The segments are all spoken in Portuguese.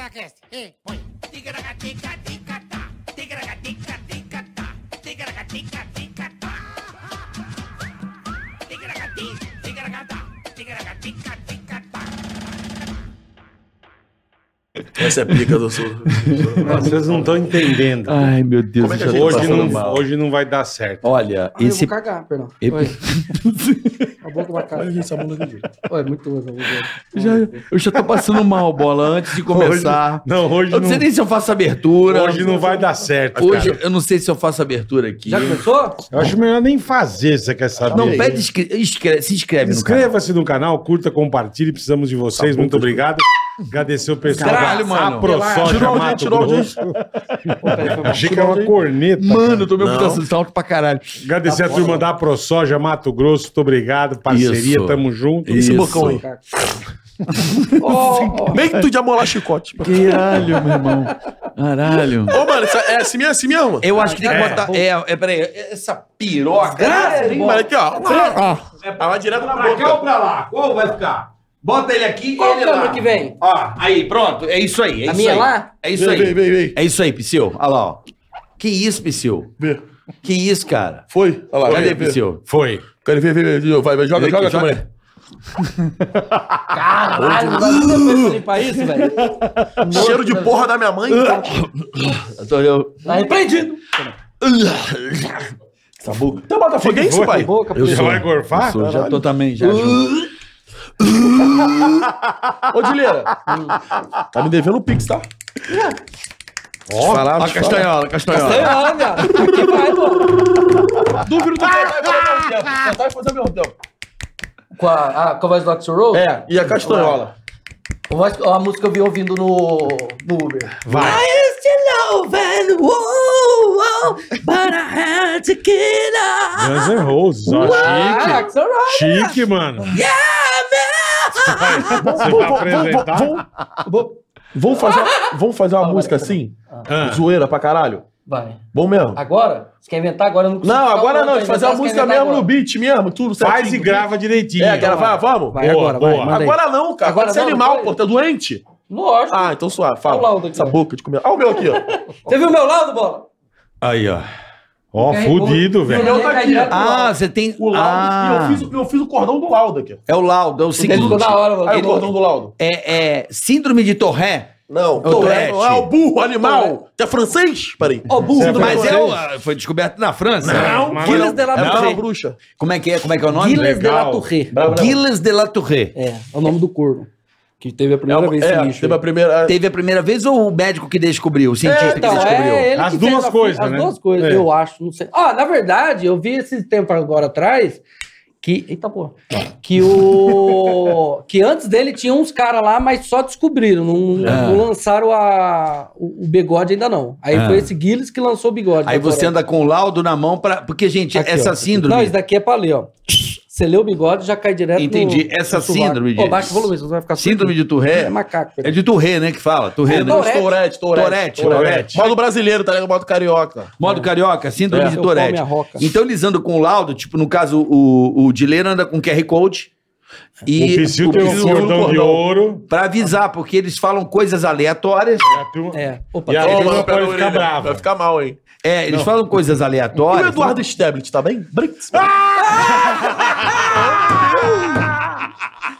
Ticaracast. Ei, põe. Ticaragatica-tica-tá. Ticaragatica-tica-tá. Ticaragatica-tica-tá. Ticaragati, ticaragata. Ticaragatica-tica-tá. Essa é a pica do sul. Vocês não estão entendendo. Ai, meu Deus, Como é que eu a já gente tô hoje, passando não, mal. hoje não vai dar certo. Olha, Ah, esse. Eu vou cagar, perdão. Ep- Oi, a boca pra cá. Olha gente, essa bunda aqui. Oi, muito louco. muito louco. já, eu já tô passando mal, bola, antes de começar. Não, hoje eu não sei não, nem se eu faço abertura. hoje não vai dar certo, Hoje cara. eu não sei se eu faço abertura aqui. Já começou? Eu acho melhor nem fazer, você quer saber? Não, pede, inscre- inscre- se inscreve no canal. Inscreva-se no canal, curta, compartilhe, precisamos de vocês, Tá bom, muito tá obrigado. Agradecer o pessoal Caralho, mano. a ProSoja Tirou o dia, Mato tirou o dia. Grosso. Pô, peraí, foi mal. Achei que era uma corneta. Mano, eu tomei um Não. puta salto pra caralho. Agradecer tá a turma da ProSoja Mato Grosso, muito obrigado, parceria, Isso. tamo junto. Esse Isso. bocão aí. Ô, ô, Meio de amolar chicote. mano. Caralho, meu irmão. Caralho. Ô, mano, essa- é assim mesmo? assim mesmo? Eu acho que tem que É. botar. É, é, peraí, essa piroca. Desgraça, É, irmão. Mano, aqui, ó. Ah. Vai lá direto na boca. pra lá? Qual vai ficar? Bota ele aqui e Qual ele câmera lá. que vem? Ó, aí, pronto. É isso aí. É A isso minha aí. lá? É isso aí. Vem, vem, vem. É isso aí, Psyu. Olha lá, ó. Que isso, Psyu? Vê. Que isso, cara? Foi. Olha lá, Cadê, vê, vê. Psyu? Foi. Quero ver, ver, ver, ver. Vai, vai, joga, Vê, joga, joga. câmera. Caralho, não dá nada pra você limpar isso, velho. Cheiro de porra da minha mãe. Eu tô- eu- Tá repreendido. Tu é botafoguense, Foi. pai? Boca, Eu Já sou. vai gorfar? sou- já tô também, já. já. Ô, Dileira. Tá me devendo um pix, tá? Ó, Falar, Ó, Ah, castanhola, castanhola. Olha, que vai, pô. Duvido do cara. Só vai fazer ao mesmo tempo. Com a, a, com a voz do Axl Rose? É, e a castanhola. A, voz, a música que eu vi ouvindo no, no Uber. vai. Guns N' Roses, ó, Ah, chique. Axl Rose. Chique, mano. Você vai apresentar? Vamos fazer, vamos fazer uma Fala, música vai. assim? Ah. Zoeira pra caralho? Vai. Bom mesmo? Agora? Ah, Você tá quer inventar agora? Eu não consigo Não, ficar agora pronto não. pra Fazer inventar, uma você quer música inventar mesmo no beat mesmo, tudo certinho. Faz e grava direitinho. É, gravar, vamos? Vai Boa, agora, vai. boa. manda aí. Agora não, cara. Agora Agora você é não, animal, depois. pô. Tá doente? Lógico. Ah, então suave. Olha o Fala. laudo aqui, Essa ó. boca de comer. Olha o meu aqui, ó. Você viu o meu laudo, bola? Aí, ó. Ó, é fudido, velho. meu tá aqui. Ah, você tem. O laudo. Ah, E eu fiz, o- eu fiz o cordão do laudo aqui. É o laudo, é o seguinte. Ele ficou da hora, Olha o mano. cordão do laudo. É, é síndrome de Torré. Não, É o Tourette. não é o burro, animal. Tu é francês? Peraí. né? Ó, burro do Mas Brasil. é o, foi descoberto na França. Não, mas Guilherme não. de la É Não, uma sei. bruxa. Como é que é? Como é que é o nome? Guilherme de la Legal. Touré. Bravo, bravo. Guilherme de la Touré. É, é o nome do corvo. Que teve a É primeira uma, vez esse é, lixo. teve a primeira. Teve a primeira vez ou o médico que descobriu? O cientista É, então, que descobriu? ele As que duas fez a- coisas, As né? duas coisas, É. eu acho, não sei. Ó, na verdade, eu vi esse tempo agora atrás que. Eita porra. Que o. que antes dele tinha uns caras lá, mas só descobriram. Não, Ah. não lançaram a, o, o bigode ainda não. Aí Ah. foi esse Gilles que lançou o bigode. Aí você Agora. anda com o laudo na mão pra. Porque, gente, Aqui, essa ó. síndrome. Não, isso daqui é pra ler, ó. Você lê o bigode já cai direto Entendi. Essa sovaco. síndrome de- Ô, baixa o volume, senão você vai ficar Síndrome de É Tourette. macaco. É de Tourette, né? Que fala. Tourette. né? Tourette. Tourette, Tourette, Tourette. Modo brasileiro, tá ligado? Modo carioca. Modo carioca, síndrome É. de Eu Tourette. como a roca. Então eles andam com o laudo, tipo, no caso, o, o Dileiro anda com QR Code. O E Psyu tem um Psyu tem um cordão de cordão. ouro. É. Pra avisar, porque eles falam coisas aleatórias. E a turma- É. Opa, E a tá- turma mano, pera pode a ficar orelha. brava. Vai ficar mal, hein? É, eles falam coisas E o aleatórias. Eduardo Stablet, tá bem? Brinks.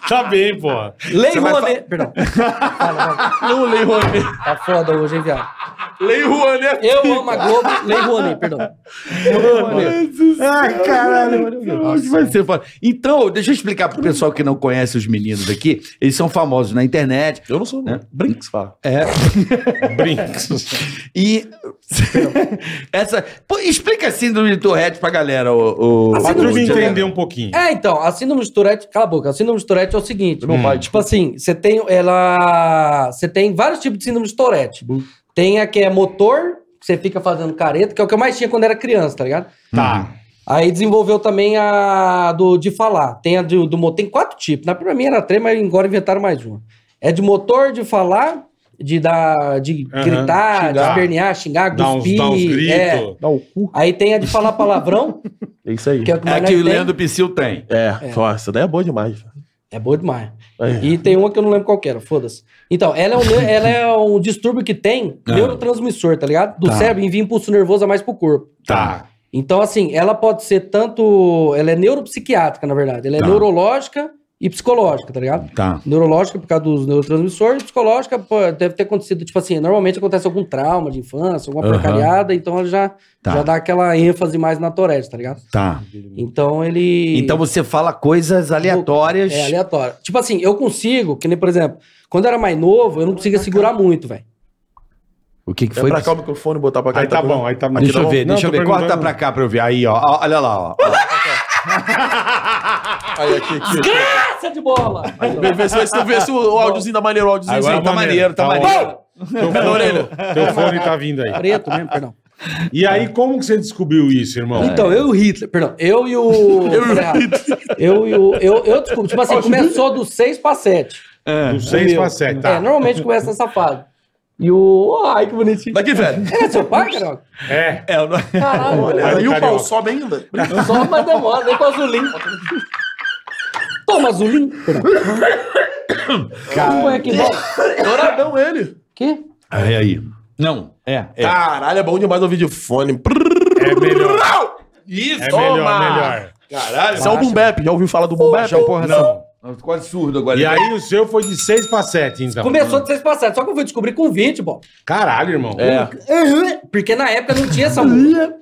Tá bem, porra. Lei vai Rouanet. Perdão. Fala, vai. Não, Lei Rouanet. Tá foda hoje, hein, viado? Lei Rouanet. Eu amo a Globo, Lei Rouanet, perdão. Ai, caralho. Nossa, vai ser foda. Então, deixa eu explicar pro pessoal que não conhece os meninos aqui. Eles são famosos na internet. Eu não sou. É. Brinks, fala. É. Brinks. E. essa. Pô, explica a síndrome de Tourette pra galera, o. Pra turma entender um pouquinho. É, então, a síndrome de Tourette, cala a boca, a síndrome de Tourette é o seguinte, Meu pai, tipo assim, você tem ela, você tem vários tipos de síndrome de Tourette. Uhum. Tem a que é motor, que você fica fazendo careta, que é o que eu mais tinha quando era criança, tá ligado? Tá. Aí desenvolveu também a do de falar. Tem a do, do mo- tem quatro tipos. Na primeira mim era três, mas agora inventaram mais uma. É de motor, de falar, de dar, de Aham, gritar, xingar. de espernear, xingar, Dá uns, cuspir. dá uns gritos. é. Dá o cu. Aí tem a de falar palavrão, É isso aí. que é o que É mais que nós o tem. Leandro Psyu tem. É, nossa, essa daí é boa demais. velho. É, É boa demais. É. E tem uma que eu não lembro qual que era, foda-se. Então, ela é, um, ne- ela é um distúrbio que tem É. Ah. neurotransmissor, tá ligado? Do Tá. cérebro envia impulso nervoso a mais pro corpo. Tá. Então, assim, ela pode ser tanto. Ela é neuropsiquiátrica, na verdade. Ela é Tá. neurológica e psicológica, tá ligado? Tá. Neurológica por causa dos neurotransmissores, psicológica pô, deve ter acontecido, tipo assim, normalmente acontece algum trauma de infância, alguma Aham. porcariada, então ela já, Tá. já dá aquela ênfase mais na Tourette, tá ligado? Tá. Então ele. Então você fala coisas aleatórias. É aleatório. Tipo assim, eu consigo, que nem, por exemplo, quando eu era mais novo, eu não conseguia segurar muito, velho. O que, que Foi foi? pra cá o microfone, botar pra cá. Aí tá bom, aí tá bom. É Deixa eu ver, Não, deixa eu tô ver. Corta perguntando- pra cá pra eu ver. Aí, ó. Ó, Olha lá, ó. Aí, aqui, aqui. Graça de bola! Vê, vê se, vê se, vê se o áudiozinho dá maneiro, o áudiozinho Agora sim, tá maneiro, maneiro, tá tá maneiro. Teu Na orelha. fone, teu fone tá vindo aí. Preto mesmo, perdão. E aí, como que você descobriu isso, irmão? Então, eu e o Hitler, perdão, eu e o. eu, eu e o. Eu, eu desculpa, tipo assim, começou do 6 pra 7. Do 6 meu. pra 7, É, tá? normalmente começa nessa fase. E o. Ai, que bonitinho. Daqui, velho. Era seu pai, caralho? É. É, eu não- Caralho, Olha, Aí o carioca. pau sobe ainda. só mas demora, nem com azulim. Toma azulim. Não põe aqui, não. Douradão ele. Que? Aí, aí. Não, é. é. Caralho, é bom demais ouvir de fone. É melhor. Isso, É toma! melhor, melhor. Caralho, isso é o Boom Bap. Já ouviu falar do Boom Bap? Não. É um Eu tô Quase surdo agora. E aí, o seu foi de 6 pra 7, então. Começou de 6 pra 7, só que eu fui descobrir com 20, bom. Caralho, irmão. Porque na época não tinha essa música.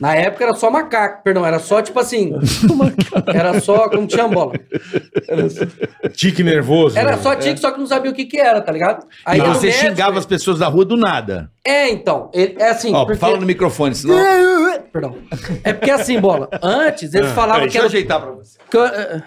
Na época era só macaco, perdão, era só tipo assim. era só, como tinha bola? Tique nervoso. Era irmão. Tá, só tique, só que não sabia o que que era, tá ligado? Aí no você médico- xingava as pessoas da rua do nada. É, então, ele- é assim, Ó, porque- fala no microfone, senão. Perdão. É porque assim, bola, antes eles falavam Peraí, deixa que eu era... ajeitar pra você. Ca-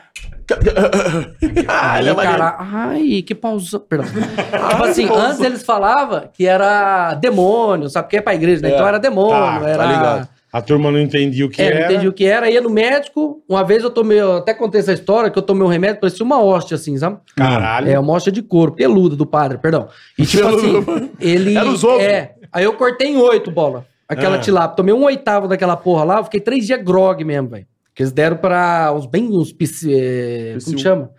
Ah, ele é maneiro. Aí, cara, ai, que pausão. Perdão. tipo assim, antes eles falavam que era demônio, sabe? Porque é pra igreja, né? Então era demônio, Tá, era. tá ligado. A turma não entendia o que É, não era. entendi o que era. Ia no médico, uma vez eu tomei, eu até contei essa história, que eu tomei um remédio, parecia uma hóstia, assim, sabe? Caralho. É, uma hóstia de couro, peluda do padre, perdão. E tipo assim, ele. Era os ovos. É. Aí eu cortei em oito, bola. Aquela Ah. tilápia. Tomei um oitavo daquela porra lá, eu fiquei três dias grog mesmo, velho. Que eles deram pra uns bem uns psi, é, Como Psiu. chama?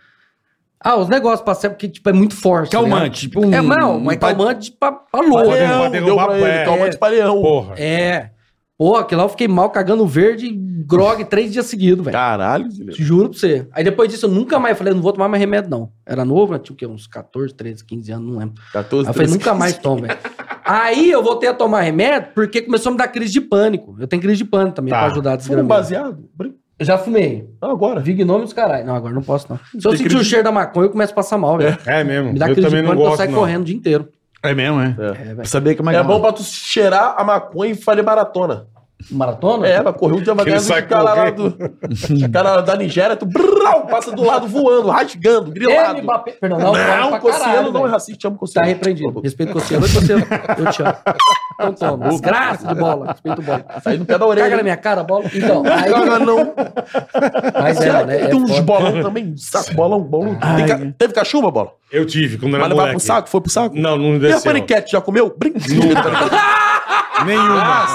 Ah, os negócios pra ser, porque tipo, é muito forte. tá ligado? Calmante, tipo um. é, não, mas um pa- calmante pra, pra louco. Valeu. né? Leão, Bateu deu o pra papo, é. ele. Calma de paleão. Porra. É. Pô, aquilo lá eu fiquei mal cagando verde e grog três dias seguidos, velho. Caralho, Zileu. Te juro pra você. Aí depois disso eu nunca mais falei, não vou tomar mais remédio, não. Era novo, né? tinha o quê? Uns 14, 13, 15 anos, não lembro. 14, Aí eu falei, nunca mais tomo, velho. Aí eu voltei a tomar remédio porque começou a me dar crise de pânico. Eu tenho crise de pânico também, Tá. pra ajudar a Fumo desgraçar. baseado? Brin- Eu já fumei. Ah, Agora. Vignome dos caralho. Não, agora não posso, não. Se eu Tem sentir crise o de- cheiro da maconha, eu começo a passar mal, velho. É mesmo. Me dá Eu crise também de não pânico, eu gosto, saio não. correndo o dia inteiro. É mesmo, é. É, Pra velho. saber como é É, que bom pra tu cheirar a maconha e fazer maratona. Maratona? É, pra correr o dia vai Ele ganhar sai do cara lá do. correndo. O cara lá da Nigéria, tu brau, passa do lado voando, rasgando, grilado. Mbappé. Perdão, Não, não, não, pra Cossiano caralho, não é velho. racista, te amo Tá Cossiano. repreendido. Respeito você. Oi, você. Eu te amo. Então toma. Desgraça de bola. Respeito bola. Sai no pé da orelha. Caga na minha cara, bola. Então, aí... Não, não, não. Mas é, Será que né? É tem uns foda. Ah, é. bolão também? Saco, bolão, bolão. Tem Ai. ca- Teve cachumba, bola? Eu tive, quando era Vai levar pro moleque. saco? Foi pro saco? Não, não E a desceu. paniquete, já comeu? Brincadeira. Nenhuma.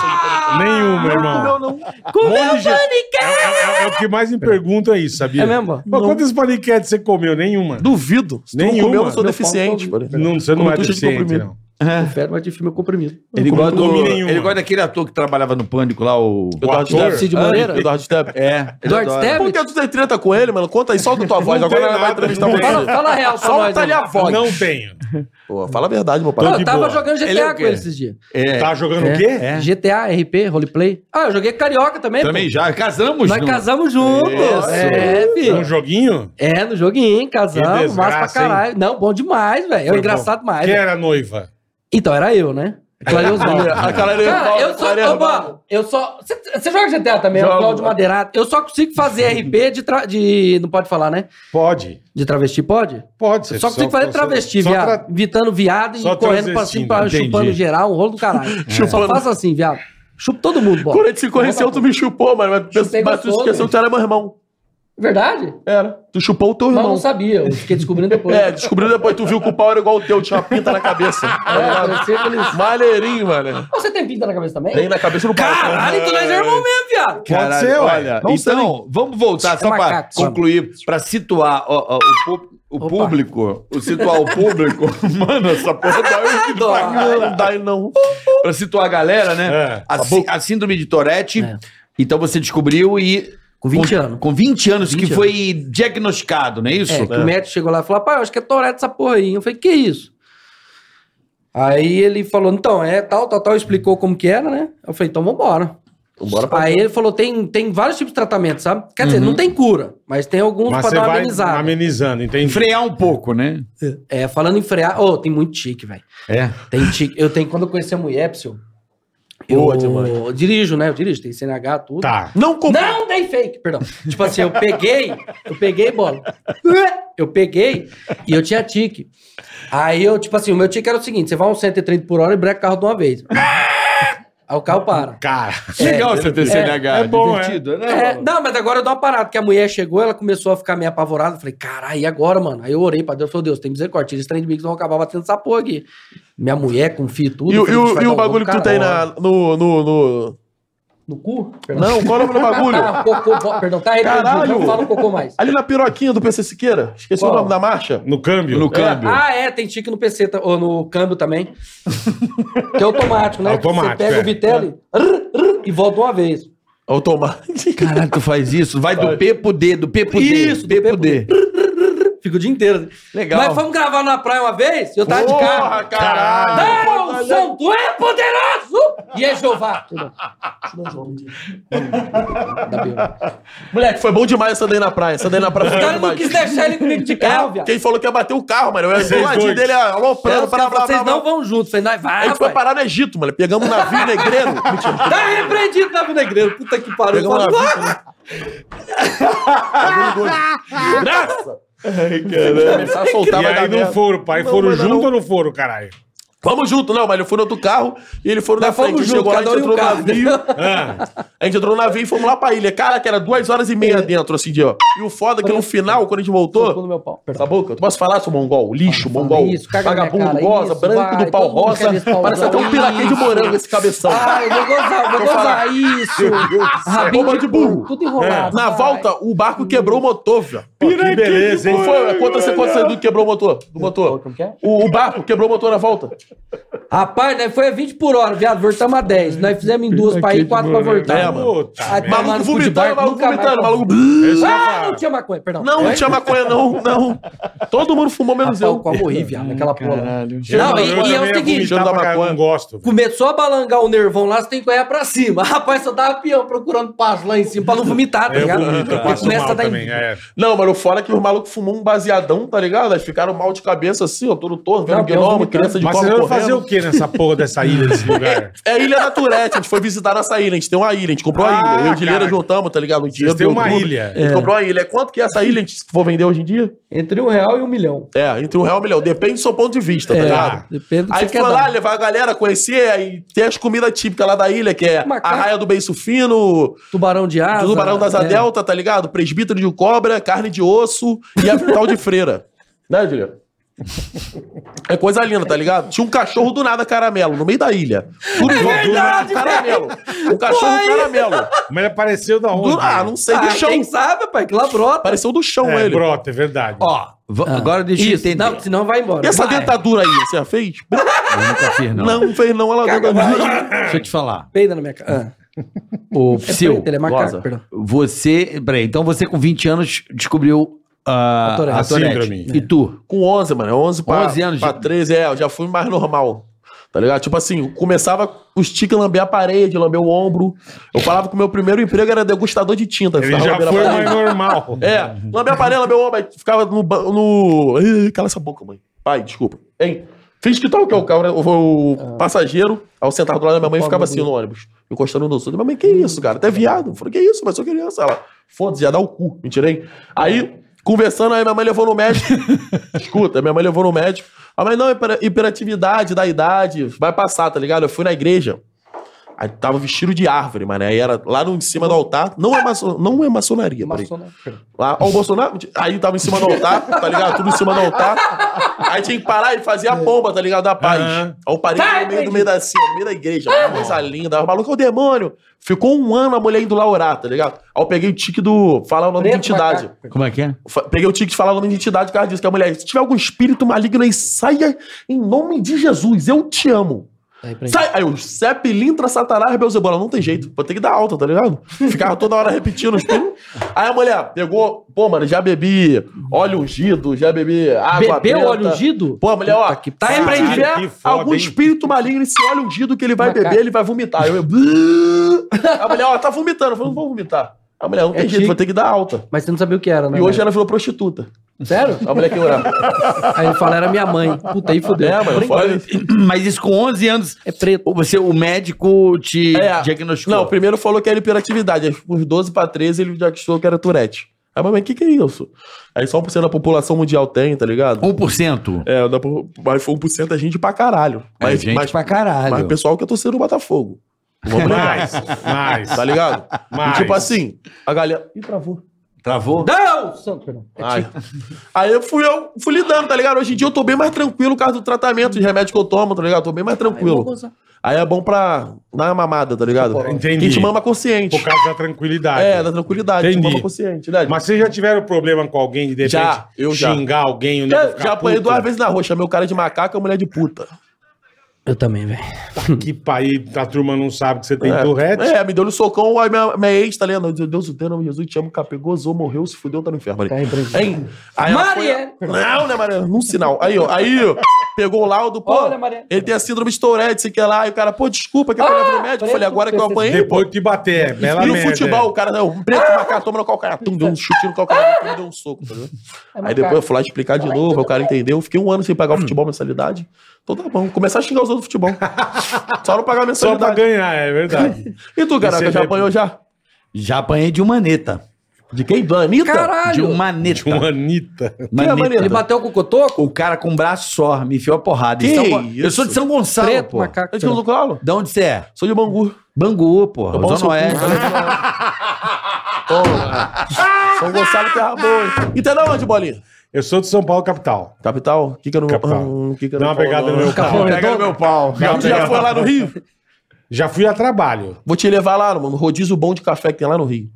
Nenhuma, irmão. Não, não. Monte de- É, é- é o que mais me perguntam isso, sabia? É mesmo? Mas quantas paniquetes você comeu? Nenhuma. Duvido. Se tu não Nenhuma. comeu, eu sou Meu deficiente. pau tá bola. Não, você não Como é tu cheio de deficiente, comprimido. não. Confere, mas de filme eu comprimido. Ele Não gosta, comi do, nenhuma. ele gosta daquele ator que trabalhava no Pânico lá, o. O ator? Cid Moreira? Eduardo Stepp. É. ele Eduardo adora. Stepp? Por que tu tem treta com ele, mano? Conta aí, solta tua voz. Não Agora tem ela vai nada, entrevistar não tem Fala, você. fala a real pra nós, Solta-lhe né? a voz. Não tenho. Pô, fala a verdade, meu Não, tá- pai. eu de tava boa. jogando GTA Ele é o com quê? ele esses dias. É. Tá jogando É. o quê? É. GTA, RP, roleplay. Ah, eu joguei carioca também. Também pô. já. Casamos, Nós não? é? casamos juntos. Isso. É, Um filho. joguinho? É, no joguinho, Que casamos, desgraça, massa pra caralho. Não, bom demais, velho. É Foi engraçado bom. demais. Quem velho. era a noiva? Então, era eu, né? Clareus A Ah, cara era Cara, Evaldo, eu só. cara é era Ô, Evaldo. Bola, eu só. Você joga GTA também, é o Jogo. Cláudio Madeirato. Eu só consigo fazer RP de, tra- de. Não pode falar, né? Pode. De travesti, pode? Pode. você Eu só consigo fazer travesti, só viado. tra- Evitando viado e só correndo pra cima, pra, transvestindo, chupando entendi. geral, um rolo do caralho. Só faço assim, viado. Chupo todo mundo, Quando Bola. a gente se conheceu, tu me chupou, mano. Mas, Chupei mas tu gostoso, esqueceu velho. que tu era meu irmão. Verdade? Era. Tu chupou o teu Mas eu irmão. não sabia, eu fiquei descobrindo depois. É, descobriu depois, tu viu que o pau era igual o teu, tinha uma pinta na cabeça. É, parecia que eles- Maneirinho, mano. Ah, Você tem pinta na cabeça também? Tem na cabeça do pau. Caralho, então nós é irmão mesmo, viado. Caralho, ser, ué. olha. Não então, vamos voltar É só para macaco, sabe? concluir, para situar o, o- o pu- o Opa. público, o situar o público. Mano, essa porra tá Não, não dá, não. Para situar a galera, né? É. A, sí- a síndrome de Tourette. É. Então você descobriu e Com 20 anos. com 20 anos 20 que anos. foi diagnosticado, não é isso? É, que né? o médico chegou lá e falou, pai, eu acho que é Tourette essa porra aí. Eu falei, que isso? Aí ele falou, então, é tal, tal, tal, explicou como que era, né? Eu falei, então vambora. Bora pra Aí ele falou, tem, tem vários tipos de tratamento, sabe? Quer dizer, não tem cura, mas tem alguns Uhum. Mas pra você dar uma vai amenizada. amenizando, entendi. Frear um pouco, né? É, falando em frear, ô, tem muito tique, velho. É. Tem tique. Eu tenho, quando eu conheci a mulher, Psyu, Boa eu demais. dirijo, né? Eu dirijo, tem CNH, tudo. Tá. Não comprei. Não dei fake, perdão. Tipo assim, eu peguei, eu peguei bola. Eu peguei e eu tinha tique. Aí eu, tipo assim, o meu tique era o seguinte: você vai uns 130 por hora e breca o carro de uma vez. Aí o carro para. Cara. É Legal você ter CNH. é bom, é. né? É, não, mas agora eu dou uma parada, porque a mulher chegou, ela começou a ficar meio apavorada. Eu falei, caralho, e agora, mano? Aí eu orei pra Deus, falei, Deus, tem misericórdia, tira esse trem de mim que vão acabar batendo essa porra aqui. Minha mulher com fio e tudo. E, eu o- falei, e "Bicho, o, vai e o dar um bagulho que tu tem na, caralho." no, no, no- No cu? Perdão. Não, qual é o nome do bagulho? Ah, cocô, bo- perdão, tá arrependido, Caralho. não falo cocô mais. Ali na piroquinha do PC Siqueira. Esqueci Qual? o nome da marcha. No câmbio? No câmbio. Ah, é, tem tique no PC, tá- ou no câmbio também. que é automático, né? Automático, Você pega é. o Vitelli rrr, rrr, e volta uma vez. Automático. Caralho, tu faz isso? Vai do P pro D, do P pro D. Isso, do P P pro pro D. Fica o dia inteiro. Legal. Mas fomos gravar na praia uma vez, eu tava Tá de carro. Porra, caralho. Não, santo é poderoso! E é Jeová. Moleque, foi bom demais essa daí na praia. Essa daí na praia O foi cara demais. não quis deixar ele comigo de carro, É, viado. quem falou que ia bater o carro, mano. Eu ia Vocês do ladinho dois. dele ó, É, aloprando. Blá, blá, os caras falaram, blá, Vocês blá. não vão juntos. Falei, nós A vai, gente foi rapaz. parar no Egito, mano. Pegamos um navio negreiro. Mentira. Tá repreendido na Vila Igreja. Puta que pariu. Pegamos Fala, na "Ah, Graça! Começar Tá a soltar, E vai dar aí não merda. foram, pai. Não, Foram mas não. junto ou não foram, caralho? Vamos junto, não, mas eu fui no outro carro e ele foram na Nós frente. fomos juntos, Chegou lá, a cada gente um em um entrou no carro. navio. Ah, A gente entrou no navio e fomos lá pra ilha. Cara, que era duas horas e É. meia dentro, assim, de, ó. E o foda é que no final, quando a gente Tocou voltou. no meu pau. Cala a boca, tu posso falar, seu mongol? Lixo, Fala mongol. isso, caga na minha vagabundo, cara, goza, isso, branco vai, do pau todo mundo rosa. quer esse pauzão, Parece até um piraquê de isso. morango esse cabeção. Ai, vou gozar, vou gozar. Isso. Rabinho Bomba de de burro. burro. É, Tudo enrolado. Na vai. volta, o barco quebrou o motor, velho. que beleza, hein? Não foi? É Contra você, contra você do que quebrou o motor. Do motor. Como que é? O, o barco quebrou o motor na volta. Rapaz, nós foi a 20 por hora, viado. Voltamos a 10. Nós fizemos em duas pra ir, quatro pra voltar. É, mano. né, Puta Ai, merda. Tomar no Maluco cu de vomitando, barco, maluco nunca mais vomitando, pra maluco. Ah, não tinha maconha, perdão. Não, não tinha maconha, não, não. Todo mundo fumou, menos maconha. Eu eu. quase morri, viado, naquela porra. Eu- Não, eu e, e é também o seguinte. vomitar eu pra da caralho, maconha. não gosto. velho. Começou a balangar o nervão lá, você tem que olhar pra cima. Rapaz, só tava peão procurando passo lá em cima pra não vomitar, tá Eu ligado? vomito, eu Porque passo começa a mal dar também. É. Não, mano, fora que os malucos fumou um baseadão, tá ligado? Aí ficaram mal de cabeça assim, ó, todo torto, vendo Não, gnomo, vomitando. criança de Mas vocês cobra vão fazer correndo. o que nessa porra dessa ilha, desse lugar? É Ilha da Turete, a gente foi visitar nossa ilha, a gente tem uma ilha, a gente comprou a Ah, ilha. Eu e o Dileira cara. juntamos, tá ligado? O dinheiro têm do uma YouTube. ilha. A gente comprou uma ilha. Quanto que é essa ilha, a gente, se for vender hoje em dia? Entre um real e um milhão. É, entre um real e um milhão, depende do seu ponto de vista, tá ligado? É, Depende do que Aí você quer foi lá dar. levar a galera a conhecer e tem as comidas típicas lá da ilha, que é Macaco. arraia do beiço fino, "Ah, Tubarão de asa. tubarão das é. adelta, tá ligado? Presbítero de cobra, carne de osso e a tal de freira. Né, Juliano? É coisa linda, tá ligado? Tinha um cachorro do nada caramelo, no meio da ilha. Tudo do, do nada caramelo. Um cachorro É Pô, aí- caramelo. Mas ele apareceu da Do- onde? ah, não sei, do Ah, chão. quem sabe, pai, que lá brota. Pareceu do chão É, ele. brota, é verdade. Ó, va- agora deixa eu Isso, entender. não, senão vai embora. E essa Vai. dentadura aí, você já fez? Eu nunca fiz, não. Não, não fez não, ela Caga, deu vai. Deixa eu te falar. Peida na minha cara. Ah, O é Psyu, preto, ele é macaco, goza. perdão. você... Peraí, então você com 20 anos descobriu ah, A Tourette. a Tourette. Síndrome. E tu? Com 11, mano. 11 pra, 11 anos, pra gente. 13, é, eu já fui mais normal. Tá ligado? Tipo assim, eu começava os tiques lamber a parede, lamber o ombro. Eu falava que o meu primeiro emprego era degustador de tinta. Ele ficava já lambendo a foi parede. mais normal. tá É, lamber a parede, lamber o ombro, aí ficava no... ba- no... Ih, Cala essa boca, mãe. Pai, desculpa. Hein? Fiz que tal que é o cara, o, o passageiro, ao sentar do lado da minha mãe, ficava assim no ônibus, encostando no outro. Minha mãe, que isso, cara? Até viado. Eu falei, que isso, mas sou criança. Ela, foda-se, já dá o cu. Me tirei. Aí, conversando, aí minha mãe levou no médico. Escuta, minha mãe levou no médico. A mãe, não, hiper- hiperatividade da idade, vai passar, tá ligado? Eu fui na igreja. Aí tava vestido de árvore, mano. Aí era lá no, em cima do altar. Não é, maço, não é maçonaria, peraí. né? Lá, ó, Ah, o Bolsonaro. Aí tava em cima do altar, tá ligado? Tudo em cima do altar. Aí tinha que parar e fazer a bomba, tá ligado? Da paz. Aham. Aí eu parei no meio do meio da cena, no meio da igreja. Uma coisa linda. O maluco é o demônio. Ficou um ano a mulher indo lá orar, tá ligado? Aí eu peguei o tique do. Falar o nome da Preto entidade. macaco. Como é que é? Fa- Peguei o tique de falar o nome de entidade por causa disso, que é a mulher, se tiver algum espírito maligno aí, saia em nome de Jesus, eu te amo. Tá aí pra Sai! Aí eu, Zé Pilintra, Satanás, Belzebú. Ela, Não tem jeito, vou ter que dar alta, tá ligado? Ficava toda hora repetindo os pinos. Aí a mulher pegou, pô, mano, já bebi óleo ungido, já bebi água Bebeu preta. óleo ungido? Pô, a mulher, ó, Puta que tá pariu. repreendido. Caralho, que foda, algum hein? espírito maligno, esse óleo ungido que ele vai Macaco. beber, ele vai vomitar. Eu, eu, a mulher, ó, tá vomitando. Eu falei, não vou vomitar. A mulher, não tem É jeito, vou tique. ter que dar alta. Mas você não sabia o que era, né? E hoje é- ela virou prostituta. Sério? A mulher que orava. Aí ele fala, era minha mãe. Puta, aí fudeu. É, mano, fora isso. Mas isso com 11 anos, É preto. o- você, o médico te É, diagnosticou. Não, primeiro falou que era hiperatividade. Aí, Por 12 pra 13, ele já achou que era Tourette. Aí, mas o que, que é isso? Aí só 1% da população mundial tem, tá ligado? 1%. É, da, po- mas foi 1% é gente pra caralho. É Mas, gente mas, pra mas caralho. o pessoal que é torcedor do Botafogo. Não Vamos negar, Mais, mais. tá ligado? E, mais. tipo assim, a galera. Ih, travou. Travou? Não! Santo, perdão. É Ai. tique. Aí eu fui, eu fui lidando, tá ligado? Hoje em dia eu tô bem mais tranquilo por causa do tratamento de remédio que eu tomo, tá ligado? Tô bem mais Aí eu vou tranquilo. gozar. Aí é bom pra dar uma mamada, tá ligado? Entendi. Quem te mama consciente. Por causa da tranquilidade. É, da tranquilidade, Entendi. de forma consciente, né? Mas vocês já tiveram problema com alguém de, de repente Já, eu já. xingar alguém? o nego já, ficar já apanhei puto? duas vezes na roxa, meu cara de macaco é mulher de puta. Eu também, velho. Que pai, a turma não sabe que você tem é, Tourette. é, me deu no socão, aí minha, minha ex, tá ligado? Meu Deus do céu, nome de Jesus, te amo, capê, gozou, morreu, se fudeu, tá no inferno. Tá Ali. aí pra Hein? Aí ela Maria! foi- Não, né, Maria? Num sinal. Aí, ó, aí, ó, pegou o laudo, pô, Olha, Maria. ele tem a síndrome de Tourette, sei que lá, aí o cara, pô, desculpa, que eu ah, no médico, eu falei, preto, agora que eu preto, apanhei, é, pô, Depois te bater, é bela e no merda, futebol, é. o cara, não, um preto macaco, toma no calcanhar, tum, deu um chutinho no calcanhar, tum, deu um soco, tá ligado? Aí depois eu fui lá explicar de novo, aí o cara entendeu, fiquei um ano sem pagar o futebol mensalidade, então tá bom, começar a xingar os outros do futebol, só não pagar Só é pra mensalidade. ganhar, é verdade. E tu, Você caraca, já vê- apanhou já? Já apanhei de uma neta. De quem? Do Anitta? De Caralho! uma neta. De uma Anitta. é a Uma neta. maneira? Ele bateu com o cotoco? O cara com um braço só me enfiou a porrada. Que Em São Gon- Eu isso? sou de São Gonçalo, Preto, pô. macaco. Eu te do colo? De onde você é? Sou de Bangu. Bangu, pô. Eu posso- Zona Oeste. Porra. São Gonçalo Terra Boa. E tu é da onde, Bolinha? Eu sou de São Paulo, capital. Capital? Kika no meu... Capital. Hum, Kika Dá no uma meu pegada pau, no não. meu pau. Pega no meu pau. Dá uma Tu já pegada- foi lá no Rio? Já fui a trabalho. Vou te levar lá, mano, no rodízio bom de café que tem lá no Rio.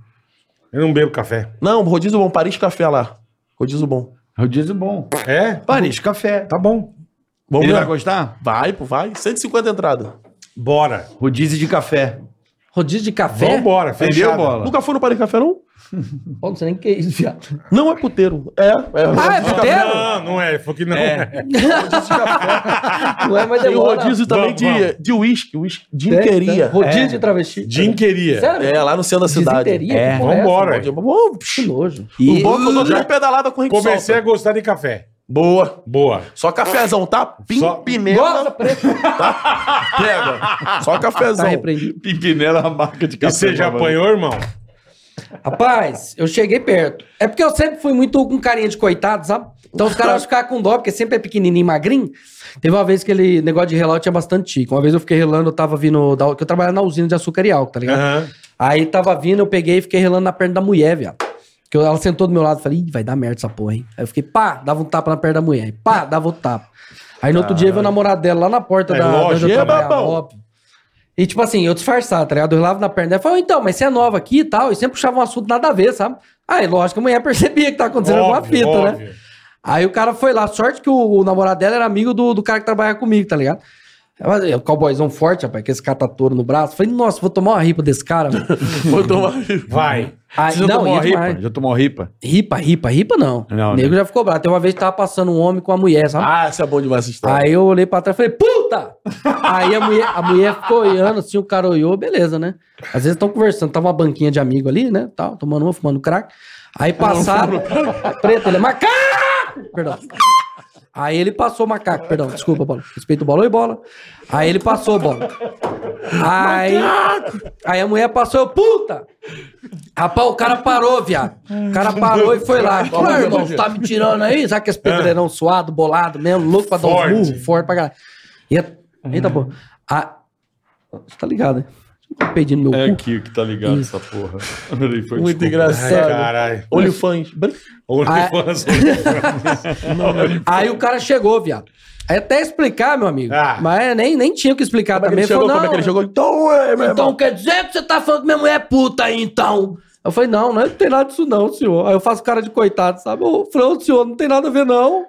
Eu não bebo café. Não, rodízio bom, Paris Café lá. Rodízio bom. Rodízio bom. É? Paris, café. Tá bom. Vamos Ele lá. vai gostar? Vai, pô, vai. 150 entrada. Bora. Rodízio de café. Rodízio de café? Vambora, Entendeu, fechado. bola? Nunca foi no Paris Café, não? Pô, não sei nem o que é isso, viado. Não é puteiro. É, é. Ah, é puteiro? Não, não é. Ele falou que não é. Não é, mas Tem o demora. rodízio também Vamos, vamos. de de uísque, uísque de Tem, inqueria. tem. Rodízio de travesti. Jim queria. Sério? É, lá no centro da cidade. Desinteria? É, Que porra Vambora. Pode- aí. Bom, Que nojo. O bom é que eu dou três pedaladas com o Henrique Comecei a Solta. gostar de café. Boa. Boa. Só cafezão, tá? Pim, Só- Pinela, Gosta, preto. pega. Só cafezão. Tá repreendido. Pimpinela é uma marca de E você já mano. apanhou, irmão? Rapaz, eu cheguei perto. É porque eu sempre fui muito com carinha de coitado, sabe? Então os caras ficavam com dó, porque sempre é pequenininho, magrinho. Teve uma vez que ele negócio de relógio tinha bastante tique. Uma vez eu fiquei relando, eu tava vindo... Da, que eu trabalhava na usina de açúcar e álcool, tá ligado? Aham. Aí tava vindo, eu peguei e fiquei relando na perna da mulher, viado. Que eu- ela sentou do meu lado e falei, Ih, vai dar merda essa porra, hein? Aí eu fiquei, pá, dava um tapa na perna da mulher. Pá, dava outro tapa. Aí no outro dia veio o namorado dela lá na porta É da da lógico, onde eu é trabalhava, babão. óbvio. E tipo assim, eu disfarçava, tá ligado? Eu relava na perna dela e falava, então, mas você é nova aqui e tal. E sempre puxava um assunto nada a ver, sabe? Aí, lógico, que a mulher percebia que tá acontecendo alguma Óbvio, fita, né? óbvio. Aí o cara foi lá. Sorte que o, o namorado dela era amigo do, do cara que trabalhava comigo, tá ligado? Ela- O cowboyzão forte, rapaz, que esse cara tá touro no braço. Falei, nossa, vou tomar uma ripa desse cara, mano. Vou tomar. Vai. Aí, Você já Ah, não, tomou ia uma demais. ripa? Já tomou uma ripa? Ripa, ripa, ripa não. Não, o nego já ficou bravo. Tem uma vez que tava passando um homem com uma mulher, sabe? Ah, isso é bom demais essa história. Aí eu olhei pra trás e falei, puta! Aí a mulher, a mulher ficou olhando, assim, o cara olhou, beleza, né? Às vezes estão conversando, tava uma banquinha de amigo ali, né? Tal, tomando uma, fumando crack. Aí passaram. Preto, ele é macaco! Perdão. Aí ele passou o macaco, perdão, desculpa, bola. Respeito o bola, oi, bola. Aí ele passou a bola. Aí, aí a mulher passou, eu, puta! Rapaz, o cara parou, viado. O cara parou e foi lá. Pô, irmão, você tá me tirando aí? Sabe que esse pedreirão É. suado, bolado mesmo, louco pra dar Forte. uns murros, forte pra caralho. E é- Eita, pô. Ah, você tá ligado, né? Pedindo meu É cu. aqui que tá ligado Isso. essa porra. Peraí, foi, Muito desculpa. engraçado. Caralho. Olifãs. O Ah, OnlyFans. Aí o cara chegou, viado. Aí até explicar, meu amigo. Ah. Mas é, nem, nem tinha o que explicar Como é que também. ele chegou? Falou, Como é que ele não, chegou? Então, é, meu Então irmão. quer dizer que você tá falando que minha mulher é puta aí, então? Eu falei, não, não tem nada disso não, senhor. Aí eu faço cara de coitado, sabe? Eu falei, ô, senhor, não tem nada a ver não.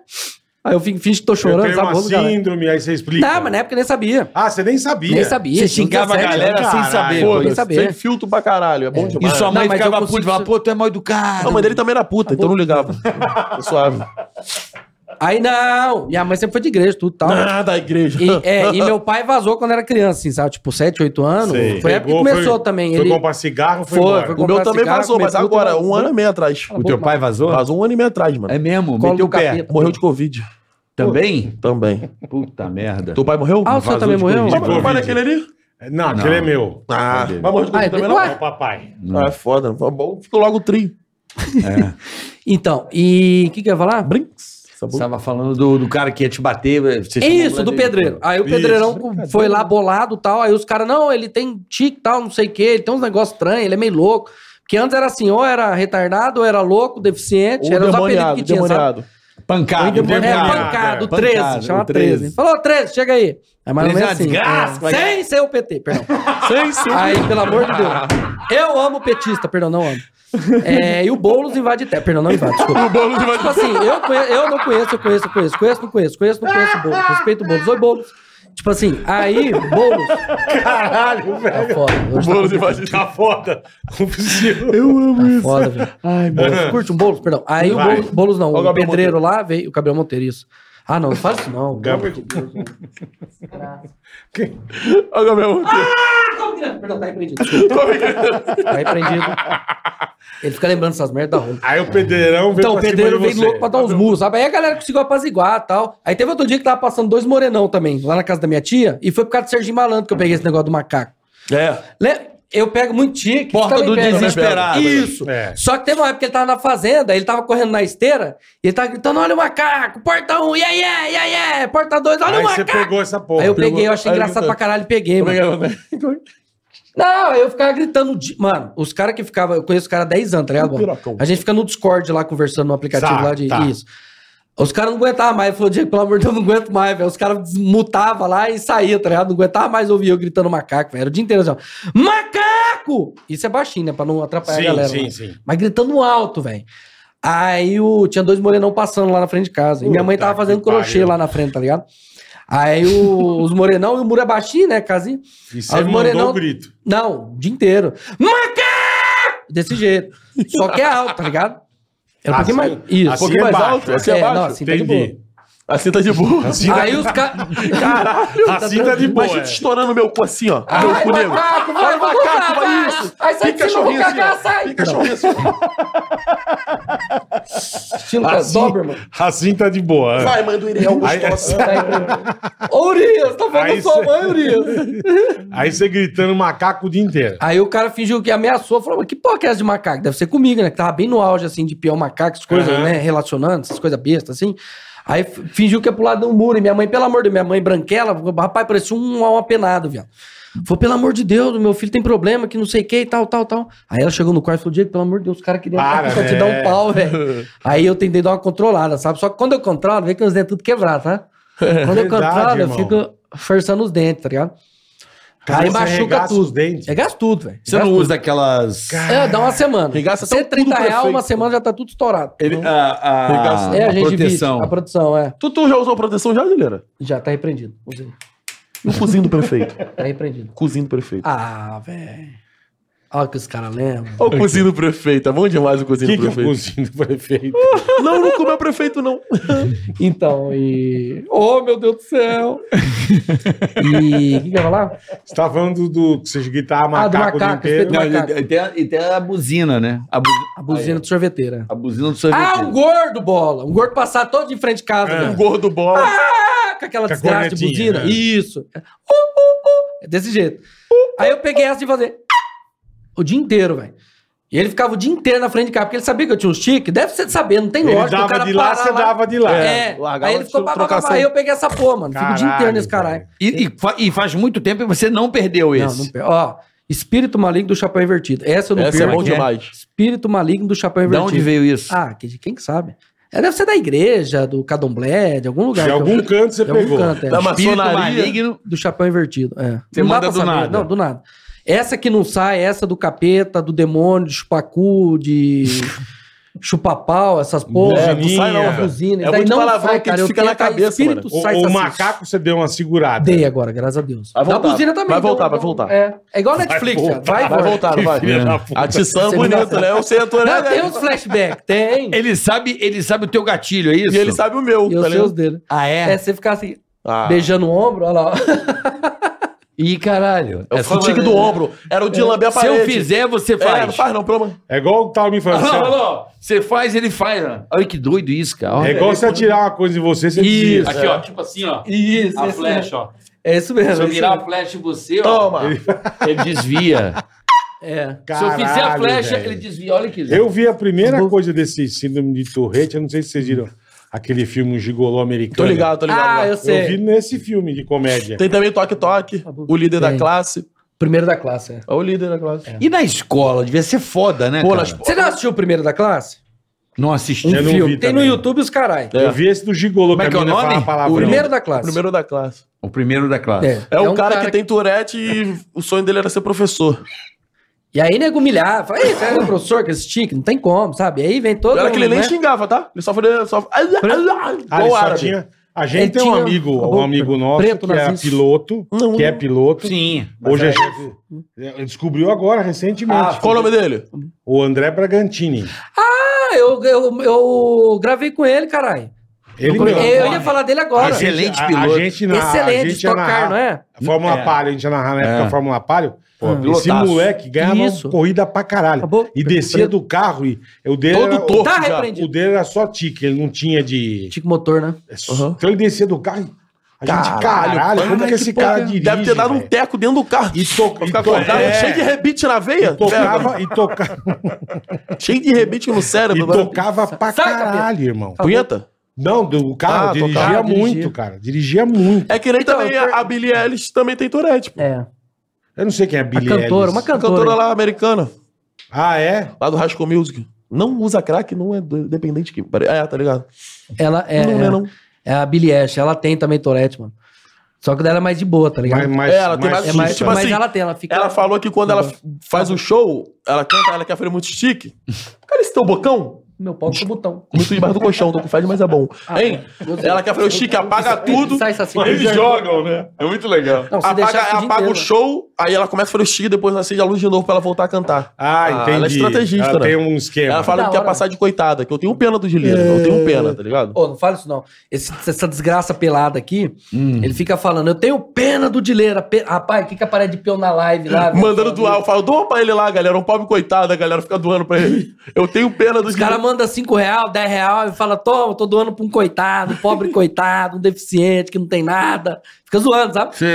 Aí eu fin- finge que tô Eu chorando, tenho sabe? uma Vamos, galera. síndrome, aí você explica. Não, mas na época eu nem sabia. Ah, você nem sabia. Nem sabia. Você xingava a tinha 17 galera anos. sem Caralho. saber. Pô, pô. nem Foda-se, sabia. Sem filtro pra caralho. É bom E demais. sua Não, mãe mas eu ficava puta consigo- e falava, pô, tu é mal educado. A mãe dele também era puta, então não ligava. Tô É suave. Aí não, minha mãe sempre foi de igreja, tudo e tal. Nada, a Ah, igreja. E, é, e meu pai vazou quando era criança, assim, sabe? Tipo, 7, 8 anos. Sei. Foi a época que Pegou, começou foi- também. Foi Ele... comprar cigarro, foi, Foi, embora. foi O meu também cigarro, vazou, mas comer tudo, agora, um vazou. ano e meio atrás. O teu pai vazou? Vazou um ano e meio atrás, mano. É mesmo? Colo Meteu o do pé. capeta. Morreu de Covid. Também? Também. Puta merda. Teu pai um morreu? Ah, o senhor Vazou também de morreu? Covid. Mas não faz daquele ali? Não, aquele Não. é meu. Ah, dele. mas morreu de Ah, Covid ele- também não? É o papai. Ah, é foda. Tá bom, Ficou logo tri. Então, e o que, que eu ia falar? Ah, Brinks. Essa Você boca. tava falando do, do cara que ia te bater. Você chamou a Isso, mulher do dele. pedreiro. Aí o Isso. pedreirão foi lá bolado e tal. Aí os caras, não, ele tem tique e tal, não sei o quê, ele tem uns negócios estranhos, ele é meio louco. Porque antes era assim, ou era retardado, ou era louco, deficiente, Ou era os apelidos demoniado, que tinha, sabe? demoniado. Pancado. Foi É, Demoniado, pancado, é. 13, Pancado, chama o 13. 13. Falou, 13, chega aí. É mais ou 13 é menos assim. uma desgraça, é. vai- Sem ser o PT, perdão. Sem ser. Aí, pelo amor de Deus. Eu amo petista, perdão, não amo. É, e o Boulos invade terra. Perdão, não invade, desculpa. O Boulos invade Tipo assim, eu, conhe- eu não conheço, eu conheço, eu conheço. Conheço, não conheço. Conheço, não conheço o Boulos. Respeito o Boulos. Oi, Boulos. Tipo assim, aí, Boulos. Caralho, velho. Tá foda. O Hoje Boulos invadiu. Tá foda. Oficial. tá foda, velho. Ai, Boulos. Curte um Boulos, perdão. Aí o Vai. Boulos, Boulos não, Ó, o o Gabriel pedreiro lá veio. O Gabriel Monteiro, isso. Ah, não, não faz isso não. Gabriel. Quem? Olha o meu é roteiro. Perdão, tá repreendido. Desculpa. Tá repreendido. Ele fica lembrando essas merdas da Roma. Aí o pedreirão veio Então, o pra cima pedreiro de veio você. louco pra dar uns murros, sabe? Aí a galera conseguiu apaziguar e tal. Aí teve outro dia que tava passando dois morenão também, lá na casa da minha tia, e foi por causa do Serginho Malandro que eu peguei esse negócio do macaco. É. Le- Eu pego muito tique. Porta também do pego, né? desesperado. Isso. É. Só que teve uma época que ele tava na fazenda, ele tava correndo na esteira, e ele tava gritando, olha o macaco, porta um, yeah, yeah, yeah, yeah, porta dois, olha Aí o você macaco. pegou essa porra. Aí eu peguei, eu achei Aí engraçado gritando. é pra caralho e peguei, mano. Não, eu ficava gritando. de- Mano, os caras que ficavam. Eu conheço os caras há 10 anos, tá ligado? Bola? pirocão. A gente fica no Discord lá conversando no aplicativo Tá, lá de tá. isso. Os caras não aguentavam mais. Falou, Diego, pelo amor de Deus, eu não aguento mais, velho. Os caras mutavam lá e saíam, tá ligado? Não aguentava mais ouvir eu gritando macaco, velho. Era o dia inteiro assim, ó. Macaco! Isso é baixinho, né? Pra não atrapalhar Sim, a galera. sim, né? sim. Mas gritando alto, velho. Aí o, tinha dois morenão passando lá na frente de casa. E minha mãe Puta tava fazendo que crochê pariu. lá na frente, tá ligado? Aí o- os morenão e o muro é baixinho, né, casinha? E Aí você o mandou Morenão- o grito. Não, o dia inteiro. Macaco! Desse jeito. Só que é alto, tá ligado? É um Assim- pouquinho mais. Isso. assim um pouquinho é mais baixo, assim é baixo. não, assim tá de boa. Entendi. Assim tá de boa. Assim tá- Aí os caras. assim tá de boa. Mas é. estourando meu cu assim, ó. Ai, meu cu negro. macaco, vai, Vai, macaco, macaco, vai vai. isso. Aí sai de Fica cima, cachorrinho assim, cacá, ó. sai. Fica cachorrinho assim. Estilo Assim, Doberman. assim tá de boa. é. Vai, mãe do Iriel, gostosa. Ô, Urias, tá falando Aí da sua cê- mãe, Urias. Aí você gritando macaco o dia inteiro. Aí o cara fingiu que ameaçou, falou, mas que porra que é essa de macaco? Deve ser comigo, né? Que tava bem no auge, assim, de peão macaco, essas coisas, Aham. né? Relacionando, essas coisas bestas, assim. Aí f- fingiu que ia pro lado do muro. E minha mãe, pelo amor de Deus, minha mãe branquela, rapaz, parecia um alma penado, viado. Falou, pelo amor de Deus, meu filho tem problema, que não sei o que e tal, tal, tal. Aí ela chegou no quarto e falou, Diego, pelo amor de Deus, os caras queriam Para, pra te né? dar um pau, velho. Aí eu tentei dar uma controlada, sabe? Só que quando eu controlo, vem que os dentes tudo quebrados, tá? Quando eu Verdade, controlo, eu irmão. fico forçando os dentes, tá ligado? Cara, aí você machuca arregaça tudo. os dentes. É gasto tudo, velho. Você não usa aquelas... É, dá uma semana. Regaça Se é tão tudo 30 reais, perfeito. uma semana já tá tudo estourado. Ele, Então, a, a, é, a gente proteção. Vite, a produção, é. Tu, tu já usou proteção já, Guilherme? Já tá repreendido. Usei. No cozinho do prefeito. Tá repreendido. Cozinho do prefeito. Ah, velho. Olha o que os caras lembram. Ô, cozinho do prefeito. É bom demais o O cozinho que, do que é o prefeito. cozinho do prefeito? Não, não comeu prefeito, não. Então, e. Oh, meu Deus do céu! e. O que, que eu ia falar? Você tá falando do, do que você gritava Ah, do macaco o dia macaco, inteiro. Não, macaco. e, e tem a, e tem a buzina, né? A, bu- A buzina de sorveteira. a buzina do sorvete. Ah, um gordo, bola! Um gordo passar todo de frente de casa, né? É. O velho. Um gordo bola. Um Ah, com aquela Com a desgraça de cornetinha, buzina. né? Isso. Uh, uh, uh. É desse jeito. Aí eu peguei essa de fazer. O dia inteiro, velho. E ele ficava o dia inteiro na frente de casa, porque ele sabia que eu tinha um chique. Deve ser de saber, não tem Ele lógica. o dava cara de lá, parar você dava de lá. É, largava aí ele de ficou pá, pá, pá, trocação. pá, aí eu peguei essa porra, mano. Fico o dia inteiro nesse caralho. E, e fa- e faz muito tempo e você não perdeu Não, esse. não pe- Ó, Espírito maligno do chapéu invertido. Essa eu não Essa é perco. bom demais. Espírito maligno do chapéu Da invertido. onde veio isso? Ah, que- quem que sabe? É, deve ser da igreja, do Cadomblé, de algum lugar. De que eu- algum canto você de algum pegou. canto, é. Da Espírito maçonaria. maligno. Do chapéu invertido. É. Você Não dá manda pra do saber. nada. Não, do nada. Essa que não sai, essa do capeta, do demônio, de chupacu, de chupapau, essas porras. É, É, não sai não, cara. buzina. É Isso daí muito não palavrão sai, que cara. Eu fica na tento, aí cabeça, espírito O, sai, o saci. macaco você deu uma segurada. Dei agora, graças a Deus. Vai voltar. Da buzina também. Vai deu- voltar, vai deu- voltar. É, é igual Netflix, cara. Vai, Vai voltar. voltar, não vai. filha da puta. A Tissã é bonito, né? Eu sento, né? Não, tem uns flashbacks, tem. Ele sabe, ele sabe o teu gatilho, é isso? E ele sabe o meu, E os tá seus ligado? dele. Ah, É, é? você ficar assim, Ah. beijando o ombro, olha lá. ó. Ih, caralho. É Essa o tique do maneira. ombro. Era É. o de lamber a Se parede. eu fizer, você É, não faz. faz não, pelo amor. É igual o tal me falando. Alô, você- alô, Você faz, ele faz. né? ó. Olha que doido isso, cara. Olha. É igual você atirar uma coisa em você, você Isso. desvia. Aqui, ó, tipo assim, ó. Isso, A isso flecha, mesmo. ó. É isso mesmo. Se eu é isso virar a mesmo. flecha em você, ó, Toma. Ele desvia. É. se eu fizer a Caralho, flecha, velho. ele desvia. Olha que Eu vi a primeira coisa desse síndrome de Tourette, eu não sei se vocês viram aquele filme um Gigolô americano. Tô ligado, tô ligado. Ah, eu Eu vi sei. Tá nesse filme de comédia. Tem também Toque Toque, o líder da Tem. classe. Primeiro da classe, é. É o líder da classe. E na escola, devia ser foda, né? Pô, cara? nas- Você não assistiu o primeiro da classe? Não assisti. Um Eu não filme. vi Tem no também. YouTube os carai. É. Eu vi esse do Gigolô, Como é que é o a mina nome? fala palavrão. O primeiro da classe. Primeiro da classe. O primeiro da classe. É, o um cara, que tem Tourette e o sonho dele era ser professor. E aí nego humilhar, fala, ei, você era professor com esse tique? Não tem como, sabe? E aí vem todo Era que ele nem mundo, né? xingava, tá? Ele só fazia. Só... Ah, ele Igual só árabe. tinha- A gente Ele tem um tinha- amigo, acabou, um amigo nosso preto que é nazista. piloto, Não, que é não. piloto. Sim. Hoje é chefe. Ele descobriu agora, recentemente. Ah, Qual o nome dele? O André Bragantini. Ah, eu, eu, eu gravei com ele, caralho. Ele Eu, mesmo. eu ia falar dele agora. A gente- Excelente a- piloto. A gente na, Excelente, a de gente ia tocar, narrar não é? Fórmula É. Palio, a gente ia narrar na época É. Fórmula Palio. Pô, Ah. Esse Pilotaço. moleque ganhava Isso. corrida pra caralho. Acabou? E descia do carro e o dele, Todo era, torto Tá já. repreendido. o dele era só tique, ele não tinha de... Tique motor, né? Uhum. Então ele descia do carro e... A gente, Caralho, caralho, como é que esse cara dirige, Deve ter dado um velho? teco dentro do carro. E to- Pra ficar e to- acordado, é. cheio de rebite na veia. tá E um tocava, e, toca... Cheio de rebite no e cérebro. tá tocava pra Sai, caralho, irmão. Punheta? Não, do- o carro Ah, dirigia tocava, muito, dirigia. cara. Dirigia muito. É que nem Então, também eu per- a, a Billie Eilish também tem Tourette. pô. É. Eu não sei quem é a A Billie cantora, Eilish. uma A cantora. cantora lá americana, Ah, é? lá do Rascal Music. Não usa crack, não é do- dependente que. É, tá ligado? Ela é, não, né, não. é a Billie Ash. Ela tem também Tourette, mano. Só que dela é mais de boa, tá ligado? Mas, mas, né? É, ela tem mais é mais, tipo mas assim, ela tem, ela fica... Ela falou que quando ela f- faz o show, ela canta, ela quer fazer muito chique. Cara, esse teu bocão? Meu pau com o botão. Muito debaixo do colchão, tô com fede, mas é bom. Ah, Hein? Ela quer fazer o chique, apaga tudo. Sai, saci. Eles jogam, né? É muito legal. Não, se apaga deixar, fica dia apaga o inteiro. show, aí ela começa a fazer o chique, depois acende a luz de novo pra ela voltar a cantar. Ah, entendi. Ela é estrategista, Ela né? tem um É, esquema. Ela fala Da que quer hora. passar de coitada, que eu tenho pena do Gileiro, eu tenho pena, tá ligado? Ô, não fala isso não. Esse- essa desgraça pelada aqui, ele fica falando, eu tenho pena do Dileira. Pe... Rapaz, o que que a parede de pão na live lá? velho? Mandando doar, eu falo, doa pra ele lá, galera, um pobre coitado, a galera fica doando pra ele. Eu tenho pena dos Os caras caras. mandam 5 real, 10 real e fala, toma, tô doando pra um coitado, um pobre coitado, um deficiente que não tem nada. Fica zoando, sabe? Sim.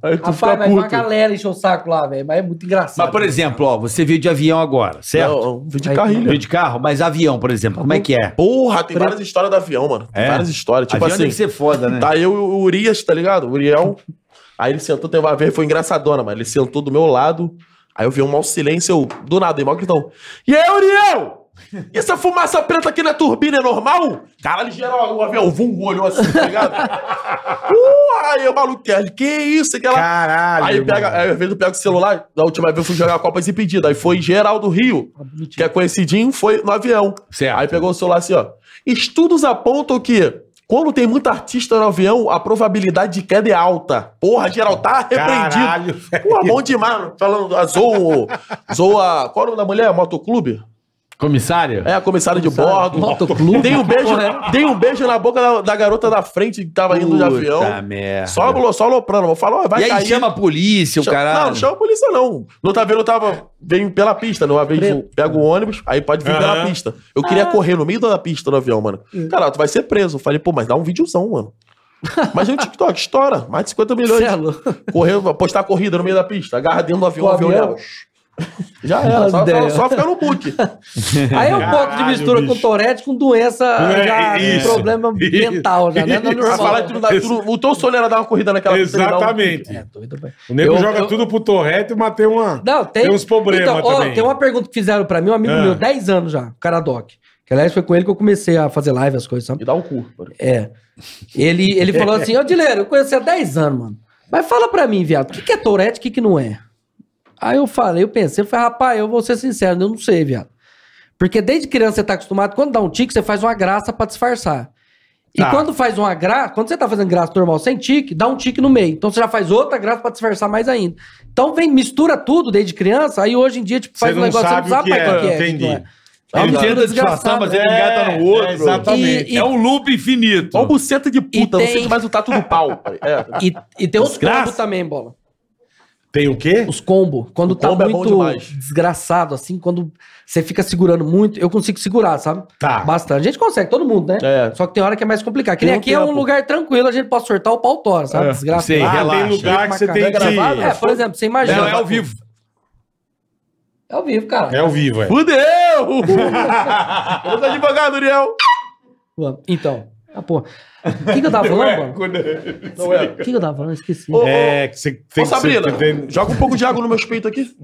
Aí tu Rapaz, fica mas uma puto. galera encheu o saco lá, velho. Mas é muito engraçado. Mas, por exemplo, ó, você veio de avião agora, certo? Não, um vídeo Aí- de carrilha. Veio de carro, mas avião, por exemplo, como é que é? Porra, tem várias histórias do avião, mano. Tem É? várias histórias. Tipo avião assim, deve ser foda, né? tá eu e o Urias, tá ligado? O Uriel. Aí ele sentou, teve uma vez, foi engraçadona, mano. Ele sentou do meu lado. Aí eu vi um mau silêncio, eu, do nada, aí, mau gritão. E aí, Uriel? E essa fumaça preta aqui na turbina é normal? Caralho, geral, o avião vum olhou assim, tá ligado? uh, aí o maluco, que isso? Que ela... Caralho. Aí, irmão. pega, aí às vezes eu pego o celular, da última vez eu fui jogar a Copa Impedida. Aí foi geral do Rio, que é conhecidinho, foi no avião. Certo. Aí pegou o celular assim, ó. Estudos apontam que quando tem muito artista no avião, a probabilidade de queda é alta. Porra, geral, tá Caralho, repreendido. Porra, bom demais. mano. Falando, a zoa, zoa... Qual é o nome da mulher? Motoclube? Comissário? É, a comissária de bordo. Motoclube? Tem um beijo, tem um beijo na boca da, da garota da frente que tava tá indo de Puta avião. merda. Só, lo- só loprando. Vou falar, ó, vai e aí cair. chama a polícia, o Chama- caralho. Não, chama a polícia não. No outro avião eu tava. Vem pela pista, né? Uma vez eu pego o ônibus, aí pode vir pela Aham. pista. Eu queria correr no meio da pista do avião, mano. Cara, tu vai ser preso. Eu falei, pô, mas dá um videozão, mano. Imagina o TikTok, estoura. Mais de 50 milhões. Marcelo. Correr, postar a corrida no meio da pista, agarra dentro do avião, O o avião, avião. leva. Já era, só, Ideia. só, só ficar no book. Aí eu boto de Caralho, mistura bicho. com Tourette com doença, É, já, isso. problema Isso. mental, já, né? Não é Pra normal. falar que tu não dá, tu não- o teu sonho era dar um uma corrida naquela Exatamente. É, doido, velho. O nego Eu- joga eu- tudo pro Torreto e matei uma. Não, tem, Então, Tem uns problemas ó, também. tem uma pergunta que fizeram pra mim, um amigo Ah. meu, 10 anos já, o cara doc. Que aliás foi com ele que eu comecei a fazer live, as coisas, sabe? E dá o cu. mano. É. Ele, ele falou assim: Ô, Dileiro, eu conheço você há 10 anos, mano. Mas fala pra mim, viado, o que, que é Tourette e o que, que não é? Aí eu falei, eu pensei, eu falei, rapaz, eu vou ser sincero, eu não sei, viado. Porque desde criança você tá acostumado, quando dá um tique, você faz uma graça pra disfarçar. E Tá. quando faz uma graça, quando você tá fazendo graça normal sem tique, dá um tique no meio. Então você já faz outra graça pra disfarçar mais ainda. Então vem, mistura tudo desde criança, aí hoje em dia, tipo, Você faz um não negócio, sabe o que mais é. o que Entendi. não É né? uma Ele mistura tenta disfarçar, desgraçada. mas ele É, engata no outro. é, exatamente. E- e- É um loop infinito. Ó o buceta de puta, E não sente tem- mais o tato do pau. pai. É. E, e tem os Desgraça. combos também, bola. Tem o quê? Os combos, quando tá combo é bom muito demais. desgraçado, assim, quando você fica segurando muito, eu consigo segurar, sabe? Tá. Bastante. A gente consegue, todo mundo, né? Ah. É. Só que tem hora que é mais complicado. Que nem Tem um aqui é um tempo. lugar tranquilo, a gente pode sortar o pau tora, sabe? Desgraçado. sei. Ah, relaxa. tem lugar que você tem que... gravado? É, por exemplo, você imagina. Não, é ao vivo. É ao vivo, cara. É ao vivo, é. Fudeu! Eu tô advogado, Uriel. Então, a porra. O que, que eu é? tava falando, mano? Não é. O que, que eu tava falando? Eu Esqueci. Ô, ô, É, que você tem Ô, que... Sabrina, você tem- joga um pouco de água no meu peito aqui.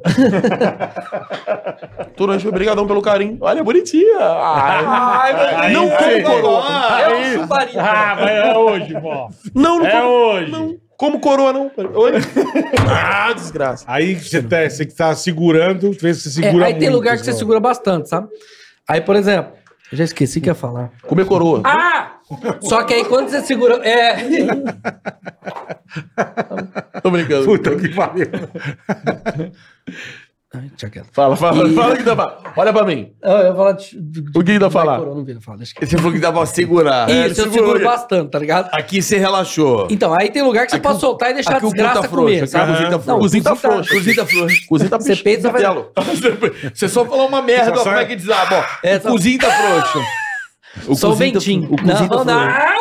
Turante, obrigadão pelo carinho. Olha, bonitinha. Ai, Aí não sim. como coroa. É o chuparinho. Ah, mas é hoje, bom. Não, não É como, hoje. não como coroa, não. Oi? Ah, desgraça. Aí você, tá, você que tá segurando, vê se você É, segura aí tem muito, lugar que você só. segura bastante, sabe? Aí, por exemplo, eu já esqueci o que ia falar. Comer coroa. Ah! Só que aí quando você segura. É. Ah. Tô brincando. Puta que pariu. Ai, Deixa quieto. Fala, fala, E- fala, Guidamar. Olha pra mim. Eu, eu ia falar de, de, O que que dá de- falar? Coroa, não vira falar, deixa quieto. Você falou que dá pra segurar. É, ele Isso, eu segurou seguro ele. bastante, tá ligado? Aqui você relaxou. Então, aí tem lugar que você pode soltar e deixar a aqui o cu desgraça tá frouxo, comer, aqui sabe? o cozinho tá Não, frouxo. Cozinho tá cozinho tá- frouxo. Cozinha da flor. Cozinha tá Você peida, vai- martelo. Você só falou uma merda, ó, como é que diz lá? Bom, É, o só- cozinho tá frouxo. Só o cozinho tá ventinho. frouxo. O cozinho tá não, não,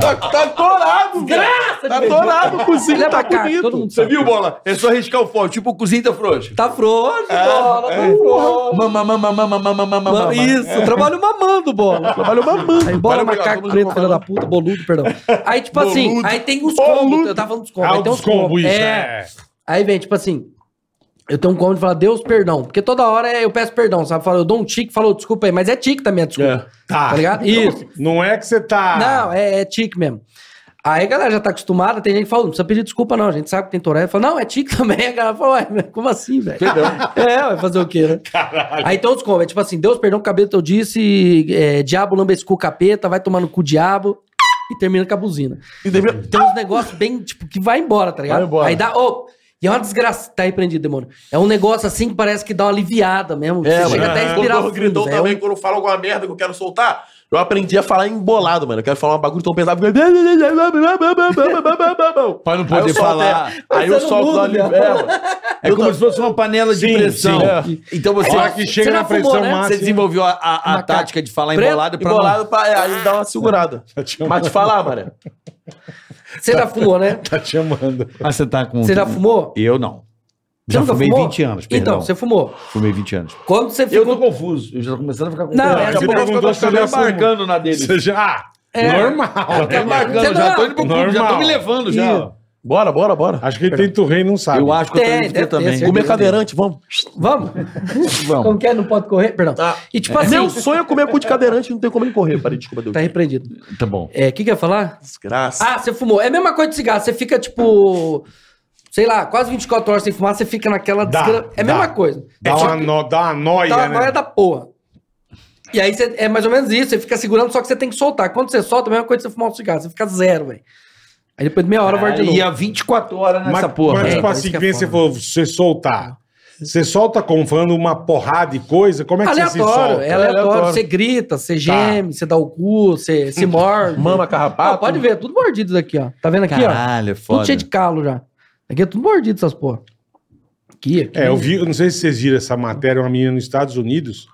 Tá, tá torado, Desgraça, velho. Tá Diego. torado, o cozinho Olha tá pra cá, todo bonito. mundo Você sabe. viu, bola? É só riscar o fone. Tipo, o cozinho tá frouxo. Tá frouxo, bola, tá frouxo. Mama, mama, mama, mama, mama, Mano, mama. Isso, eu trabalho mamando, bola. Trabalhou mamando. Aí bola, Valeu, obrigado, todo macaco mundo preto, que filha da puta, boludo, perdão. Aí, tipo assim, aí tem os combos. Eu tava falando dos combos. Ah, aí tem os os combos. combos, isso. É. É. Aí vem, tipo assim, eu tenho um combo de falar, Deus, perdão. Porque toda hora é, eu peço perdão, sabe? Falo, eu dou um tique, falo, desculpa aí, mas é tique também, a desculpa. É. Tá. Tá ligado? Isso. Não é que você Ah. tá... Não, é, é tique mesmo. Aí a galera já tá acostumada, tem gente que fala, não precisa pedir desculpa, não. A gente sabe que tem Tourette. Fala, não, é tique também. A galera fala, ué, mas como assim, velho? É, vai fazer o quê, né? Aí tem outros combos, é tipo assim, Deus perdão, cabelo eu disse, é, diabo lamba esse cu capeta, vai tomar no cu diabo. E termina com a buzina. E devia- Tem uns negócios bem, tipo, que vai embora, tá ligado? Vai embora. Aí dá, ô, e é uma desgraça, tá repreendido, demônio. É um negócio assim que parece que dá uma aliviada mesmo. É, Você mano. chega até né? a respirar Quando o fundo, gritão velho. também, quando fala alguma merda que eu quero soltar, eu aprendi a falar embolado, mano. Eu quero falar uma bagulho tão pesado. Pra Pra não poder falar. é. Aí eu Mas você não solto lá ali. muda, É, mano. É como se fosse uma panela de Sim, pressão. sim. é. Ah, Então você, Só que chega Você na já fumou, pressão né? máxima. você desenvolveu a, a- a Macaco. tática de falar Preto, embolado pra não... Embolado, pra... é, aí dá uma segurada. Tá te chamando. Mas te falar, mano. Você já fumou, né? Tá te chamando. Ah, você tá com... Você já fumou? Eu não. Você Já nunca fumei fumou? 20 anos, perdão. Então, você fumou. Fumei 20 anos. Quando você Eu ficou. tô confuso. Eu já tô começando a ficar confuso. Não, é Daqui tá a você pouco eu perguntou vou se eu ficar já meio fumo. embarcando na dele. Você já... Ah, É. Normal, Tá né? embarcando, Você já não- tô indo pro clube, já tô Normal. me levando Tá já. Bora, bora, bora. Acho que ele tem turrei e não sabe. Eu acho que Tem, eu tô indo deve ter, também. certeza. Comer cadeirante, vamos. Vamos? Como que é? Não pode correr? Perdão. Ah, E tipo assim. Meu sonho é comer cu de cadeirante, não tem como ele correr. Parei, desculpa, Deus. Tá repreendido. Tá bom. É, o que, que eu ia falar? Desgraça. Ah, você fumou. É a mesma coisa de cigarro. Você fica, tipo. Sei lá, quase 24 horas sem fumar, você fica naquela Dá, desgra- É a mesma dá. coisa. Dá, só uma que nó- dá uma noia, Tá uma né? noia da porra. E aí você- é mais ou menos isso, você fica segurando, só que você tem que soltar. Quando você solta, é a mesma coisa de você fumar um cigarro, você fica zero, velho. Aí depois de meia hora volta de novo. E há 24 horas Mas, nessa porra. né? mas É, tipo então assim, isso que que é nem você foda. falou, você soltar. Você solta como falando uma porrada de coisa, como é que você se Aleatório, solta? é aleatório, Aleatório. Você grita, você geme, você dá o cu, você se morde. Mama carrapato. Ó, pode ver, é tudo mordido daqui, ó. Tá vendo aqui, ó? Caralho, é foda. Tudo cheio de calo já. Aqui é tudo mordido essas porra. Aqui, aqui. É, eu vi, eu não sei se vocês viram essa matéria, uma menina nos Estados Unidos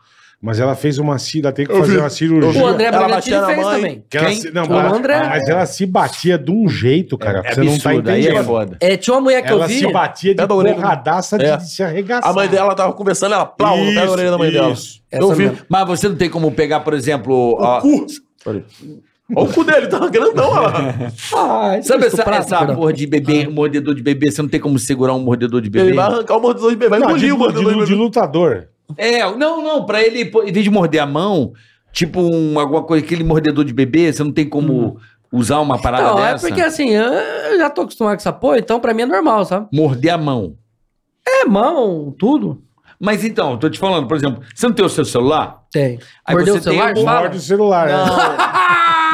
Mas ela fez uma cirurgia, ela tem que fazer uma cirurgia. O André Ela Bragantini batia na fez mãe. também. Que ela Quem? se- não, O mas, André- mas ela se batia de um jeito, cara. que É você não absurdo, tá aí é entendendo. foda. É, tinha uma mulher que ela eu vi. se batia de Pega a orelha. porradaça de, É. de se arregaçar. A mãe dela tava conversando, ela plau no pé da Isso, orelha da mãe dela. isso. Eu Essa vi. mesmo. Mas você não tem como pegar, por exemplo. O ó, cu. Olha o cu dele, tava grandão, olha Sabe essa, Estuprado, essa cara. porra de bebê, mordedor de bebê? Você não tem como segurar um mordedor de bebê? Ele vai arrancar o mordedor de bebê, vai Não, de, engolir Tá o né? de- mordedor de de- de bebê. lutador. É, não, não, pra ele, pô, em vez de morder a mão, tipo um, alguma coisa, aquele mordedor de bebê, você não tem como usar uma parada Não, é dessa? porque assim, eu já tô acostumado com essa porra, então pra mim é normal, sabe? Morder a mão. É mão, tudo. Mas então, eu tô te falando, por exemplo, você não tem o seu celular? Tem. Aí Mordeu você o celular? tem um Fala. Morde o celular. né?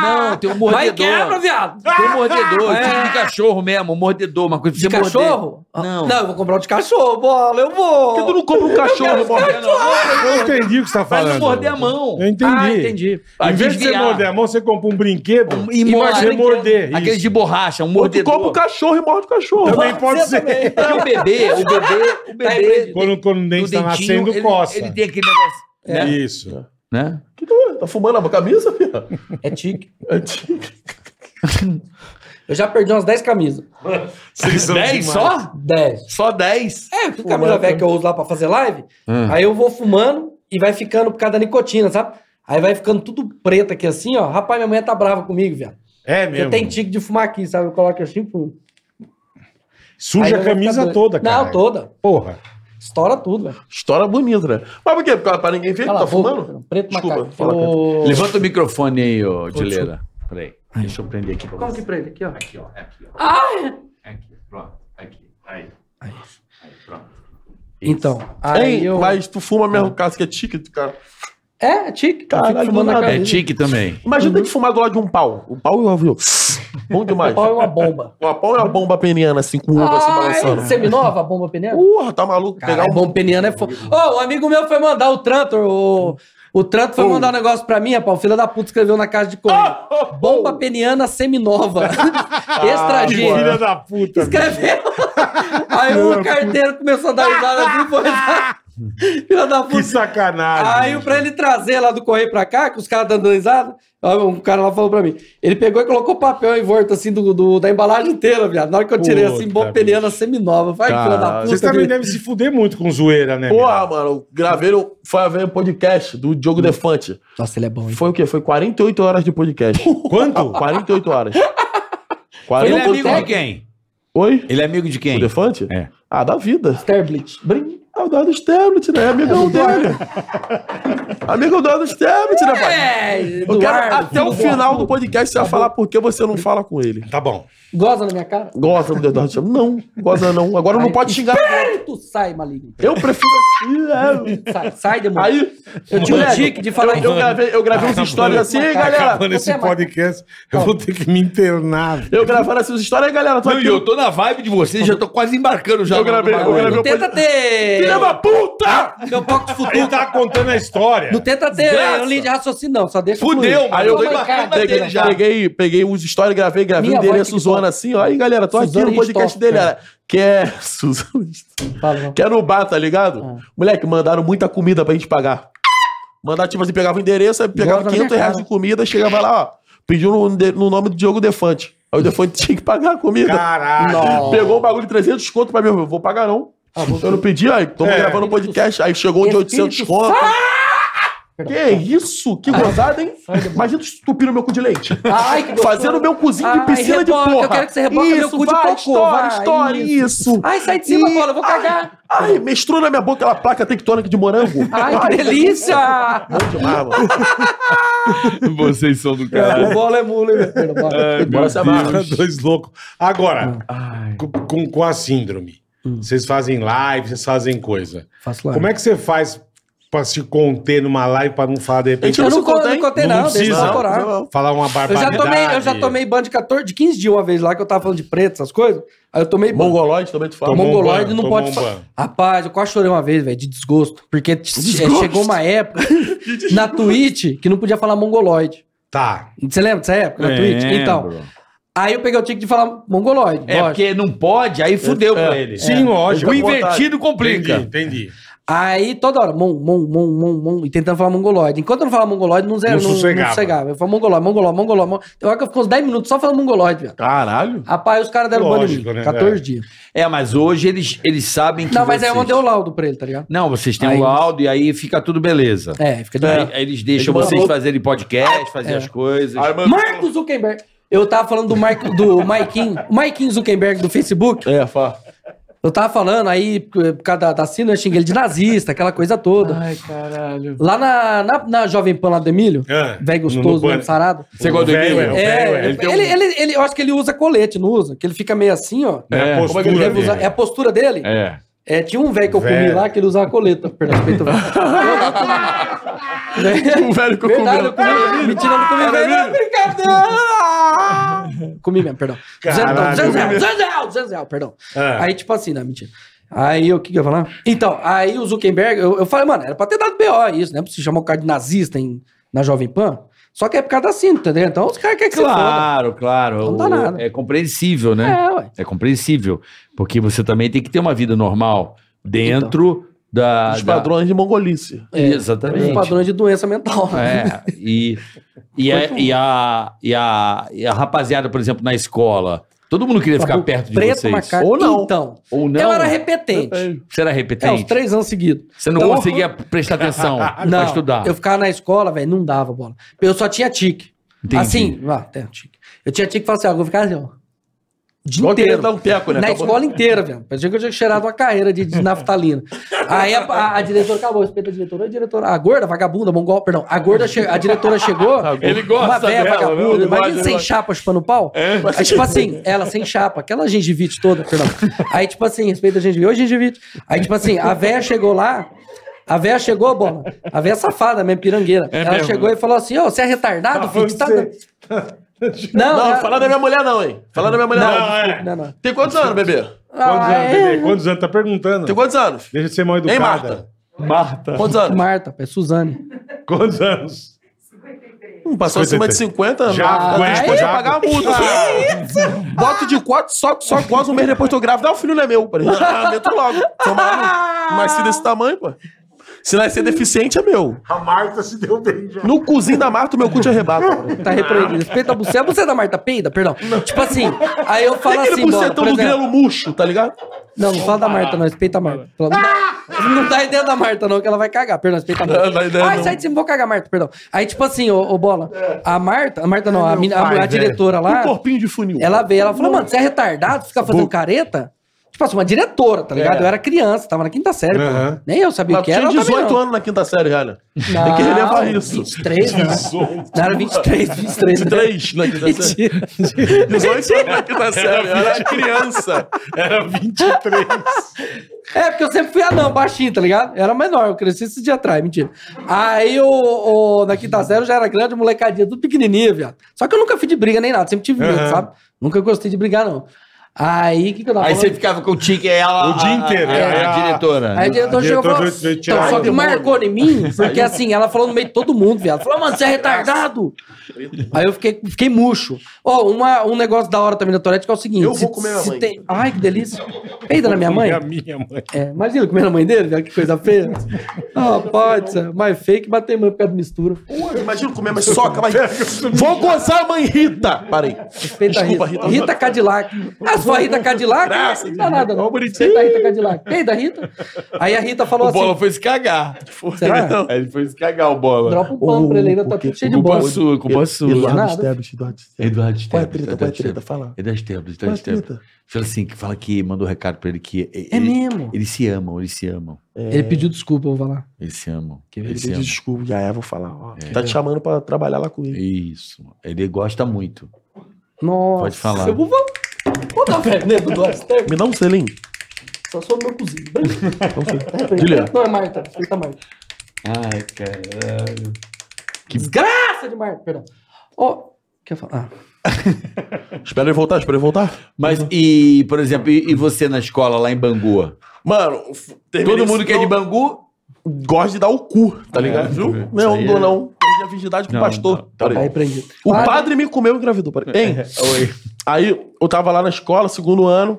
Não, tem um Ah, Vai é mordedor. quebra, viado! Tem um mordedor, É. tipo de cachorro mesmo, um mordedor, uma coisa pra De você morder. cachorro? Não. Não, eu vou comprar um de cachorro, bola, eu vou. Por que tu não compra um cachorro, mordendo? Eu entendi o que você tá Pra falando. não morder a mão. Eu entendi. Ah, entendi. Ah, Em vez de você desviar. morder a mão, você compra um brinquedo E e morde. você morder. Aqueles é Isso. de borracha, um Ou tu mordedor. compra o cachorro e morde o cachorro. Também pode ser. Porque o bebê, o bebê, o bebê. Quando, quando o do dente está dentinho, nascendo, ele, coça. Ele tem aquele negócio. É. Né? Isso. Né? Que doido, tá fumando a camisa, filho? É tique. É tipo- Eu já perdi umas 10 camisas. 10 só? 10. Só 10? É, que camisa velha que eu uso lá pra fazer live, Hum. aí eu vou fumando e vai ficando por causa da nicotina, sabe? Aí vai ficando tudo preto aqui assim, ó. Rapaz, minha mulher tá brava comigo, viado. É Eu mesmo. tenho tique de fumar aqui, sabe? Eu coloco assim, pum. Aí Suja eu a vou ficar camisa doido. toda, cara. Não, toda. Porra. Estoura tudo, velho. História bonita, né? Mas por quê? Porque pra ninguém ver que Cala tá a boca, fumando? Preto Desculpa, macaco. fala, Pedro. Ô, Levanta o microfone aí, ô Dileira. Peraí. Deixa eu prender aqui pra Como você. que prende? Aqui, ó. Aqui, ó. é Aqui, ó. É Ah! Aqui. Pronto. Aqui. Aí. Aí. Pronto. Então, aí Hein, eu... Mas tu fuma mesmo, caso que é ticket, cara. É, é tique. Eu Caralho, fico fumando do na nada. É cabeça. tique também. Imagina ter que fumar do lado de um pau. O pau e o avião. Bom demais. O pau é uma bomba. Uma pau é uma bomba peniana, assim, com o ombro assim Ah, balançando. seminova, a bomba peniana? Porra, tá maluco? Caralho, Pegar um bom peniano é foda. Ô, um amigo meu foi mandar o Trantor, o, o Trantor foi mandar um negócio pra mim, rapaz, o filho da puta escreveu na casa de correio. Oh, Bomba peniana seminova. Extra G. Ah, Filha da puta. Escreveu. Aí o carteiro começou a dar risada assim, foi dar- Filho da Que puta. sacanagem. Aí pra ele trazer lá do correio pra cá, que os caras dando risada, ó, um cara lá falou pra mim. Ele pegou e colocou papel em volta assim do, do- da embalagem inteira, viado. Na hora que eu tirei assim, Puta, bomba peniana seminova. Vai, filho da Caralho. puta. Vocês também bicho. devem se fuder muito com zoeira, né? Porra, mano, gravei um, foi haver um podcast do Hum. Diogo Defante. Nossa, ele é bom, hein? Foi o quê? Foi 48 horas de podcast. meu? Quanto? 48 horas. Ele 40... é amigo de quem? Oi? Ele é amigo de O quem? Defante? É. Ah, da vida. Terblitz. Brin... É o Eduardo Stablet, né? É amigão dele. Amigão do Eduardo Stablet, né, pai? É, Eduardo, Eu quero, até o filho do- final do podcast você vai falar por que você não fala com ele. Tá bom. Goza na minha cara? Gosta do Eduardo Stablet? Não, gosta não. Agora não Ai, pode xingar. Espírito, sai, maligno. Eu prefiro assim. é. Sai, sai demônio. Aí, eu tinha um moleque, tique de falar eu gravei, eu gravei umas histórias assim, hein, galera. Acabando você é esse mais- podcast, eu vou ter que me internar. Eu gravando essas histórias, hein, galera. Tô Não, aqui e eu tô na vibe de vocês, já tô quase embarcando já. um- Eu no- gravei, no eu bagulho. gravei. Não tenta ter... Filha da puta! Meu palco de futuro. Ele tá contando a história. Não tenta ter Desgraça. um linha de raciocínio, não. Só deixa Fudeu, fluir. mano. Aí eu tô Toma, embarcando cara, na pega dele na já. Peguei, peguei os stories, gravei, gravei né, Minha o endereço voz, zona assim, ó. Aí, galera, tô Suzana aqui né? no podcast Ristoff, dele, cara. cara. Que é. Suzana Ristoff. Fala, não. Que é no bar, tá ligado? Ah. Moleque, mandaram muita comida pra gente pagar. Mandar, tipo assim, pegava o endereço, aí pegava Bota na 500 minha reais cara. de comida, chegava lá, ó. Pediu no, no nome do Diogo Defante. Aí o Defante tinha que pagar a comida. Caralho. Pegou um bagulho de 300 conto pra mim, eu vou pagar não. eu não pedi, aí tô É. gravando um podcast, aí chegou um de Espírito 800 conto. Que isso? Que gozada, hein? Imagina tu estupir o meu cu de leite. Ai, que gostoso. Fazendo meu cozinho de Ai, piscina de reboca, porra. Eu quero que você reboque meu cu de vai, cocô. Estoura, vai, estoura, isso. isso. Ai, sai de cima, Ih, bola. Eu vou ai, cagar. Ai, mestrou na minha boca aquela placa tectônica de morango. Ai, que delícia. Bom demais, mano. Vocês são do caralho. O bola é mula, hein, meu filho, bola. é É, Bora se amarrar. Tá dois loucos. Agora, com, com- com a síndrome, Hum. vocês fazem live, vocês fazem coisa. Faço lá. Como é que você faz pra se conter numa live pra não falar de repente? Eu Eu não não, co- contei. não contei, não. Não deixa precisa. eu decorar. Falar uma Eu já barbaridade. tomei, eu já tomei ban de 14, de 15 dias uma vez lá, que eu tava falando de preto, essas coisas. Aí eu tomei ban. Mongoloide também tu fala. Tomou um Mongoloide ban, não tomou pode um fa- ban. Rapaz, eu quase chorei uma vez, velho, de desgosto. Porque t- é, Desgosto? chegou uma época na Twitch que não podia falar mongoloide. Tá. Você lembra dessa É. época na Twitch? Então, aí eu peguei o tique de falar mongoloide. É lógico. porque não pode, aí fudeu pra ele. Sim, lógico. O invertido complica. Entendi, entendi. Aí toda hora, mon, mon, mon, mon, mon, e tentando falar mongoloide. Enquanto eu não falava mongoloide, não zero, Não não, não sossegava. sossegava. Eu falava mongoloide, mongoloide, mongoloide. mongoloide. Tem hora que eu fico uns 10 minutos só falando mongoloide, velho. Caralho. Rapaz, os caras deram banho em Lógico, mim. né? 14 É. dias. É, mas hoje eles, eles sabem que. Não, mas aí eu vocês- mandei o laudo pra ele, tá ligado? Não, vocês têm Aí- o laudo e aí fica tudo beleza. É, fica de Aí, aí eles deixam Ele vocês mandou- fazerem podcast, fazer É. as coisas. Aí, mano, Marcos Zuckerberg. Eu tava falando do, Marco, do Maikin, Maikin Zuckerberg do Facebook. É, fá. Eu tava falando aí, por por causa da, da Sina, eu xinguei ele de nazista, aquela coisa toda. Ai, caralho. Lá na, na, na Jovem Pan lá do Emílio, Ah, velho no- no gostoso, Pan. mesmo, sarado. Você gosta do velho, Emílio? é, o velho, É, é. ele, ele, ele, eu acho que ele usa colete, não usa? Que ele fica meio assim, ó. É, a É, Como é que postura ele deve usar? dele. É a postura dele? É. É, tinha um velho que eu comi Velho. lá que ele usava coleta. Perdão, respeito. O velho que eu Verdade, comi. eu comi. Mentira, eu não comi velho. Não, brincadeira. Comi mesmo, perdão. Caralho, 200 reais, comi 200 reais, 200 reais, perdão. Ah. Aí, tipo assim, não, mentira. Aí, o que, que eu ia falar? Então, aí o Zuckerberg, eu, eu falei, mano, era pra ter dado B.O. isso, né? Pra se chamar o cara de nazista em, na Jovem Pan. Só que é por causa da cinta, entendeu? Então os caras querem que Claro, claro. Não dá O- nada. É compreensível, você né? foda. É, ué. É. compreensível. Porque você também tem que ter uma vida normal dentro da. Os padrões de mongolice. Da... Exatamente. Os É, padrões de doença mental. É, e, e, a, é. e, a, e, a, e a rapaziada, por exemplo, na escola, todo mundo queria ficar Cabelo perto de Tá preto, vocês. macaco. Ou não. Então, Ou não. eu era repetente. Você era É, uns repetente? três anos seguidos. Você não Então, conseguia prestar atenção pra Não, estudar. eu ficava na escola, velho, não dava bola. Eu só tinha tique. Entendi. Assim, ah, tem tique. Eu tinha tique e falava assim, ó, eu vou ficar assim, ó. O dia Igual querer inteiro. dar um teco, né? Na Acabou. escola inteira, velho. Parecia que eu tinha cheirado uma carreira de, de naftalina. Aí a, a- a diretora acabou, respeita a diretora. Oi, diretora. A gorda, vagabunda, mongol, perdão. A gorda, che- a diretora chegou. Ele gosta Uma véia dela, né? vagabunda, Ele imagina gosta, sem chapa chupando pau. Aí, tipo assim, ela sem chapa, aquela gengivite toda, perdão. Aí, tipo assim, respeita a gengivite. Oi, gengivite. Aí, tipo assim, a véia chegou lá. A véia chegou, bola. A véia safada mesmo, pirangueira. ela chegou e falou assim: Ô, você é retardado, Ah, filho? Que tá dando- Não, Não, ela- não fala da minha mulher, não, hein? Fala da minha mulher, não. Não, é. né? não, não. Tem quantos anos, bebê? Quantos Ah, anos, é? bebê? Quantos anos? Tá perguntando. Tem quantos anos? Deixa de ser mal educada. Hein, Marta? Marta. Quantos anos? Marta, é Suzane. Quantos anos? Hum, passou acima de 50 Já não. aguenta, A gente pode já pagar a multa. Ah, Boto de quatro, só, só quase um mês depois que eu grávida. Ah, o filho não é meu. Peraí, ah, meto logo. Tô maluco. Mas se desse tamanho, pô. Se nascer deficiente, é meu. A Marta se deu bem já. No cozinho da Marta, o meu cu te arrebata. pô. Tá repreendido. Respeita a buceta. É A buceta da Marta peida, perdão. Tipo assim, aí eu Tem falo aquele assim, bola, bucetão por do exemplo, grelo murcho, tá ligado? Não, não fala da Marta, não. Respeita a Marta. Pelo amor- Não dá ideia da Marta, não, que ela vai cagar. Perdão, respeita a Ah! Não tá dá Marta. ideia, Ai, não. sai de cima, vou cagar, Marta, perdão. Aí, tipo assim, ô, ô, bola, É. a Marta, a Marta não, a, mina- a, mulher- a diretora Um lá, corpinho de funil. ela veio, ela falou, mano, você é retardado? Fica fazendo careta? Tipo assim, uma diretora, tá ligado? Eu era criança, tava na quinta série, pô. Aham. Nem eu sabia o É. Mas que era. tinha ela também 18 não. anos na quinta série, já, né? Tem Não, que relevar isso. 23, né? um Não, era 23, 23. né? 23 na quinta série. Mentira. 18 anos na quinta série. É. Ela era criança. Era 23. É, porque eu sempre fui anão, baixinho, tá ligado? Eu era menor, eu cresci esse dia atrás, mentira. Aí, o, o, na quinta série, eu já era grande, molecadinha, tudo pequenininho, viado. Só que eu nunca fui de briga nem nada, sempre tive medo, Aham. sabe? Nunca gostei de brigar, não. Aí, o que que eu tava Aí falando? você ficava com o tique e ela. O dia inteiro, A, a, é. a diretora. Aí o diretor diretor chegou e falou... veio- veio tirar Então, só o que marcou em mim, porque assim, ela falou no meio de todo mundo, viado. Falou, mano, você é retardado. Aí eu fiquei, fiquei murcho. Ó, uma- um negócio da hora também da Tourette que é o seguinte... Eu vou comer minha se mãe. tem- Ai, que delícia. Peida na minha É mãe? a minha mãe. É, imagina comer na mãe dele, velho, que coisa feia. Ah, pode ser. Mais feio que bater em mãe por causa de mistura. Imagina comer mais soca, mas. Vou gozar, mãe Rita! Parei. Respeita a Rita. Desculpa, Rita. Rita. Cadillac. Ah, se for a Rita Cadillac, Graças não de dá Deus. nada. Ó, Não. bonitinho. Respeita a Rita Cadillac. Quem da Rita? Aí a Rita falou O bola assim, foi se cagar. será? Aí ele foi se cagar, o bola. Dropa um pano pra ele ainda, tá tudo cheio de Culpa bola. sua, culpa sua. Nada. Eduardo Esteves, Eduardo Esteves. Eduardo Qual é a Esteves. treta? Qual é a Eduardo treta? Esteves. Fala. Eduardo Esteves. Qual é Eduardo a Esteves. treta? Fala assim, que fala que mandou um recado pra ele que. e- É ele- mesmo. Eles se amam, eles se amam. Ele pediu desculpa, eu vou falar. Eles se amam. Ele Eles se pediu amam. desculpa. Já é, vou falar. ó. Tá te chamando pra trabalhar lá comigo. Isso. Ele gosta muito. Nossa. Pode falar. Eu vou... Vou dar veneno do Aster. Me um dá um selinho. Só sou meu cozinho. Juliano. Não, é Marta. Respeita a Marta. Ai, caralho. Desgraça de Marta, perdão. Ó, quer falar? Ah. Espera ele voltar, espera ele voltar. Mas, e, por exemplo, e, e você na escola lá em Bangu? Mano, f- terminei Todo mundo esse- que é de não, Bangu? gosta de dar o cu, tá ligado? É, Viu? isso Não, aí não dou é- não. Perdi a virgindade com o Não, pastor. não, tá Peraí. Aí prendi. O Ah, padre me comeu e engravidou. Peraí. Hein? Oi. Aí eu tava lá na escola, segundo ano.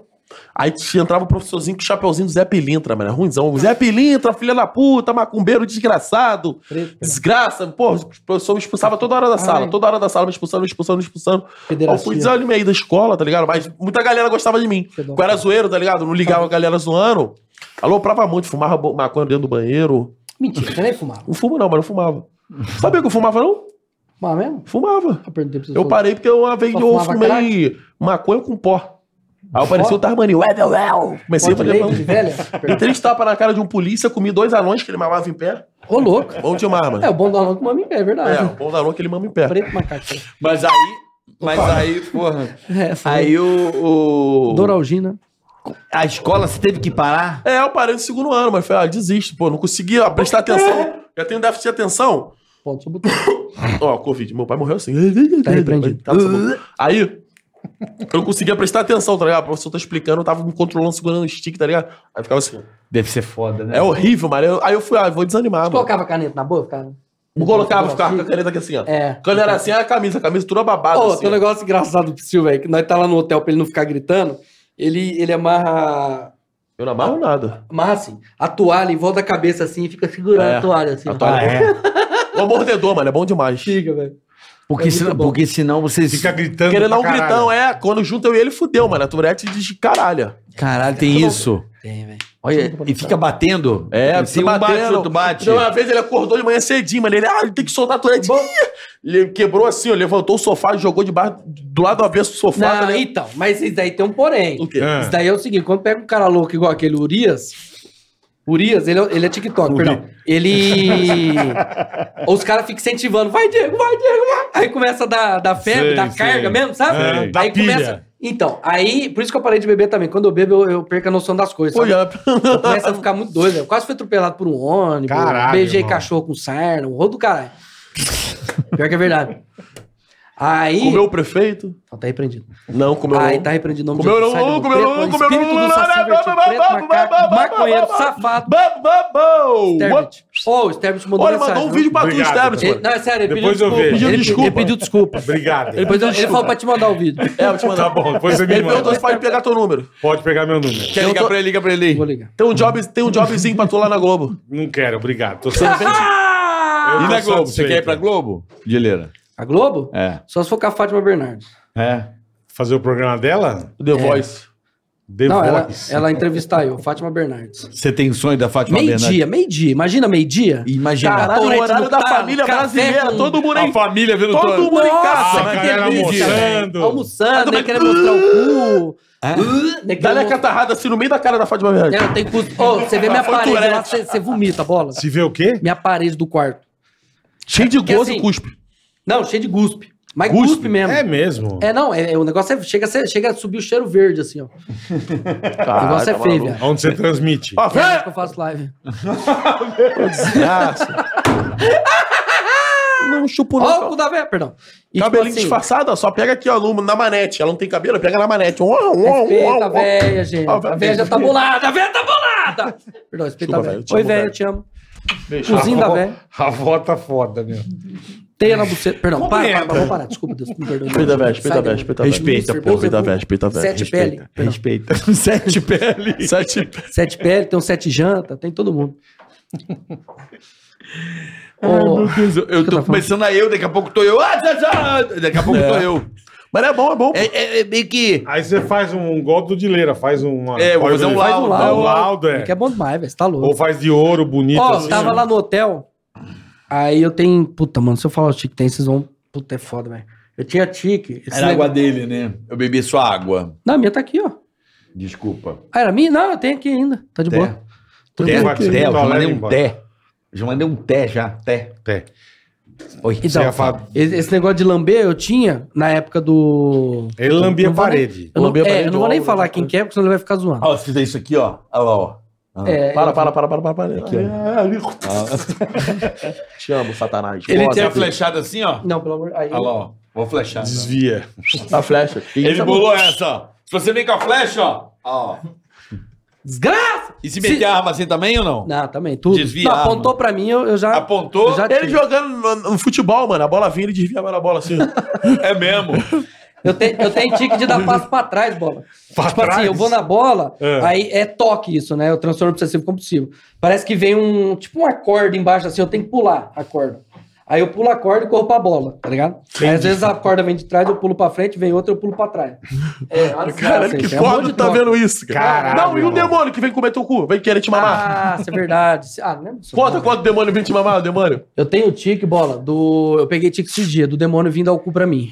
Aí te- entrava o professorzinho com o chapeuzinho do Zé Pilintra, mano. Ruimzão. Zé Pilintra, filha da puta, macumbeiro desgraçado. Preto. Desgraça. Pô, o professor me expulsava toda hora da sala. Toda hora da sala me expulsando, me expulsando, me expulsando. Eu fui Federação. desanimei da escola, tá ligado? Mas muita galera gostava de mim. Fedor. Eu era zoeiro, tá ligado? Não ligava a galera zoando. Aloprava muito, fumava bo- maconha dentro do banheiro. Mentira, você nem fumava. Não fumo não, mas não fumava. Sabia que eu fumava não? Fumava mesmo? Fumava. Eu perguntei pra você. Eu parei porque uma vez Só eu fumava fumei maconha com pó. Aí apareceu o Tarmani, ué, meu, ué. Comecei a Pode fazer leite de velha? Dei três tapas na cara de um polícia, comi dois anões que ele mamava em pé. Ô, louco. Bom demais, mano. É, o bom do aluno que mama em pé, é É, o verdade. bom da que ele mama em pé. Preto macaco. Mas aí. Mas aí, porra. É, foi. Aí o. o- Doralgina. A escola você teve que parar? É, eu parei no segundo ano, mas falei, ah, desisto, pô, não consegui ó, prestar atenção. Já tenho déficit de atenção. Ponto sobre o Tá tempo. Ó, Covid, meu pai morreu assim. Tá repreendido. Tá, tá bom. Aí, eu não conseguia prestar atenção, tá ligado? O professor tá explicando, eu tava me controlando, segurando o stick, tá ligado? Aí ficava assim, Deve ser foda, né? é horrível, mano. Eu- Aí eu fui, ah, vou desanimar, mano. Colocava a caneta na boca, cara? Não colocava, ficava com a caneta aqui assim, ó. É. Quando era assim, era a camisa, a camisa toda babada, Ô, assim. tem um ó. negócio engraçado pro Sil, velho, que nós tá lá no hotel pra ele não ficar gritando, ele, ele amarra, Eu não amarro nada. amarra assim, a toalha em volta da cabeça assim e fica segurando É, a toalha assim. a toalha. Ah, é. O mordedor, mano, é bom demais. Fica, velho. Porque, É senão, muito bom. porque senão vocês. Fica gritando. Querendo dar um pra caralho. gritão, é. Quando junto eu e ele, fudeu, mano. A Tourette diz caralho. Caralho, tem isso. Tem, velho. Olha, e fica batendo. É, se se um bate, batendo. o outro bate. Então, uma vez ele acordou de manhã cedinho, mano. Ele, ah, ele tem que soltar a Tourette. Ih! Ele quebrou assim, ó, levantou o sofá, jogou debaixo, do lado avesso do sofá. Não, Não, então, mas isso daí tem um porém. O quê? Ah. Isso daí é o seguinte, quando pega um cara louco igual aquele Urias, Urias, ele, é- ele é TikTok, perdão. Ele. Os caras ficam incentivando, vai, Diego, vai, Diego, vai. Aí começa a dar, dar febre, Sei, dar sei. carga mesmo, sabe? É, aí dá pilha. Então, aí, por isso que eu parei de beber também. Quando eu bebo, eu, eu perco a noção das coisas. sabe? Olha, Eu começo a ficar muito doido. né? Eu quase fui atropelado por um ônibus. Caralho, beijei irmão. cachorro com sarna, um rolo do caralho. Pior que é verdade. Aí. comeu o prefeito? Não, tá repreendido. Não, comeu Ai, não. tá repreendido o nome Comeu de não, sai do mundo. comeu Preto, não, comeu espírito não, do saci não, vertido, não, não, preto, não, não, macaco, não, maconheiro, não, não, safado. Bam, bam, bam! Sterbit. Ô, o Sterbit mandou Olha, mensagem. mandou um vídeo pra tu, Obrigado, Sterbit, Ele- mano. não, é sério, ele Depois eu pediu desculpa. vejo. Pediu Ele, desculpa. ele pediu desculpa. Obrigado. Depois eu- ele falou pra te mandar o vídeo. É, eu te mandar. Tá bom, depois você me Ele perguntou manda. se pode pegar teu número. Pode pegar meu número. Quer ligar pra ele, liga pra ele. Vou ligar. Tem um, job, tem um jobzinho pra tu lá na Globo. Não quero, obrigado. Tô satisfeito. Eu Ah! E tô na Globo? Você satisfeito. quer ir pra Globo? Dileira. A Globo? É. Só se for com a Fátima Bernardes. É. Fazer o programa dela? The Voice. The não, ela, Voice. ela entrevistar eu, Fátima Bernardes. Você tem um sonho da Fátima Bernardes? Meio-dia, meio-dia. Imagina meio-dia. Imagina. Caralho, o Torrente horário no da talo, família tá café brasileira, com- todo mundo A em família vendo Todo todo mundo em Nossa, casa, a né? galera Que delícia. almoçando. Almoçando, nem querendo mostrar o cu. Uh, nem Ah, Dá-lhe querendo a mostrar- catarrada assim no meio da cara da Fátima Bernardes. É, tem custo. Ô, você vê minha Foi parede Tourette. lá, você você vomita, bola. Se vê o quê? Minha parede do quarto. Cheio de Porque gozo assim- e cuspe. Não, cheio de guspe. Mas Guspe? guspe, mesmo. É É, mesmo. não, é, é, o negócio é, chega, a ser- chega a subir o cheiro verde, assim, ó. o negócio é feio, velho. Onde você transmite. Ó, É, acho tá velho, que eu faço live. é desgraça. Não chupo Ó, o não. cu da véia, perdão. E, Cabelinho tipo assim, disfarçado, ó, só pega aqui, ó, no- na manete. Ela não tem cabelo, pega na manete. Uau, uau, uau, Respeita a uau. véia, gente. Ó, A véia já tá bolada, a véia tá bolada! Perdão, Desculpa, respeita a véia, véia. eu te Oi, amo, véia, véia. eu te amo. Beijo. Cozinho da avó- véia. A avó tá foda, meu. Teia na buceta. Perdão, para, para, Compreenda. para, vamos parar. Desculpa, Deus, me perdoa. Respeita a véia, Sai respeita a véia, daí. respeita a véia. Respeita, Meu pô. Respeita a véia, Deus, respeita a véia. um Sete pele. Perdão. Respeita. Sete pele. Sete Sete pele, tem um sete janta, tem todo mundo. Ô, Eu tô começando a eu, daqui a pouco tô eu. Ah, já, já. Daqui a pouco É. tô eu. Mas é bom, é bom. É, é- é meio que. Aí você faz um gol do Dileira, faz uma. É, vou fazer um faz um laudo. É laudo. um laudo, é. Que é bom demais, velho. Você tá Ou louco. faz de ouro bonito Ó, assim. tava lá no hotel. Aí eu tenho. Puta, mano, se eu falar o tique tem, vocês vão. Puta, é foda, velho. Eu tinha tique. esse Era a negócio- água dele, né? Eu bebi sua água. Não, a minha tá aqui, ó. Desculpa. Ah, era minha? Não, eu tenho aqui ainda. Tá de Té. boa. Té, Vai, té, eu já vai, mandei vai um embora. té. Já mandei um té já, té. Té. Oi. Então, ia falar- esse esse negócio de lamber eu tinha na época do. Ele lambia a Não vou nem- parede. Eu não, Lambia a é, parede eu não vou nem ombro, falar né? quem que é, porque senão ele vai ficar zoando. Ó, se fizer isso aqui, ó. Olha lá, ó. Ah. É, Para, eu- para, para, para, para, para. Ah. Te amo, Satanás. Ele Foda. tem a flechada assim, ó. Não, pelo amor. Aí, Olha lá, ó. Vou flechar. Desvia. A flecha. Ele bolou essa, é ó. Se você vem com a flecha, ó. ó. Desgraça! E se meter a arma assim também ou não? Não, também, tudo. Desvia Não, a apontou pra mim, eu, eu já. Apontou? eu já Ele tive. jogando no, no futebol, mano. A bola vinha, ele desviava na bola assim. É mesmo. Eu, te- eu tenho tique de dar passo pra trás, bola. Pra tipo trás? assim, eu vou na bola, É. aí é toque isso, né? Eu transtorno obsessivo compulsivo. Parece que vem um, tipo uma corda embaixo assim, eu tenho que pular a corda. Aí eu pulo a corda e corro pra bola, tá ligado? Aí às vezes a corda vem de trás, eu pulo pra frente, vem outra, eu pulo pra trás. É, uma desgraça, Caralho, que gente, é um monte foda de tá toque. vendo isso, cara. Caralho, Não, e o irmão. demônio que vem comer teu cu? Vem querer te mamar. Ah, isso é verdade. Ah, não lembro disso, Conta não. quanto demônio vem te mamar, o demônio. Eu tenho tique, bola, do. Eu peguei tique esse dia, do demônio vindo ao cu pra mim.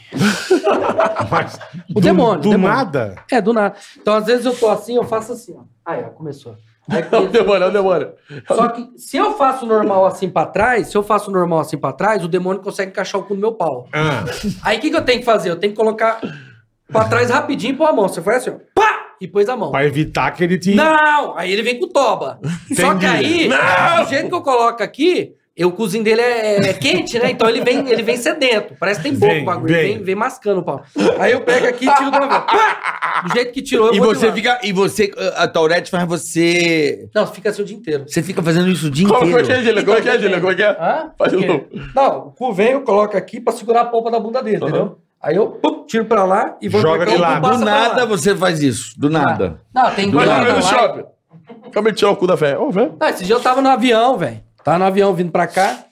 Mas, O do, demônio, Do demônio. nada? É, do nada. Então, às vezes eu tô assim, eu faço assim, ó. Aí, ó, começou. Aí, É o demônio, é o demônio. só que se eu faço normal assim pra trás, se eu faço normal assim pra trás, o demônio consegue encaixar o cu no meu pau. Ah, Aí o que, que eu tenho que fazer? Eu tenho que colocar pra trás rapidinho e pôr a mão. Você faz assim, ó, pá! E pôs a mão. pra evitar que ele te. Não! Aí ele vem com toba. Só que aí, do jeito que eu coloco aqui, eu, o cozinho dele é, é quente, né? Então ele vem, ele vem sedento. Parece que tem pouco Vem, o bagulho. vem. Vem. Vem, mascando o pau. Aí eu pego aqui e tiro do avião. Pá! Do jeito que tirou, eu E vou de você lado. fica. E você. A Tourette faz você. Não, fica assim o dia inteiro. Você fica fazendo isso o dia Como como é que é, inteiro. Gília? Como é que é, Então, Gília? Como é que é? Hã? Faz de O quê? novo. Não, o cu vem, eu coloco aqui pra segurar a polpa da bunda dele, entendeu? Aí eu pum, tiro pra lá e vou Joga pra cá, de o cu lado. passa Do pra lá. nada você faz isso. Do nada. Não, tem Do Vai nada. comer lá. no shopping. Calma aí, tirar é o cu da véia. Ô, velho. Não, esse dia eu tava no avião, velho. Tava no avião vindo pra cá.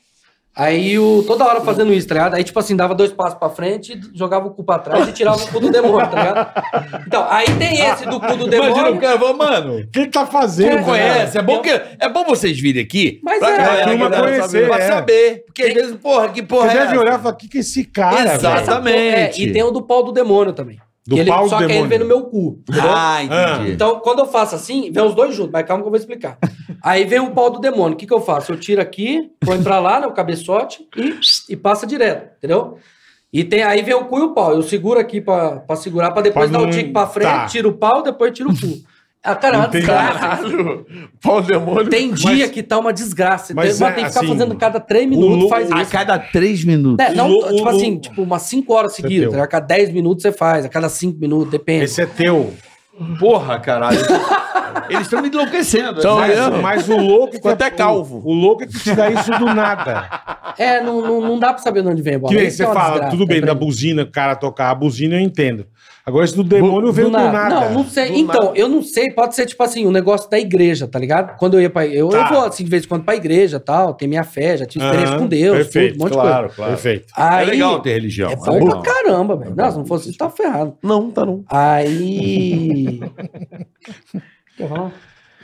Aí o, toda hora fazendo isso, tá ligado? Aí, tipo assim, dava dois passos pra frente, jogava o cu pra trás e tirava o cu do demônio, tá ligado? Então, aí tem esse do cu do Imagina o demônio. cara, fala, mano. O que ele tá fazendo? Não conhece, é bom, que, é bom vocês virem aqui Mas pra, é, galera, a turma pra conhecer, pra é. saber. Porque às vezes, porra, que porra Você é deve essa? olhar e falar: o que, que é esse cara? Exato. velho? Exatamente. É, e tem o do pau do demônio também. Do Que ele- pau do só que aí ele demônio. vem no meu cu. Ah, entendi. Então, quando eu faço assim, vem os dois juntos, mas calma que eu vou explicar. Aí vem o pau do demônio. O que, que eu faço? Eu tiro aqui, põe pra lá, né, o cabeçote, e, e passa direto, entendeu? E tem, aí vem o cu e o pau. Eu seguro aqui pra, pra segurar, pra depois Pra dar o não- tique pra frente, tá. tiro o pau, depois tiro o cu. Ah, cara, é uma Entendi. desgraça. Caralho. Pau do demônio. Tem dia que tá uma desgraça. mas Mas, tem, é tem que ficar assim, fazendo cada três lu- minutos, faz A isso. cada três minutos. É, não, o- tipo o- assim, tipo umas 5 horas seguidas. Entendeu. A cada 10 minutos você faz, a cada 5 minutos, depende. Esse é teu. Porra, caralho. Eles estão me enlouquecendo. Então, Mas- é mesmo? Mas, mas o louco. Ficou até o- calvo. O, louco é que te dá isso do nada. É, não, não, não dá pra saber de onde vem a bola. que nem Isso você é uma fala, desgraça, tudo bem, tá da ligado? buzina, o cara tocar a buzina, eu entendo. Agora, isso do demônio veio do nada. Não, não sei. então, eu não sei. Pode ser, tipo assim, um negócio da igreja, tá ligado? Quando eu ia pra. Eu, Tá. eu vou, assim, de vez em quando pra igreja tal. Tem minha fé, já tive experiência Aham, com Deus, perfeito, tudo, um monte de coisa. Perfeito. É Aí, legal ter religião. É É bom pra legal. caramba, velho. Não, se não fosse isso, tá ferrado. Não, tá não. Aí. Quer falar?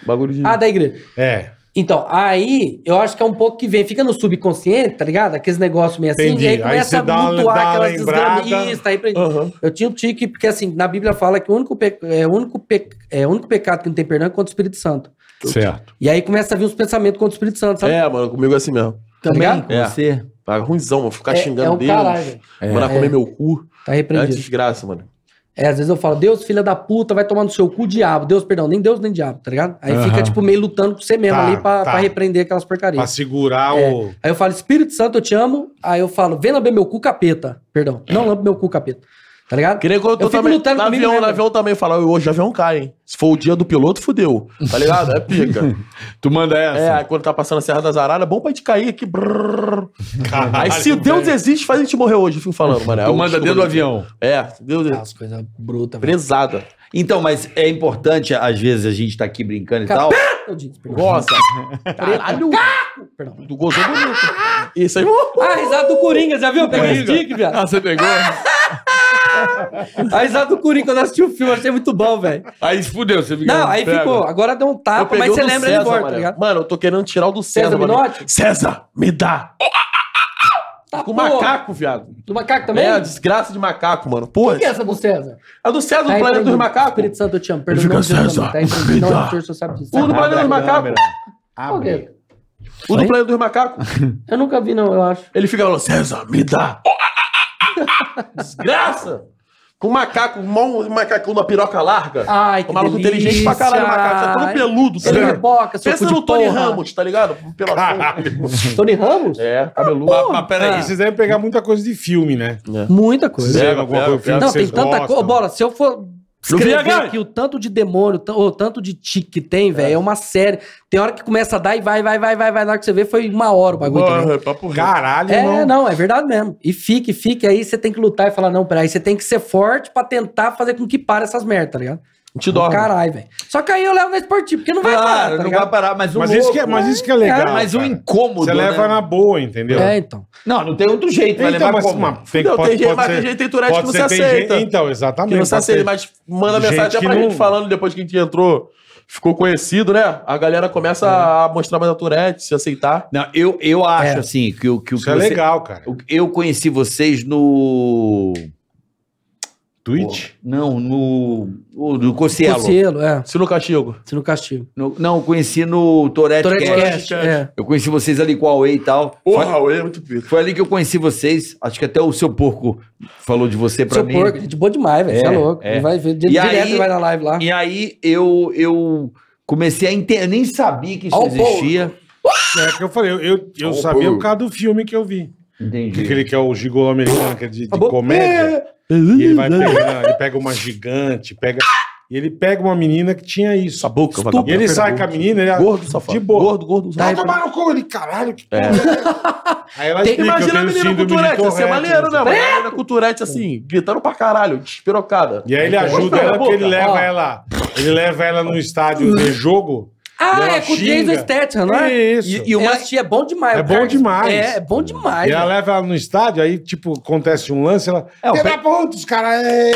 Bagulho de... ah, da igreja. É. Então, aí eu acho que é um pouco que vem, fica no subconsciente, tá ligado? Aqueles negócios meio assim, Entendi. e aí Aí começa você a dá uma- mutuar dá uma aquelas lembrada. desgraminhas, tá aí pra Aham. Eu tinha um tique, porque assim, na Bíblia fala que o único, pe- é, o único, pe- é, o único pecado que não tem perdão é contra o Espírito Santo. Certo. E aí começa a vir os pensamentos contra o Espírito Santo, sabe? É, mano, comigo é assim mesmo. ligado? Com Você. Tá ruimzão, mano. Ficar É- xingando é um Deus. caralho, velho. Mandar É. comer meu cu. É Tá uma repreendido. desgraça, mano. É, às vezes eu falo, Deus, filha da puta, vai tomar no seu cu, diabo. Deus, perdão, nem Deus nem diabo, tá ligado? Aí fica, tipo, meio lutando com você mesmo Tá, ali pra, tá. pra repreender aquelas Pra porcarias. segurar É. o. Aí eu falo, Espírito Santo, eu te amo. Aí eu falo, vem lamber meu cu, capeta. Perdão, não lambe meu cu, capeta. Tá ligado? Que nem quando eu tô Eu fico também, lutando no comigo avião, mesmo. no avião também falar, hoje o avião cai, hein? Se for o dia do piloto, fudeu. Tá ligado? É pica. Tu manda é, essa. aí quando tá passando a Serra das Araras, é bom pra gente cair aqui. brrr. Caralho, aí se Deus existe, faz a gente morrer hoje, eu fico falando, mano. É Tu o- manda dentro do avião. É, Deus Ah, existe. As coisas brutas, velho. Prezada. Então, mas é importante, às vezes, a gente tá aqui brincando e tal. Eu disse, perdão. Goza. Caralho. perdão. Do gozou bonito. Isso aí. Ah, a risada do Coringa, já viu? Eu peguei esse dick, viado. Ah, você pegou? A risada do Coringa, quando eu assisti o filme, eu achei muito bom, velho. Aí se fudeu, você fica. Não, aí pega. ficou. Agora deu um Eu tapa, peguei mas o você do lembra César, ele morto, mano. tá ligado? Mano, eu tô querendo tirar o do César. César mano. Minotti? César, me dá. Tá, Com porra. macaco, viado. Do macaco também? É, a desgraça de macaco, mano. Porra. O que é essa do César? A do César, É do Tá Planeta entendido. dos Macacos. Espírito Santo, eu te amo. Perdão, Ele não fica, Deus César, também, tá entendido. me Não, dá. o senhor só sabe disso. O do Planeta dos Macacos. Por quê? O do Planeta dos Macacos. Eu nunca vi, não, eu acho. Ele fica falando, César, me dá. Desgraça. Com macaco, mão de macacão na piroca larga. Ai, que o maluco delícia. inteligente pra caralho, o macaco. Tá todo peludo. tá Ele ligado? reboca, seu Pensa cu de no Tony porra. Ramos, tá ligado? Um Pelotão. Tony Ramos? É, cabeludo. Mas, mas peraí, Ah. É, vocês devem pegar muita coisa de filme, né? Muita coisa. Pega, Pega alguma pega, coisa de filme É pega. Não, que tem vocês tanta gostam. coisa. Bola, se eu for Viagra, escrever velho. aqui o tanto de demônio, t- o tanto de tique que tem, velho, é. uma série. Tem hora que começa a dar e vai, vai, vai, vai, vai. Na hora que você vê, foi uma hora o bagulho. né? entendeu? Porra, papo reto. Caralho, É, irmão. não, é verdade mesmo. E fica, e fica, aí você tem que lutar e falar, não, peraí, você tem que ser forte pra tentar fazer com que pare essas merdas, tá ligado? Te dorme. Caralho, velho. Só que aí eu levo na esportiva, porque não vai parar, tá Claro, não vai ligado? parar, mas um Mas, isso louco- que é, mas isso que é legal. É, mas um cara. incômodo, Você leva né? na boa, entendeu? É, então. Não, não tem outro jeito, vai Então, levar mas como? uma, tem, Não, pode, tem gente- pode mas ser, tem gente, tem Tourette pode que não ser, se tem aceita. Gente, então, exatamente. Que não se pode aceita, ser. mas manda Gente mensagem até que pra não- gente falando depois que a gente entrou, ficou conhecido, né? A galera começa É. a mostrar mais a Tourette, se aceitar. Não, eu, eu acho É. assim que o que, o que Isso é você- legal, cara. o- Eu conheci vocês no. Twitch? Não, no. o- No Cocielo. Conselho, é. Se no castigo. Se não castigo. No- não, eu conheci no Tourette Cast. Toretcast, é. Eu conheci vocês ali com a Huawei e tal. Foi, Raul, é muito pico. foi ali que eu conheci vocês. Acho que até o seu porco falou de você pra Seu mim. porco, gente boa demais, velho. Você é, É, louco. é. Ele Vai ver, E direto aí- ele vai na live lá. E aí eu, eu comecei a entender. Eu nem sabia que isso Ó o existia. É que eu falei, eu, eu, eu sabia por causa do filme que eu vi. Entendi. Aquele que é o gigolo americano, que é Tá de, de Acabou. É. comédia. E ele vai pegando, ele pega uma gigante, pega. E ele pega uma menina que tinha isso. Sua boca, E ele sai com a menina, ele Gordo, safado. de boa. Gordo, gordo, Vai safado. tomar um no cu, ele, caralho, que É. porra. Aí ela Tem- explica, eu Imagina a tenho menina com síndrome de Tourette, ia ser Tourette, maneiro, não sei né? Uma menina com Tourette, assim, gritando pra caralho, despirocada. E aí ele ajuda Cala a ela porque ele boca. leva Ó. ela. Ele leva ela no estádio de jogo. Ah, Ela é com o xinga. James Statham, não é? É isso. E, e uma, É, tia, é bom demais. É o bom demais. É, é bom demais. E ela velho. leva ela no estádio, aí, tipo, acontece um lance, ela. É, o Quebra pe- pontos, cara! é."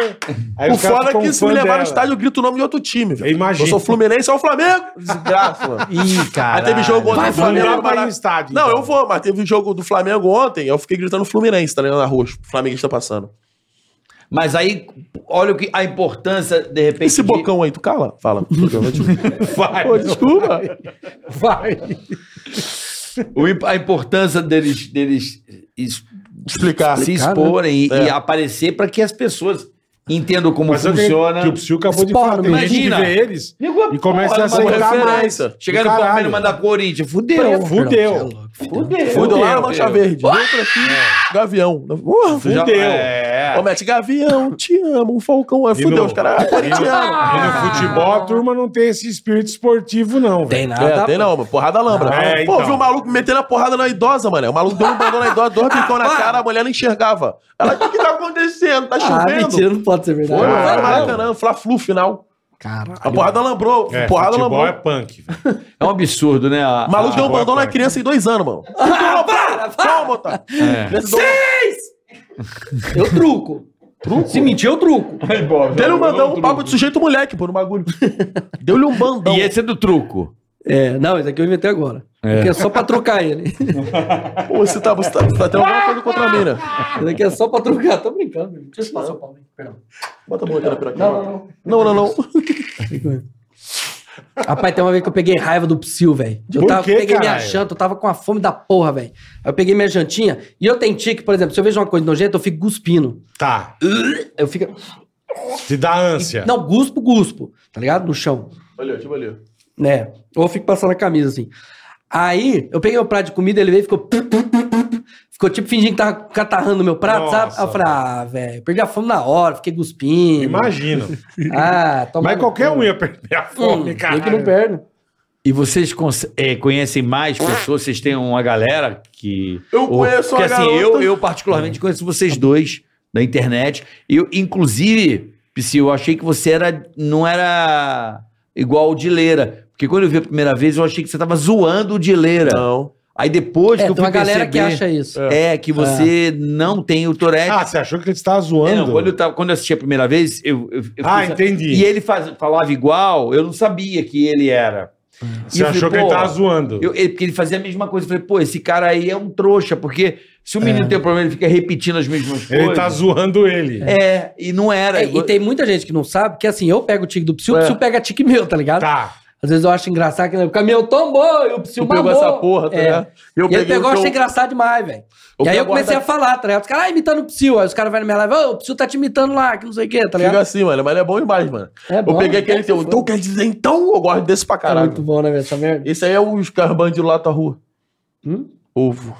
Aí O os caras foda é ficam que se um fã me levar dela. no estádio, eu grito o nome de outro time. velho. Eu imagino. Eu sou Fluminense, é o Flamengo. Desgraça, é mano. Ih, cara. Aí teve jogo ontem Vai, do Não Flamengo. dá pra ir Maraca- no estádio. Não, então. eu vou, mas teve um jogo do Flamengo ontem, eu fiquei gritando Fluminense, tá ligado? Na rua, o Flamenguista passando. Mas aí, olha o que, a importância, de repente. Esse de- bocão aí, tu cala? Fala. Vai. Pô, desculpa. Vai. o imp- a importância deles, deles es- Explicar. se Explicar, né? exporem e- É. e aparecer para que as pessoas entendam como Mas funciona. funciona. Que o Psyu acabou de Esporte, falar. Tem gente que imagina. vê eles e começa a Porra, uma aceitar mais. referência. Chegar no Caralho. Palmeiras e mandar pro Corinthians. Fudeu. é Fudeu. Fudeu. Fui do lá na Fudeu. Mancha Verde. Outro aqui, Gavião. Porra, Tu já- fudeu. É. Ô, Mete, Gavião, te amo, Falcão. É, E fudeu, no- os caras. Ah, E no, corintiano. e no futebol, a turma não tem esse espírito esportivo, não, Tem velho. nada. É, tem não, mano. Porrada lambra. É, Pô, então. viu o maluco metendo a porrada na idosa, mano. O maluco deu um bandão na idosa, dois picão na cara, a mulher não enxergava. Ela, o que, que tá acontecendo? Tá Ah, chovendo? mentira, não pode ser Foi, verdade. mano, Caralho. lá no Maracanã, Fla-Flu final. Caralho. A porrada lambrou, É, porrada futebol lambrou. é punk, velho. É um absurdo, né? A- O maluco Ah, deu um boa bandão na parte. criança em dois anos, mano. Ah, Toma, otário. É. Criança deu- um- Eu truco. truco. Se mentir, eu truco. Deu-lhe um bandão, um papo de sujeito moleque, pô, no bagulho. Deu-lhe um bandão. E esse é do truco. É, não, esse aqui eu inventei agora. Porque é só pra trocar ele. Pô, você tá, você tá, você tá tendo alguma coisa contra mim, né? Esse aqui é só pra trocar. Tô brincando. meu. Deixa eu passar o pau. Perdão. Bota a mão aqui na piraquinha. Não, não, não. Não, não, não. Rapaz, tem uma vez que eu peguei raiva do Psyu, velho. Eu Por tava, quê, peguei minha caralho? janta, eu tava com a fome da porra, velho. Aí eu peguei minha jantinha e eu tenho tique, por exemplo, se eu vejo uma coisa nojenta, eu fico cuspindo. Tá. Eu fico. Te dá Então, ânsia. Não, guspo, guspo, tá ligado? No chão. Olha, tipo ali. né? Ou eu fico passando a camisa assim. Aí eu peguei o prato de comida, ele veio e ficou. Ficou tipo fingindo que tava catarrando no meu prato, Nossa, sabe? Aí eu falei, ah, velho, perdi a fome na hora, fiquei cuspindo. Imagino. Então, Ah, toma. Mas no qualquer cu. um ia perder a fome, Hum, cara. Eu que não perdo. E vocês cons- eh, conhecem mais pessoas? Vocês têm uma galera que. Eu conheço Porque uma assim, garota- eu, eu particularmente conheço vocês dois da internet. E Eu, inclusive, Psy, eu achei que você era, não era igual o de Leira. Porque quando eu vi a primeira vez, eu achei que você tava zoando o de Leira. Não. Aí depois É, que eu tem fui uma galera perceber, que acha isso. É, que você não tem o Tourette. Ah, você achou que ele estava É, zoando? não, quando, eu tava- quando eu assisti a primeira vez, eu. eu- eu fiquei Ah, sa- entendi. E ele faz- falava igual, eu não sabia que ele era. E Você eu achou falei, que ele pô, tava zoando. eu- ele- porque ele fazia a mesma coisa. Eu falei, pô, esse cara aí é um trouxa, porque se o menino tem um problema, ele fica repetindo as mesmas Ele coisas. tá zoando ele. É, e não era. É, e tem muita gente que não sabe que assim, eu pego o tique do Psyu, o Psyu pega tique meu, tá ligado? Tá. Às vezes eu acho engraçado que né, o caminhão tombou e o Psyu Tu pegou mamou. essa porra, tá É. ligado? Eu E ele pegou, o eu achei teu- engraçado demais, velho. Eu E aí eu pego a comecei da- a falar, tá ligado? Os caras ah, imitando o Psyu. Aí os caras vão na minha live, ô, o Psyu tá te imitando lá, que não sei o quê, Fica tá ligado? assim, mano, mas ele é bom demais, mano. É bom, eu peguei né? aquele teu. Então quer dizer, então eu gosto desse pra É caralho. muito bom, né, velho? Essa merda. Esse aí é os carbandidos lá da rua. Hum? Ovo.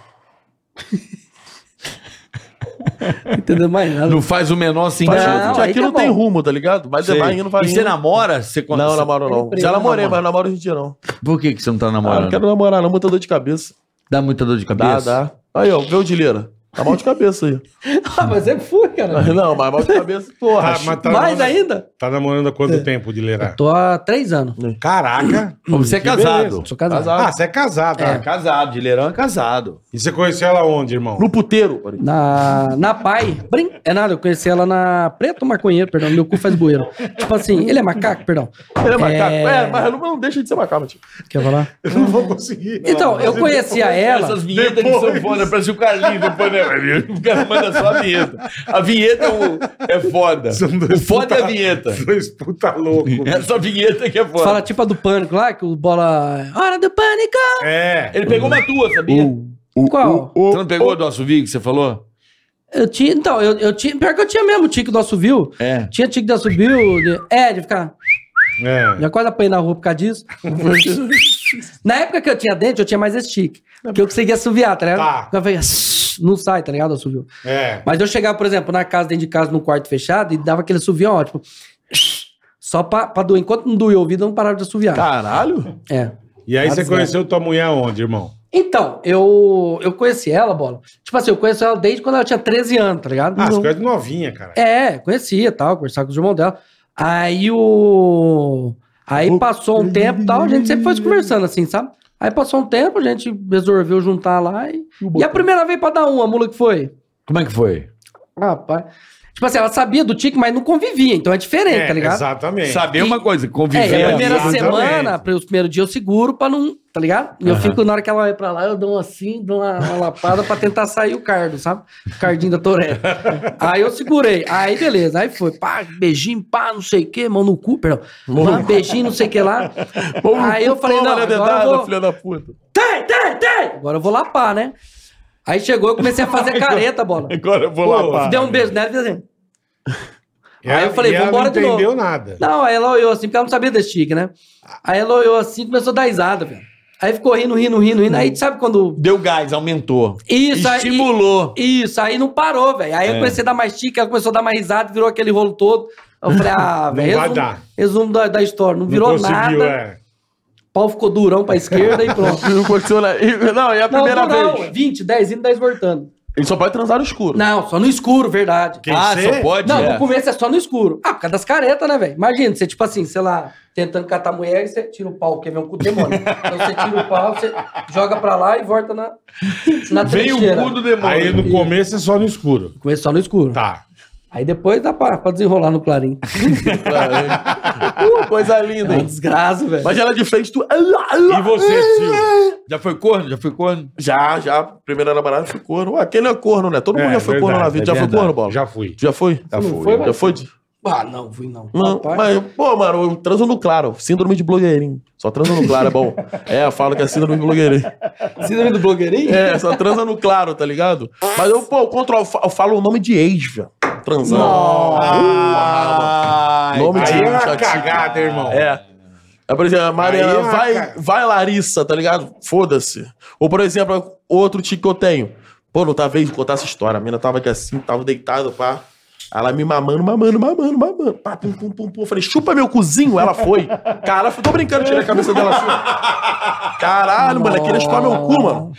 Não entendendo mais nada. Não faz o menor sentido. Faz Não, sentido. aí aqui tá não tem bom. rumo, tá ligado? Vai Sei. é demais indo, vai e você indo. namora? Você con- Não, você- namoro não. Ele Já namorei, namora. mas não namoro hoje em dia não. Por que, que você não tá Ah, namorando? não quero namorar não, muita dor de cabeça. Dá muita dor de Dá, cabeça? dá. Aí, ó, vê o Dileira. Tá mal de cabeça aí. Ah, mas eu fui, cara. Não, mas mal de cabeça, porra. Ah, mas tá Mais namorando- ainda? Tá namorando há quanto tempo de leirar? Tô há três anos. Caraca! Pô, Você É. é casado. Sou casado. Ah, você é casado. É. ah. Casado, de leirão é casado. E você conheceu ela onde, irmão? No puteiro. peraí. Na, na pai. Brin... É nada, eu conheci ela na Preto Maconheiro, perdão. Meu cu faz bueiro. Tipo assim, ele é macaco, perdão. Ele é macaco. É. É, mas tipo, não, não deixa de ser macaco, tio. Quer falar? Eu não vou conseguir. Então, eu conhecia ela. Essas vinhetas que são foda, parece o Carlinho do Panema. né? viu? O cara manda só a vinheta. A vinheta é, um o- é foda. São O dois foda é a puta- vinheta. Dois puta louco. Essa vinheta que é foda. Fala tipo a do pânico lá, que o bola. Hora do pânico! É. Ele pegou uma tua, sabia? Qual? Você não pegou o do assovio que você falou? Eu tinha. Então, eu, eu tinha. Pior que eu tinha mesmo o tique do Assovio. É. Tinha tique do Assovio. de- É, de ficar. É. Já quase apanhei na rua por causa disso. na época que eu tinha dente, eu tinha mais esse tique. Que eu conseguia assoviar, tá ligado? Tá. Eu falei, "Ass", não sai, tá ligado? Assovio. É. Mas eu chegava, por exemplo, na casa, dentro de casa, num quarto fechado, e dava aquele assovião, ó, tipo. Só pra, pra doer. Enquanto não doía o ouvido, eu não parava de assoviar. Tá. Caralho? É. E aí você Casado. conheceu tua mulher onde, irmão? Então, eu, eu conheci ela, Bola. Tipo assim, eu conheço ela desde quando ela tinha 13 anos, tá ligado? Ah, Não- você conhece novinha, cara. É, conhecia tal, conversava com os irmãos dela. Aí o. Aí passou um tempo e tal, a gente sempre foi se conversando assim, sabe? Aí passou um tempo, a gente resolveu juntar lá e. E a primeira vez pra dar um, a mula que foi? Como é que foi? Rapaz. Tipo assim, ela sabia do tique, mas não convivia, então é diferente, tá ligado? Exatamente. Saber uma coisa, É, e conviver. a Viver primeira ali, semana, exatamente. para os primeiros dias eu seguro pra não, tá ligado? E eu fico, na hora que ela vai pra lá, eu dou um assim, dou uma, uma lapada pra tentar sair o cardo, sabe? O cardinho da Toré. aí eu segurei. Aí beleza, aí foi, pá, beijinho, pá, não sei o que, mão no cu, perdão. Pá, beijinho, não sei o que lá. aí eu falei, não, Toma, né, agora dedada, eu vou... filha da puta. Tem, tem, tem! Agora eu vou lapar, né? Aí chegou, eu comecei a fazer careta, bola. Agora eu vou Pô, lá, pá. Dei um beijo nela e fiz assim... E Aí ela- eu falei, e ela vambora de Não entendeu novo. nada. Não, aí ela olhou assim, porque ela não sabia desse tique, né? Aí ela olhou assim e começou a dar risada, velho. Aí ficou rindo, rindo, rindo, rindo. Aí sabe quando. Deu gás, aumentou. Isso aí. Estimulou. Isso, aí não parou, velho. Aí eu comecei a dar mais tique, ela começou a dar mais risada, virou aquele rolo todo. Eu falei, ah, velho. vai Resumo, dar. resumo da, da história. Não virou nada. O é. pau ficou durão pra esquerda e pronto. Não aconteceu nada. E- Não, é a Não, primeira durão, vez. 20, 10 indo, 10 voltando. Ele só pode transar no escuro. Não, só no escuro, verdade. Quem ah, ser? só pode? Não, é. no começo é só no escuro. Ah, por causa das caretas, né, velho? Imagina, você, tipo assim, sei lá, tentando catar a mulher e você tira o pau, quer ver um cu demônio. então você tira o pau, você joga pra lá e volta na, na Vem trincheira. o cu do demônio. né? Aí no começo é só no escuro. Começo só no escuro. Tá. Aí depois dá pra, pra desenrolar no clarim. Uh, coisa linda, É um hein? desgraço, velho. Mas ela é de frente, tu. E você, Silvio? Já foi corno? Já foi corno? Já, já. Primeira namorada foi corno. Ué, Aquele é corno, né? Todo É, mundo já foi corno na verdade, vida. é já verdade. foi corno, Bola? Já fui. Tu Já foi? Já Não foi, Já foi? de- Ah, não, fui não. Não, Rapaz. mas, pô, mano, eu transo no claro. Síndrome de blogueirinho. Só transa no claro, é bom. É, eu falo que é síndrome de blogueirinho. Síndrome do blogueirinho? É, só transa no claro, tá ligado? Mas eu, pô, eu, controlo, eu fa- eu falo o nome de ex, velho. Transando. Ah, Nome Aí de é ex, uma já te- cagada, irmão. É. É, por exemplo, a Mariana, Aí é uma vai, cara. vai Larissa, tá ligado? Foda-se. Ou, por exemplo, outro tique que eu tenho. Pô, não tá vez de contar essa história. A mina tava aqui assim, tava deitado, pá. Ela me mamando, mamando, mamando, mamando. Pá, pum, pum, pum, pum. Eu Falei, chupa meu cozinho. Ela foi. Cara, eu tô brincando, tirei a cabeça dela assim. Caralho, mano, aquele chupar meu cu, mano.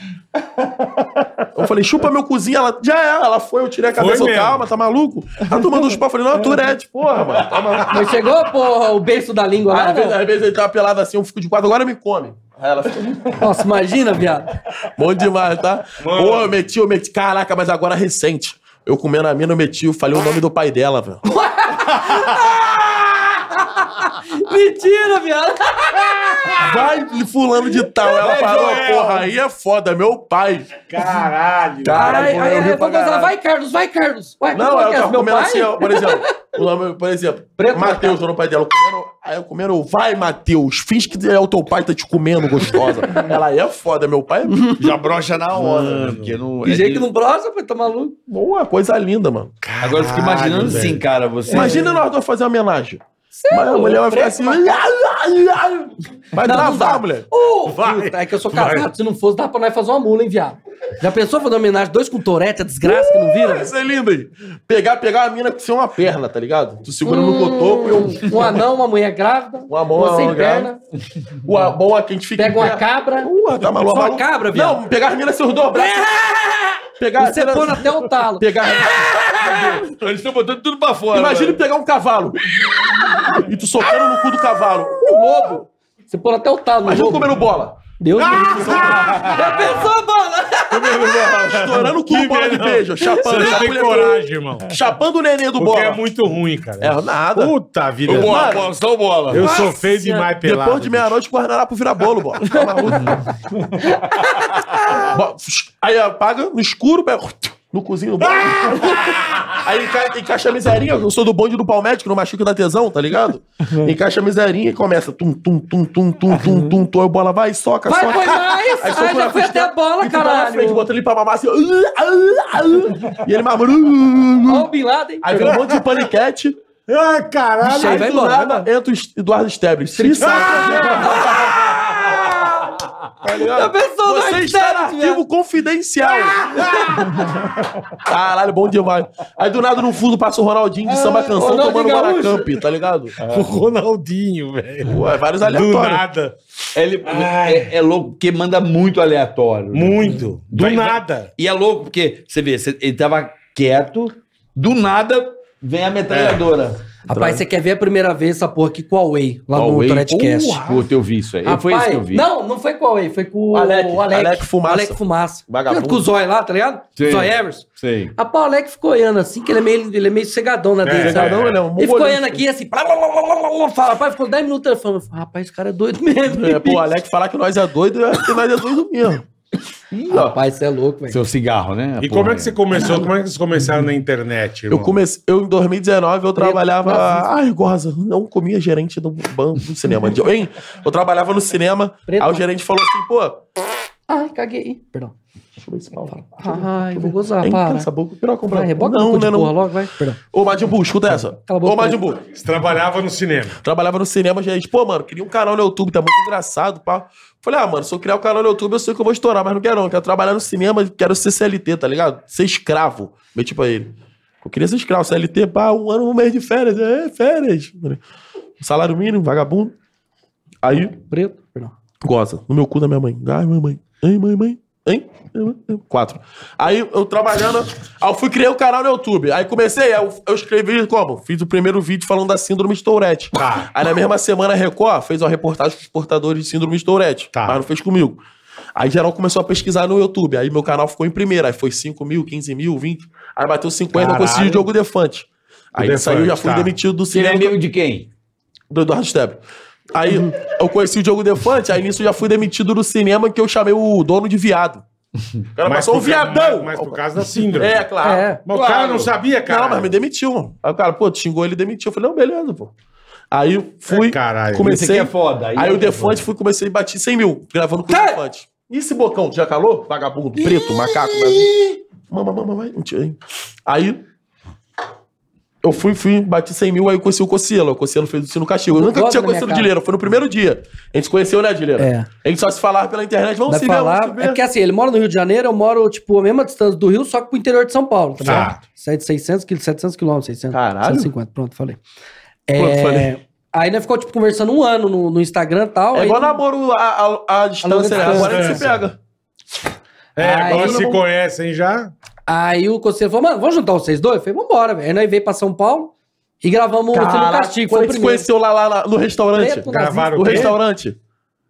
Eu falei, chupa meu cozinho. Ela, já é, ela foi, eu tirei a Foi cabeça. Eu, mesmo. calma, tá maluco? Ela tomando uns pau. Eu falei, não, é Turete, porra, mano. Tá maluco. Mas chegou, porra, o berço da língua lá, Às vezes, não? às vezes ele tava pelado assim, eu fico de quatro, agora me come. Aí ela fica. Nossa, imagina, viado. Bom demais, tá? Mano. Pô, eu meti, eu meti. Caraca, mas agora recente. Eu comendo a mina, eu meti, eu falei o nome do pai dela, velho. Mentira, viado. Vai, fulano de tal. Ela parou, porra, aí é foda, meu pai. Caralho. Ai, Caralho, ai, eu ai, ri eu vou pra gozar. caralho. Vai, Carlos, vai, Carlos. Ué, Não, como é ela que é? tava Meu comendo pai? assim, ó, por exemplo. O nome, por exemplo, Preto né? Matheus, o nome do pai dela. eu Comendo, aí eu comendo, vai, Matheus, finge que é o teu pai tá te comendo, gostosa. ela aí é foda, meu pai. Já brocha na hora. Mano. Porque não, De é jeito de- que não brosa, pô, tá maluco. Boa, coisa linda, mano. Agora eu fico imaginando Caralho, assim, velho. cara. Você... é. Imagina nós dois fazer uma homenagem. Mas a mulher vai ficar assim. Vai Não, não travar, dá. mulher. Uh, Vai. puta, é que eu sou casado. Se não fosse, dá pra nós fazer uma mula, hein, viado? Já pensou fazer uma homenagem dois com Torete, a desgraça que não vira? Isso é lindo aí. Pegar, pegar a mina sem uma perna, tá ligado? Tu segura Hum. no cotoco e um. Um anão, uma mulher grávida, Uma mão, uma sem uma perna, O a- bom é que a gente fica. pega uma pé- cabra. Porra, tá maluco. Só uma maluco. cabra, viado. Não, pegar as minas seus dois braços. Pegar Você põe até o talo. Pegar. Eles estão botando tudo pra fora. Imagina pegar um cavalo. e tu socando no cu do cavalo. O lobo. Você põe até o talo. no Imagina lobo. comendo bola. Deus me livre. Ah! Já pensou, bola? Estourando o cu, Que bola de melhor. beijo. Chapando, Você não tem chapando, coragem, irmão. chapando o neném do Porque é bola. muito ruim, cara. É nada. Puta vida. Eu bola, Mano, bola, só bola. Eu sou feio demais pelado. Depois de meia-noite, guardarapo vira bolo, bola. Tá maluco? Bo- Aí apaga no escuro, pega- no cozinho do bolo. Aí enca- encaixa a miserinha. Eu sou do bonde do Palmético, no machuque da tesão, tá ligado? Uhum. Encaixa a miserinha e começa. Tum, tum, tum, tum, tum, tum, tum, tum. Aí o bola vai, soca, Vai, soca. foi mais. Aí Ai, só já foi até a bola, Frente, caralho. bota ele pra mamar assim. ó. E ele mamando. uh, Olha o Bin Laden. Aí vem um monte de paniquete. Ah, caralho. Vixe, aí vai do embora, vai nada, entra o Eduardo Stebre. Se saca. Tá ligado? Ah! Já pensou, Você está nós no sérios, arquivo confidencial. Caralho, bom demais. Aí do nada no fundo passa o Ronaldinho de samba canção Ah, Ronaldinho tomando Gaúcho. Maracamp, tá ligado? O Ronaldinho, velho. Pô, é vários Do aleatórios. nada. Ele, é, é louco porque manda muito aleatório. Muito. Do Vai- vai- nada. E é louco porque, você vê, você- ele tava quieto, do nada vem a metralhadora. Rapaz, você quer ver a primeira vez essa porra aqui com a Way, lá no Toretcast. Puta, eu vi isso aí. Rapaz, foi isso que eu vi. Não, não foi com a Way, foi com o Alec. o Alec. Alec Fumaça. Alec Fumaça. Vagabundo. Lembra Com o Zói lá, tá ligado? Sim. Zói Everson. Sei. Rapaz, o Alec ficou olhando assim, que ele é meio, ele é meio cegadão na dele, É, sabe? não, ele é um Ele ficou mongolista. olhando aqui assim, blá, blá, blá, blá, blá, blá, blá, fala, rapaz, ficou 10 minutos telefone. Eu falei, Rapaz, esse cara é doido mesmo. É, pô, o Alec falar que nós é doido, eu acho que nós é doido mesmo. Ih, ó. Rapaz, você é louco, velho. Seu cigarro, né? E como é que você começou? Como é que vocês começaram na internet, Eu irmão? comecei, eu em 2019 eu trabalhava, Preto. ai, goza, não comia gerente do banco do cinema. Hein? Eu trabalhava no cinema, Preto. aí o gerente falou assim, pô, Ai, caguei. Perdão. deixa eu ver esse pau. Ai, vou gozar, Hein, para. cala essa boca, piroca, Vai, reboca não, no cu de né, porra não. logo, vai. Perdão. Ô, Madimbu, escuta essa. Cala a boca, Ô, Madimbu, Você trabalhava no cinema. trabalhava no cinema, gerente, pô, mano, queria um canal no YouTube, tá muito engraçado, pá. Falei, ah, mano, se eu criar um canal no YouTube, eu sei que eu vou estourar, mas não quero não, quero trabalhar no cinema, quero ser CLT, tá ligado? Ser escravo, meti pra ele. Eu queria ser escravo, CLT, pá, um ano, um mês de férias, é, férias. Salário mínimo, vagabundo. Aí, Preto, perdão. goza no meu cu da minha mãe. Ai, mãe, mãe. Ai, mãe, mãe. Hein? Ai, mãe, mãe. Quatro. Aí eu trabalhando. aí eu fui criar o canal no YouTube. Aí comecei, aí eu, eu escrevi como? Fiz o primeiro vídeo falando da síndrome de Tourette. Tá. Aí na mesma semana a Record fez uma reportagem com os portadores de síndrome de Tourette. Tá. Mas não fez comigo. Aí geral começou a pesquisar no YouTube. Aí meu canal ficou em primeiro. Aí foi 5 mil, 15 mil, 20. Aí bateu 50, eu Caralho. consegui o Diogo Defante. Aí Defante, saiu, já fui tá. demitido do Ele é cinema amigo de quem? do Eduardo Stepp. Aí eu conheci o Diogo Defante, aí nisso eu já fui demitido do cinema que eu chamei o dono de viado. O cara Mas passou um por ca- viadão! Mas por causa da síndrome. É, claro. É. Mas o Claro. cara não sabia, cara. Não, mas me demitiu, mano. Aí o cara, pô, te xingou ele e demitiu. Eu falei, não, beleza, pô. Aí eu fui, É, caralho. Esse aqui comecei. é foda. aí o Defante fui, comecei a bater 100 mil, gravando com o Tá. Defante. E esse bocão, tu já calou? Vagabundo, preto, macaco, nariz. Mama, mama, vai. não tira aí. Aí. Eu fui, fui, bati 100 mil, aí eu conheci o Cocielo. O Cocielo fez o sino castigo. Eu nunca Gosta tinha da minha conhecido o cara. Dileira, foi no primeiro dia. A gente se conheceu, né, Dileira? É. A gente só se falava pela internet, vamos Vai se ver, vamos se falar. ver. É que assim, ele mora no Rio de Janeiro, eu moro, tipo, a mesma distância do Rio, só que pro interior de São Paulo, tá Tá. ligado? Sete- 600 quilômetros, 700 quilômetros, 600. Caralho. 150, pronto, falei. Pronto, É, falei. Aí nós ficou, tipo, conversando um ano no, no Instagram e tal. É aí, igual namoro à a, distância, né? distância. Agora a gente se pega. É, agora Aí se não- conhecem já. aí o Conselho falou, mano, vamos juntar vocês dois? Eu falei, vambora, velho. Aí nós veio pra São Paulo e gravamos o quando Sino Castigo, foi a o gente se primeiro. conheceu lá, lá, lá no restaurante. Preto, Gravaram No o quê? restaurante.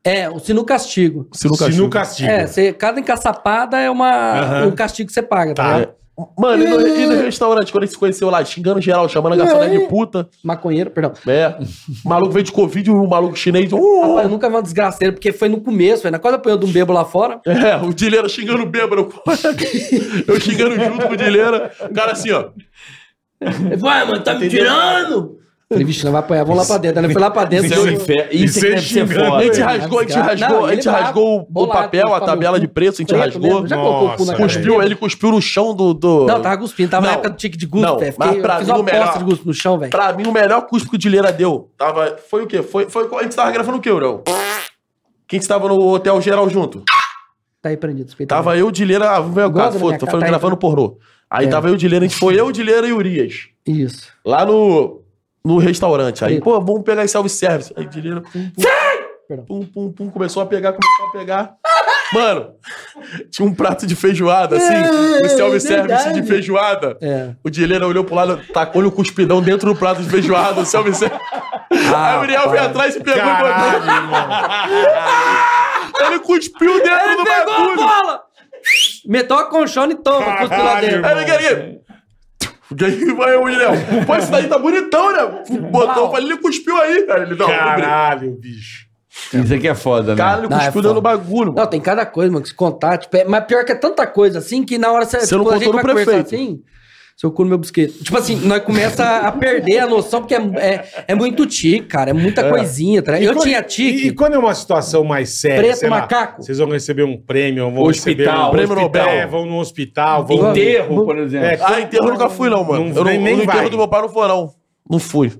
É, o Sino Castigo. Sino Se no castigo. castigo. É, você, cada encaçapada é uma, Aham. um castigo que você paga, tá, Tá. ligado? Mano, e no, e no restaurante, quando a gente se conheceu lá, xingando geral, chamando a garçonete de puta. Maconheiro, perdão. É. O maluco veio de Covid, o maluco chinês. Rapaz, "Oh!" eu nunca vi uma desgraceira, porque foi no começo, velho. Na quase apanhou de um bebo lá fora. É, o Dileira xingando o bêbado. Eu xingando junto com o Dileira. O cara assim, ó. Ele falou, Vai, mano, tá me tirando! Falei, vixe, não vai apanhar, vamos lá pra dentro. Aí eu fui lá pra dentro. Isso eu- é um infer- Isso isso que é deve ser xingando. A foda. gente rasgou, a gente rasgou, a gente rasgou o- o Bolado, papel, a colocou tabela no de preço, a gente preto rasgou. mesmo. Já colocou o cu na Nossa, cabeça. Cuspiu, ele cuspiu no chão do. do... Não, tá. tava cuspindo, tava Não. na época do tique de Não, guspe, velho. mas Fiquei- pra Fiz mim, uma o melhor- bosta de guspe no chão, velho. Pra mim, o melhor cuspe que o Dileira deu. Tava, foi o quê? Foi, foi, a gente tava gravando o quê, Urão? Quem que tava no Hotel Geral junto? Tá aí prendido, suspeito. Tava eu, Dileira. Ah, meu Gosta da cara, minha foda, tô cara, falando tá aí. gravando pornô. Aí É. tava eu, Dileira, a gente foi eu, Dileira e Urias. Isso. Lá no, no restaurante. Aí, Isso. pô, vamos pegar esse self-service. Aí, Dileira, pum, pum. Perdão. Pum, pum, pum, começou a pegar, começou a pegar. Mano, tinha um prato de feijoada, assim, um self-service de É, verdade. feijoada. É. O Dileira olhou pro lado, tacou-lhe o cuspidão dentro do prato de feijoada, o self-service. Aí o Uriel veio atrás e pegou e botou. Caralho, mano. Ele cuspiu dentro do Pegou a bagulho. bola! Meteu a conchona e toma, cuspiu lá Caralho, dentro. Aí ele queria. Aí vai o Uriel. Pô, esse daí tá bonitão, né? Botou, eu falei, ele cuspiu aí. Aí ele, não, Caralho, bicho. Isso aqui é foda, né? Caralho, Não, é cuspiu foda. dentro do bagulho. Não, tem cada coisa, mano, que se contar. Tipo, é- mas pior que é tanta coisa assim que na hora você. Você não tipo, a contou gente no vai conversar prefeito. Assim, se eu cu no meu bisqueiro. Tipo assim, nós começa a perder a noção, porque é, é, é muito tique, cara. É muita coisinha. Tá? Eu E quando- tinha E, e tique. quando é uma situação mais séria? Preto, sei lá, macaco. Vocês vão receber um prêmio, vão Hospital, receber um prêmio Nobel. É, vão no hospital, vão. Enterro, por exemplo. É, Ah, enterro eu nunca fui, não, mano. eu Não- não, nem- eu nem no vai. enterro do meu pai não foi, não. Não fui.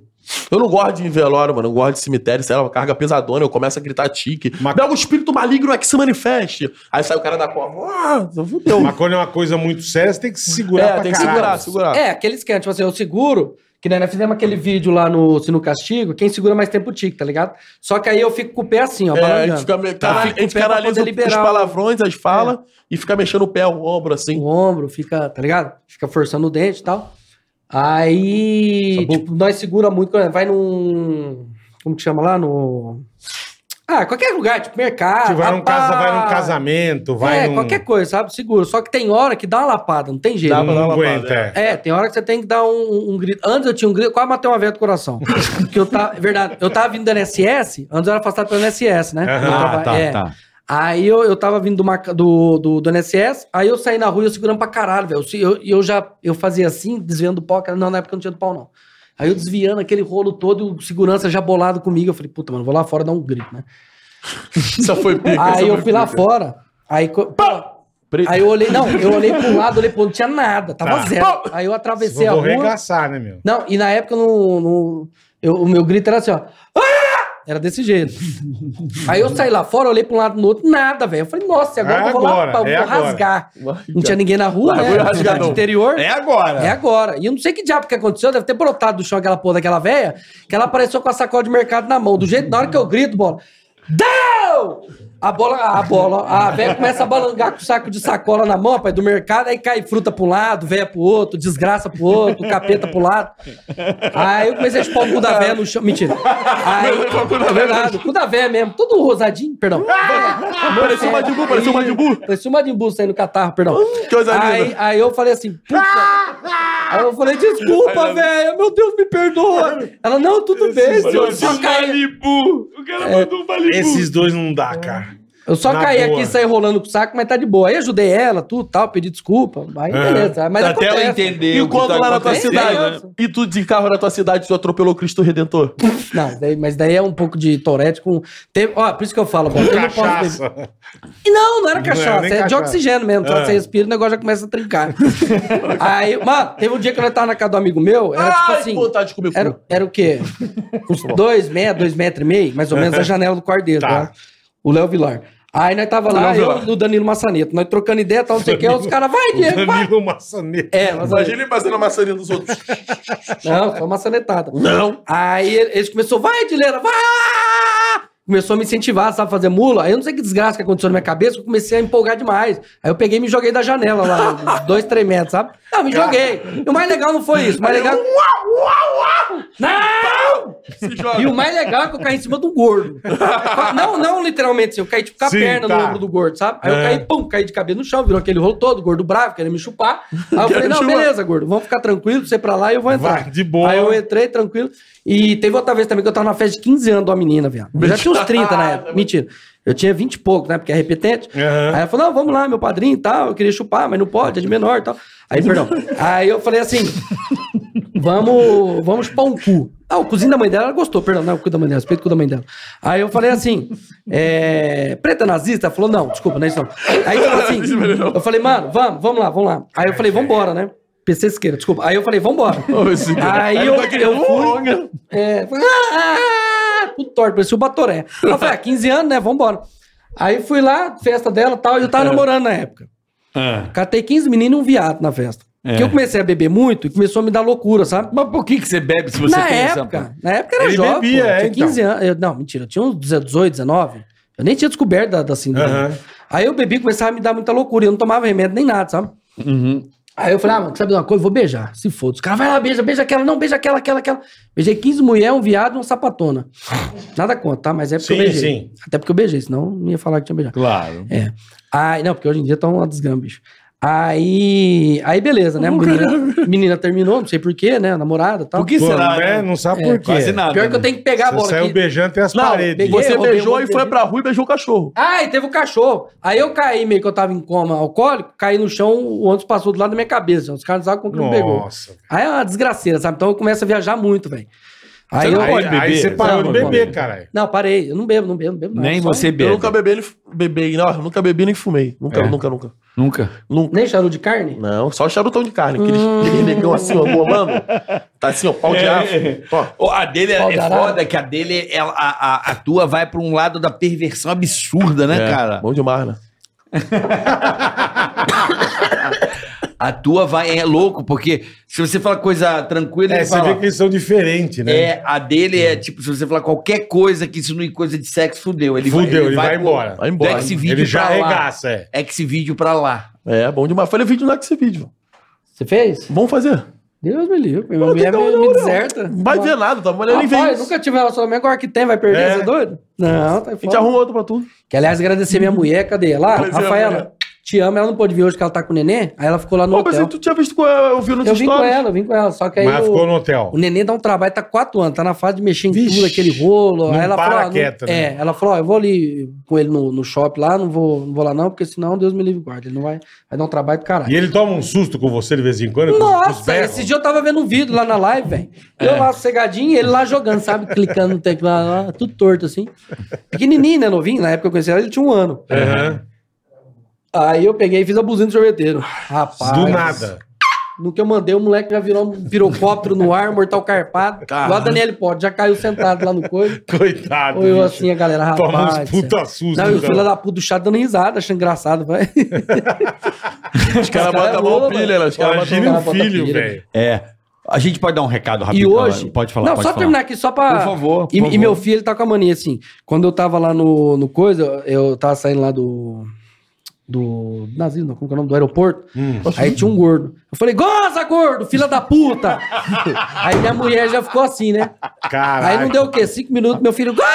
Eu não gosto de velório, mano. Eu gosto de cemitério, sei lá, uma carga pesadona. Eu começo a gritar tique. Mas- Pega o espírito maligno é que se manifeste. Aí sai o cara da cova. Ah, fudeu. Mas quando é uma coisa muito séria, você tem que se segurar. É, pra tem que segurar, caralho. segurar. É, aquele esquema, tipo assim, eu seguro. Que né, nós fizemos aquele vídeo lá no Sino Castigo, quem segura mais tempo o tique, tá ligado? Só que aí eu fico com o pé assim, ó, É, a balançando. gente fica, meio- Tá. cara, Fica a com o gente pé pra canaliza poder liberar os o- palavrões, as falas, É. e fica mexendo o pé, o ombro, assim. o ombro, fica, tá ligado? Fica forçando o dente e tal. Aí, tipo, nós segura muito, quando vai num. Como que chama lá? No. Ah, qualquer lugar, tipo mercado. Você vai num, casa, rapaz. vai num casamento, vai é, num. qualquer coisa, sabe? Seguro. Só que tem hora que dá uma lapada, não tem jeito. Dá pra dar Não uma aguenta, é. É, tem hora que você tem que dar um, um grito. Antes eu tinha um grito, quase matei uma veia do coração. Porque eu tava, é verdade, eu tava vindo da NSS, antes eu era afastado pelo NSS, né? Ah, Eu tava- tá, é. Aí eu, eu tava vindo do, Maca- do, do, do NSS, aí eu saí na rua e eu segurando pra caralho, velho. E eu, eu já eu fazia assim, desviando do pau, cara. Não, na época eu não tinha do pau, não. Aí eu desviando aquele rolo todo e o segurança já bolado comigo. Eu falei, puta, mano, vou lá fora dar um grito, né? Só foi pica. essa Aí eu foi fui lá pica. fora. Aí, co- Preto. aí eu olhei, não, eu olhei pro lado, olhei pro outro, não tinha nada, tava Tá. zero. Aí eu atravessei a Vou rua. arregaçar, né, meu? Não, e na época eu não- não- eu- o meu grito era assim, ó. "Ah!" Era desse jeito. Aí eu saí lá fora, olhei pra um lado e no outro, nada, velho. Eu falei, nossa, e agora É eu vou lá, agora, pra- eu é vou agora. rasgar. Não Larga. tinha ninguém na rua, Largou e né? rasgadão. Cidade interior. É. agora. agora. E eu não sei que diabo que aconteceu, deve ter brotado do chão aquela porra daquela velha, que ela apareceu com a sacola de mercado na mão. Do jeito, na hora que eu grito, bola. Deu! A bola, a bola, a velha começa a balangar com o saco de sacola na mão, rapaz, do mercado, aí cai fruta pro lado, velha pro outro, desgraça pro outro, capeta pro lado. Aí eu comecei a chupar o cu da véia no chão. Mentira. Aí, é verdade, o cu da véia mesmo, todo rosadinho, perdão. Ah, Parecia um Madibu, parecia um Madibu. Parecia uma de busto aí no catarro, perdão. Coisa Aí, linda. aí eu falei assim, puta. Aí eu falei, desculpa, velho, meu Deus, me perdoa. Ela, não, tudo bem, senhor. Eu só caí, Malibu. Tipo, O cara mandou um Malibu. Esses dois não dá, cara. eu só Na caí boa. aqui e saí rolando com o saco, mas tá de boa. Aí ajudei ela, tudo tal, pedi desculpa. Aí É. beleza. Mas Até ela acontece. entender. tá E quando lá na tua acontecendo, cidade? né? E tu de carro na tua cidade, tu atropelou Cristo Redentor? Não, daí- mas daí é um pouco de Tourette com. Teve, ó, por isso que eu falo, bom, eu não posso beber. Cachaça. E não, não era Não era cachaça, nem é de cachaça. oxigênio mesmo. Só Ah. que você respira, o negócio já começa a trincar. aí, mano, teve um dia que eu tava na casa do amigo meu, era tipo Ai, assim. que vontade de comer cu. Era, era o quê? Uns dois, meia, dois metros e meio, mais ou menos, a janela do quarto dele, Tá. tá? O Léo Vilar. Aí nós tava lá, Léo eu Vilar. e o Danilo Massaneto, nós trocando ideia, tal, não sei o que, os caras, É, vai, Diego, vai. Danilo Maçaneta. É, mas Imagina ele fazendo a maçaria dos outros. não, só maçanetada. Não. Aí ele- eles começou, vai, Dileira, vai! Começou a me incentivar, sabe, fazer mula. Aí eu não sei que desgraça que aconteceu na minha cabeça, eu comecei a empolgar demais. Aí eu peguei e me joguei da janela lá, uns dois, três metros, sabe? Não, me joguei. E o mais legal não foi isso. O mais legal. Não! Se joga. E o mais legal é que eu caí em cima do gordo. Não, não literalmente assim, eu caí tipo com a Sim, perna tá. no ombro do gordo, sabe? Aí É. eu caí, pum, caí de cabelo no chão, virou aquele rolo todo, gordo bravo, querendo me chupar. Aí eu falei, Quero não, chupar. beleza, gordo, vamos ficar tranquilo, você pra lá e eu vou entrar. Vai, de boa. Aí eu entrei tranquilo. E teve outra vez também que eu tava na festa de 15 anos de uma menina, viado. Eu já tinha uns 30 na época. Mentira. Eu tinha 20 e pouco, né? Porque é repetente. Aham. Aí ela falou: não, vamos lá, meu padrinho e tal. Eu queria chupar, mas não pode, é de menor e tal. Aí, perdão. Aí eu falei assim: vamos, vamos pão cu. Ah, o cozinho da mãe dela, ela gostou, perdão, não, o cu da mãe dela, respeito o cu da mãe dela. Aí eu falei assim, é, preta nazista? Ela falou, não, desculpa, não é isso não. Aí tipo assim, eu falei, mano, vamos, vamos lá, vamos lá. Aí eu falei, vambora, né? PC Siqueira, desculpa. Aí eu falei, vambora. Aí eu, eu fui. É, falei, ah, ah, tudo torto, parecia o Batoré. Aí Eu falei, ah, 15 anos, né? Vambora. Aí fui lá, festa dela e tal, e eu tava namorando na época. Ah. Catei 15 meninos e um viado na festa. Porque eu comecei a beber muito e começou a me dar loucura, sabe? Mas por que, que você bebe Tipo, se você na tem essa- época, na época era Ele jovem. bebia, pô, eu é, tinha então. 15 anos. eu- não, mentira, eu tinha uns 18, 19. Eu nem tinha descoberto da, da síndrome. Aham. Aí eu bebi e começava a me dar muita loucura. e Eu não tomava remédio nem nada, sabe? Uhum. Aí eu falei, ah, mano, sabe de uma coisa? Eu Vou beijar. Se foda. Os caras, vai lá, beija, beija aquela, não, beija aquela, aquela, aquela. Beijei 15 mulheres, um viado e uma sapatona. Nada contra, tá? Mas é porque eu Sim, beijei. sim. Até porque eu beijei, senão eu não ia falar que tinha beijado. Claro. É. Aí, não, porque hoje em dia tá uma desgrama, bicho. Aí, aí beleza, né? Menina, menina terminou, não sei porquê, né? Namorada e tal. Por que Pô, será? né? né? Não sabe É, por quê. Quase nada. Pior que eu né? tenho que pegar a Você bola saiu aqui. beijando até as Não, paredes. peguei- Você roubei beijou um e foi dele. pra rua e beijou o cachorro. Ai, teve um cachorro. Aí eu caí meio que eu tava em coma alcoólico, caí no chão, o ônibus passou do lado da minha cabeça. Os caras não sabem como que me pegou. Nossa. Aí é uma desgraceira, sabe? Então eu começo a viajar muito, velho. Aí Aí, eu. aí, você parou Não, de não beber, caralho. Não, parei. Eu não bebo, não bebo, não bebo. nada. Nem Só- você bebe. É. Eu nunca bebi, ele bebi, não, eu nunca bebi nem fumei. Nunca, nunca, nunca. Nunca. Nunca. Nem charuto de carne? Não, só charutão de carne. Aquele, Hum. aquele negão assim, ó, bolando. Tá assim, ó, pau É. de aço. Ó, Ô, A dele é, Pau é da arara. foda, que a dele, ela, a, a, a tua vai pra um lado da perversão absurda, né, é, cara? Bom demais, né? A tua vai é louco, porque se você fala coisa tranquila, É, ele você fala, vê que eles são diferentes, né? É, a dele é tipo, se você falar qualquer coisa que insinue coisa de sexo, fudeu. Ele Fudeu, ele vai pro- embora. Vai Do embora. X-Vídeo Ele já pra lá. arregaça, é. X-Vídeo pra lá. É, bom demais. Falei vídeo no esse vídeo. Você fez? Vamos fazer. Deus me livre. Minha Não, mulher não, me, não, me não. deserta. Não vai ver nada, tá? Mas ele Rapaz, nem vem. A nunca tive relacionamento, agora que tem, vai perder, É. você é doido? Não, tá gente arruma outro pra tu. Que, aliás, agradecer minha mulher, cadê ela? Ah, Agradecer a Rafaela, mulher. te amo, ela não pôde vir hoje que ela tá com o neném, aí ela ficou lá no Pô, hotel. pensei que tu tinha visto, com- eu vi nos Eu vim com stories. ela, eu vim com ela, só que aí Mas o, ficou no hotel. o neném dá um trabalho, tá quatro anos, tá na fase de mexer em Vixe, tudo, aquele rolo. não Aí ela para falou, ah, não- quieto, né? É, ela falou, ó, eu vou ali com ele no, no shopping lá, não vou, não vou lá não, porque senão Deus me livre e guarda, ele não vai, vai dar um trabalho do caralho. E ele toma um susto com você de vez em quando? com os- com os Nossa, berros? esse dia eu tava vendo um vídeo lá na live, velho. É. Eu lá sossegadinho e ele lá jogando, sabe? Clicando no teclado lá, tudo torto assim. Pequenininho, né, novinho? Na época que eu conheci ela, ele tinha um ano. Aham. Aí eu peguei e fiz a buzina do sorveteiro. Rapaz. Do nada. No que eu mandei, o moleque já virou um pirocóptero no ar, mortal carpado. Igual a Daniele Pote, já caiu sentado lá no coelho. Coitado. Ou eu bicho. assim, a galera, Toma uns rapaz. puta sério. susto, então. Não, e o cara. filho da puta do chato dando risada, achando engraçado, vai. Os caras Os caras botam a rolam, mão pilha, né? Os caras botam Imagina cara o bota filho, pilha. velho. É. A gente pode dar um recado E rapidinho. hoje. Pode falar, Não, pode só falar. terminar aqui, só pra. Por favor, por e, e favor. meu filho, ele tá com a mania assim. Quando eu tava lá no, no coisa, eu tava saindo lá do. Do. Nazismo, não, como que é o nome? Do aeroporto. Hum. Aí tinha um gordo. Eu falei, goza, gordo, filha da puta! aí minha mulher já ficou assim, né? Caralho. Aí não deu o quê? Cinco minutos, meu filho, goza!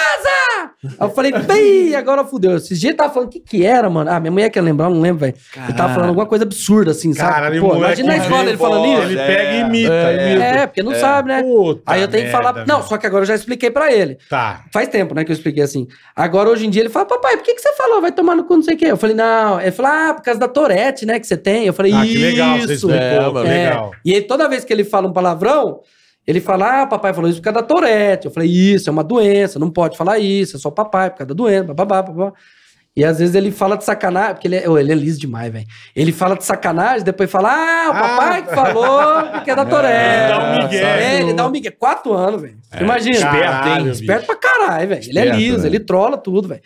Aí eu falei, pi, agora fudeu. Esses dias ele tava falando o que que era, mano. Ah, minha mulher quer lembrar, eu não lembro, velho. Ele tava falando alguma coisa absurda, assim, Caralho, sabe? o Pô, moleque imagina na escola vê, ele falando pô, isso. Ele É. pega e imita. imita. É, porque não sabe, né? Puta aí eu tenho que merda, falar. Não, meu. só que agora eu já expliquei pra ele. Tá. Faz tempo, né, que eu expliquei assim. Agora, hoje em dia, ele fala, papai, por que, que você falou? Vai tomar no cu, não sei o quê. Eu falei, não. Ele falou, ah, por causa da Torete, né, que você tem. Eu falei, Ah, isso. que legal, você explicou. É, que mano. É. legal. E aí, toda vez que ele fala um palavrão, ele fala, ah, papai falou isso por causa da Torete. Eu falei, isso, é uma doença, não pode falar isso, é só papai, por causa da doença, bababá, babá. E às vezes ele fala de sacanagem, porque ele é, ô, ele é liso demais, velho. Ele fala de sacanagem, depois fala, ah, o papai que falou, porque é da Torete. dá um migué. É, É, ele dá um migué. Quatro anos, velho. Imagina. Esperto, hein? Esperto pra caralho, velho. Ele é Esperto, liso, né? ele trola tudo, velho.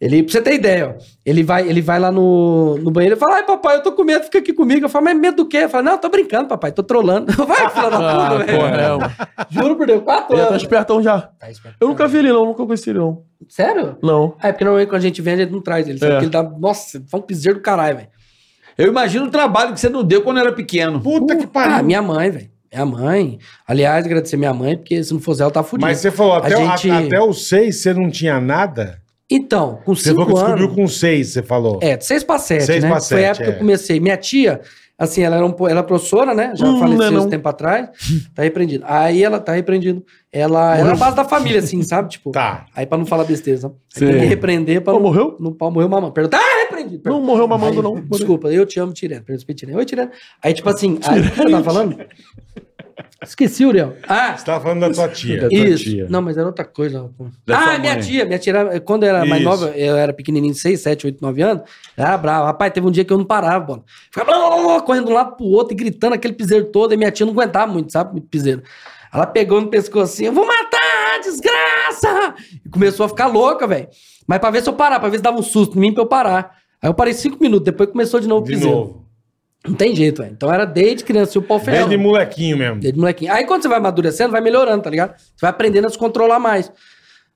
Ele, pra você ter ideia, ó, ele vai, ele vai lá no, no banheiro e fala: Ai, papai, eu tô com medo, fica aqui comigo. Eu falo, mas medo do quê? Eu falo, não, eu tô brincando, papai, tô trolando. Vai, filha da Ah. puta, Pô, velho. é, mano. Juro por Deus, quatro Ele tá anos. espertão já. Tá esperto. Eu nunca vi ele, não. Nunca conheci ele, não. Sério? Não. Ah, É porque normalmente quando a gente vende, a gente não traz ele. Sabe? É. Porque ele dá. Nossa, foi um piseiro do caralho, velho. Eu imagino o trabalho que você não deu quando era pequeno. Puta que pariu. Ah, minha mãe, velho. Minha mãe. Aliás, agradecer minha mãe, porque se não fosse ela, eu tava fudido. Mas você falou, até, A o- a- gente- até os seis você não tinha nada? Então, com Você falou que cinco anos. descobriu com seis, você falou. É, de 6 para 7, Seis né? pra Foi sete, a época que é. eu comecei. Minha tia, assim, ela era, um, po- ela era professora, né? Já Hum, faleceu não é esse não. tempo atrás. Tá repreendido. Aí ela tá repreendido. Ela era a base da família, assim, sabe? Tipo, Tá. aí pra não falar besteira, sabe? Aí Tem Sei. que repreender pra Pô, não... morreu? No pau morreu mamão. Perdão. Ah, repreendido. Não Perdão. morreu mamando, Aí, não. Desculpa, eu te amo, Tirene. Perdoe, Tirene. Oi, Tirene. Aí, tipo assim, aí, o que eu tava falando? Esqueci, Uriel. Ah, Você tava falando da tua tia. tua isso. tia. Não, mas era outra coisa. pô. Da ah, sua minha mãe. tia. Minha tia, era, quando eu era mais Isso. nova, eu era pequenininho, 6, 7, 8, 9 anos, ela era brava. Rapaz, teve um dia que eu não parava, bola. Ficava blá, blá, blá, blá, correndo de um lado pro outro e gritando aquele piseiro todo. E minha tia não aguentava muito, sabe? Muito piseiro. Ela pegou no pescoço assim, eu vou matar, desgraça! E começou a ficar louca, velho. Mas pra ver se eu parar, pra ver se dava um susto em mim pra eu parar. Aí eu parei cinco minutos, depois começou de novo o De piseiro. novo. Não tem jeito, velho. Então era desde criança, e o pau ferrava. Desde molequinho mesmo. Desde molequinho. Aí quando você vai amadurecendo, vai melhorando, tá ligado? Você vai aprendendo a se controlar mais.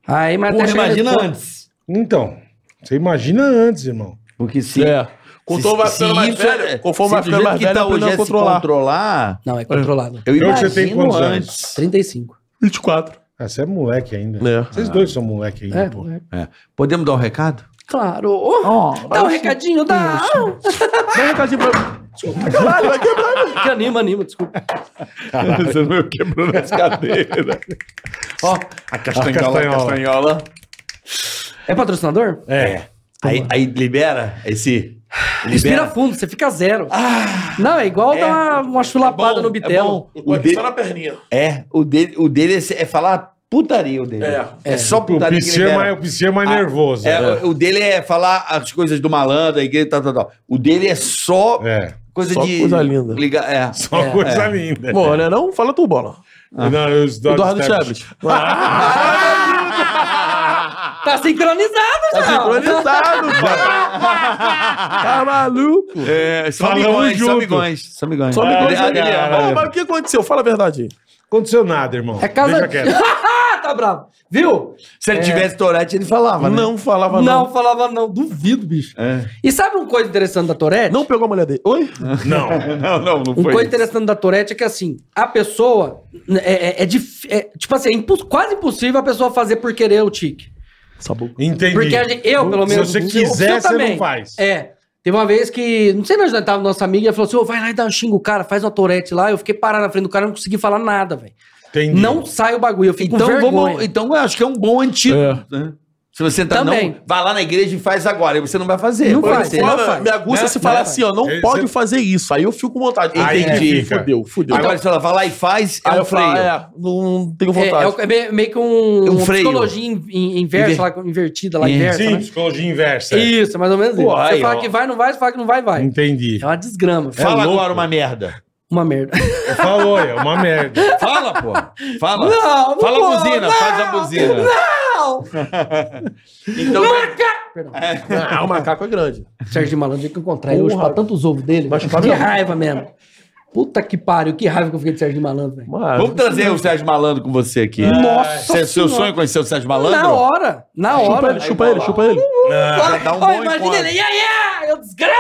Aí, mas Porra, até chegar imagina nesse ponto- antes. Então, você imagina antes, irmão. Porque se. É. Conforme vai se- ficando se mais isso é- velho, conforme vai se do ficando jeito mais que velho, tá aprendeu hoje a é se controlar. controlar. Não, é controlado. Eu Hoje imagino você tem quantos anos? antes. 35. 24. Ah, você é moleque ainda. É. Vocês dois são moleque ainda, É, pô. é. É. Podemos dar um recado? Claro. dá um recadinho, dá. Dá um recadinho pra Desculpa, caralho, vai quebrar. Que anima, anima, desculpa. Você não quebrou nas cadeiras. Ó, a castanhola, a castanhola. É patrocinador? É. Aí, aí libera esse. Respira Libera. fundo, você fica zero. não, é igual É. dar uma chulapada bom, no é bitelo. bom. O dele, Só tá na perninha. é, o dele, o dele é, é falar putaria, o dele. É. É, só O putaria que PC é libera. mais, o PC é mais Ah, nervoso. É, né? O o dele é falar as coisas do malandro, a igreja, tal, tal, tal. O dele é só É. coisa Só de. coisa linda. Ligar, é. Só É, coisa linda. Bom, né? Não, fala tu, bola. Não, eu Eduardo Chaves. Ah! Tá sincronizado, Tá já. sincronizado, pô. Tá maluco? É, são Falamos amigões, são junto. amigões, são amigões. Só me É, Ah, conta. Adriano, Ô, Mas o que aconteceu? Fala a verdade aí. Aconteceu nada, irmão. É casa. Deixa quieto. Ah, tá bravo. Viu? Se ele tivesse Tourette, ele falava, né? Não falava Não, não. falava não. Duvido, bicho. É. E sabe uma coisa interessante da Torete? Não pegou a mulher dele. Oi? Não. Não, não, não Uma Um coisa isso. interessante da Tourette é que, assim, a pessoa. É, é- é dif- é, tipo assim, é impo- quase impossível a pessoa fazer por querer o tique. Sabu. Entendi. Porque a gente- eu, pelo Se menos. você o seu- quiser, o seu você não faz. É. Teve uma vez que. Não sei onde nós tava nossa amiga, ela falou assim: ô, vai lá e dá um xingo o cara, faz uma Tourette lá. Eu fiquei parado na frente do cara, eu não consegui falar nada, velho. Entendi. Não sai o bagulho, eu fiquei Então, com vergonha. vamos, então eu acho que é um bom antídoto. né? Se você tá, Também. não, vai lá na igreja e faz agora. E você não vai fazer. Não Pode faz, ser. não Foda, faz. Me aguça Né? se falar Né? assim, ó, não É, Ele- pode você- fazer isso. Aí eu fico com vontade. Aí Entendi. fica. Fudeu, fudeu. Agora, se ela vai lá e faz, é aí um eu falo, freio. é, não tenho É, é vontade. o- é meio, meio que um, É um uma freio. psicologia in- in- inversa, Inver- lá, invertida lá, Sim. inversa. Sim, né? psicologia inversa. Isso, mais ou menos isso. Pô, aí, você fala ó. que vai, não vai, você fala que não vai, vai. Entendi. É uma desgrama. filho. Fala É louco. agora uma merda. Uma merda. Falou, é uma merda. Fala, pô. Fala. Não, não fala vou, a buzina, não, faz a buzina. Não! Então, Perdão. Ah, o macaco é grande. Sérgio Malandro tinha que encontrar ele hoje Porra. pra tantos ovos dele. Mas que Fábio- raiva mesmo. Puta que pariu, que raiva que eu fiquei de Sérgio Malandro, velho. Mas- vamos trazer o Sérgio Malandro com você aqui. Nossa Você- seu Senhora. sonho é conhecer o Sérgio Na Malandro? hora, na Chupa né? hora. ele, chupa ele, chupa ele. Ah, dá um Ó, bom imagina encontro. ele, ia, ia, eu desgraça!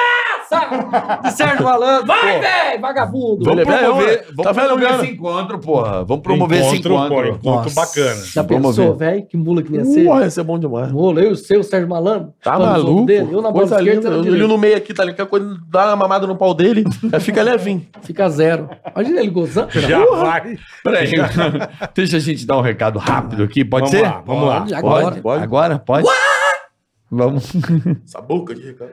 De Sérgio Malandro. Vai, velho, vagabundo. Vamos Vamos Ele é velho, promover, né? vamos Tá velho, promover Liana? esse encontro, porra. Vamos promover esse Encontro, pô, encontro. encontro bacana. Já Vamos pensou, ver. velho? Que mula que nem ia ser. Porra, ia ser bom demais. Mula, eu sei o Sérgio Malandro. Tá Chupando os ovos maluco? Dele. Eu na bola Coisa esquerda, linda. você na Ele direita. no meio aqui, tá ligado? Quando dá uma mamada no pau dele, aí fica levinho. Fica zero. Imagina ele gozando. Já vai. Peraí, um- deixa a gente dar um recado rápido aqui, pode Vamos ser? lá, vamos lá. Pode, Pode? agora. Pode? Agora, pode? Vamos. Essa boca de recado.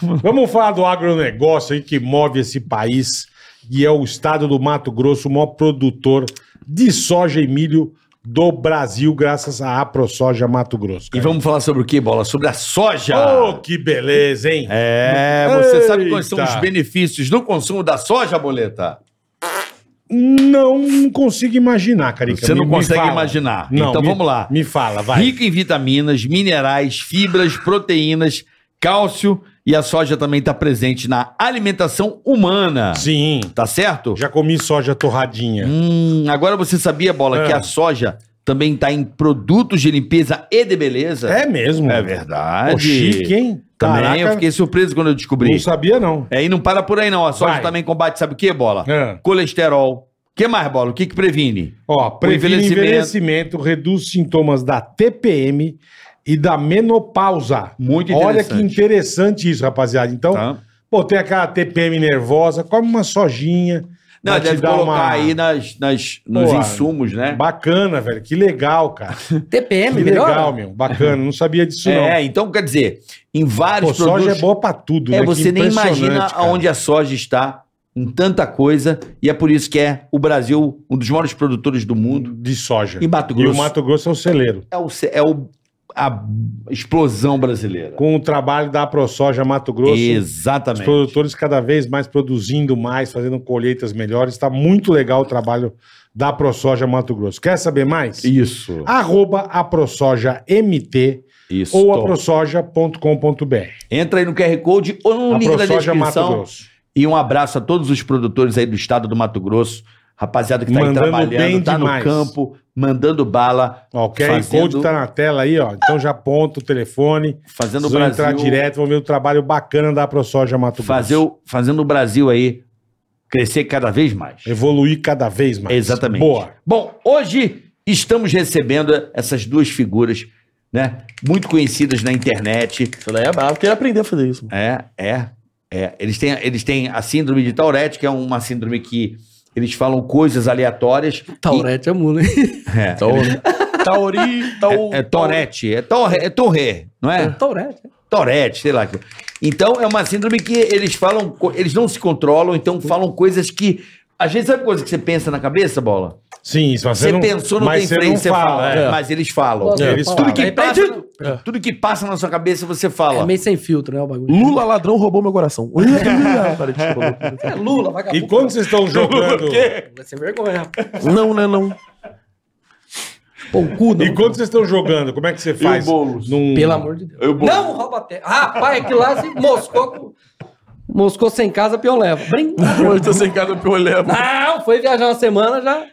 Vamos falar do agronegócio aí que move esse país e é o estado do Mato Grosso, o maior produtor de soja e milho do Brasil, graças à AproSoja Mato Grosso. E cara. vamos falar sobre o que, Bola? Sobre a soja. Oh, que beleza, hein? É, você sabe quais são Eita. os benefícios do consumo da soja, Boleta? Não consigo imaginar, Carica. Você não Me- me consegue fala. imaginar. Não, então me- vamos lá. Me fala, vai. Rica em vitaminas, minerais, fibras, proteínas, cálcio e a soja também está presente na alimentação humana. Sim, Tá certo? já comi soja torradinha. Hum, agora você sabia, Bola, É. que a soja também está em produtos de limpeza e de beleza? É mesmo? É Pô, verdade. chique, hein? Também Caraca, eu fiquei surpreso quando eu descobri. não sabia, não. É, e não para por aí, não. A soja Vai. também combate, sabe o que, Bola? É. Colesterol. O que mais, Bola? O que, que previne? Ó, previne envelhecimento. envelhecimento. reduz sintomas da TPM e da menopausa. Muito Olha que interessante. interessante isso, rapaziada. Então, Tá? pô, tem aquela TPM nervosa, come uma sojinha. Não, vai te deve dar colocar uma- aí nas, nas, nos Pô, insumos, né? Bacana, velho. Que legal, cara. TPM, Que melhor? legal, meu. Bacana. Não sabia disso, É, então quer dizer, em não. vários Pô, produtos... soja é boa pra tudo, É, né? Que você nem impressionante, imagina cara. onde a soja está em tanta coisa, e é por isso que é o Brasil um dos maiores produtores do é mundo. De soja. E Mato E o Grosso Mato Grosso é o celeiro. é, o, ce- é o- a explosão brasileira. Com o trabalho da AproSoja Mato Grosso, os Exatamente. produtores cada vez mais produzindo mais, fazendo colheitas melhores. Está muito legal o trabalho da AproSoja Mato Grosso. Quer saber mais? Isso. Ah, Arroba AproSojaMT Isso. ou aprosoja.com.br. Entra aí no QR Code ou no É um link da AproSoja Mato descrição. Grosso. E um abraço a todos os produtores aí do estado do Mato Grosso. Rapaziada que tá Mandando aí bem trabalhando, tá demais. no campo, mandando bala, Ó, o QR Fazendo- Code tá na tela aí, ó. Então já aponta o telefone. fazendo o Vocês vão entrar Brasil. direto, vão ver o trabalho bacana da ProSoja Mato Grosso. Fazer o- fazendo o Brasil aí crescer cada vez mais. Evoluir cada vez mais. Exatamente. Boa. Bom, hoje estamos recebendo essas duas figuras, né? Muito conhecidas na internet. Isso daí é bravo. Eu queria aprender a fazer isso. mano. É, é, é. Eles têm, eles têm a síndrome de Tourette, que é uma síndrome que eles falam coisas aleatórias. Taurete é mula, hein? E, é, Então, Tauri, tau, é Tourette, é Torre, é Torre, não é? Taurete. Tourette, sei lá. Então é uma síndrome que eles falam, co- eles não se controlam, então falam coisas que às vezes sabe coisa que você pensa na cabeça, bola. Sim, isso, mas Você, você não, É. pensou no mas tem freio, você fala, mas eles falam. É, eles Tudo falam. que, Repete. passa, tudo que passa na sua cabeça você É fala. meio sem filtro, né, o bagulho. Lula ladrão roubou meu coração. Peraí, desculpa. É Lula, E vagabundo. quando vocês estão jogando... Vai ser vergonha, rapaz. não, né, não. Pô, o cu, E não. quando vocês estão jogando, como é que você faz? Num... Pelo amor de Deus. vou- Não rouba terra. Rapaz, aquilo lá se moscou. com- Moscou sem casa, pior leva. Brincadeira. Hoje tô sem casa porque eu levo. Não, foi viajar uma semana já.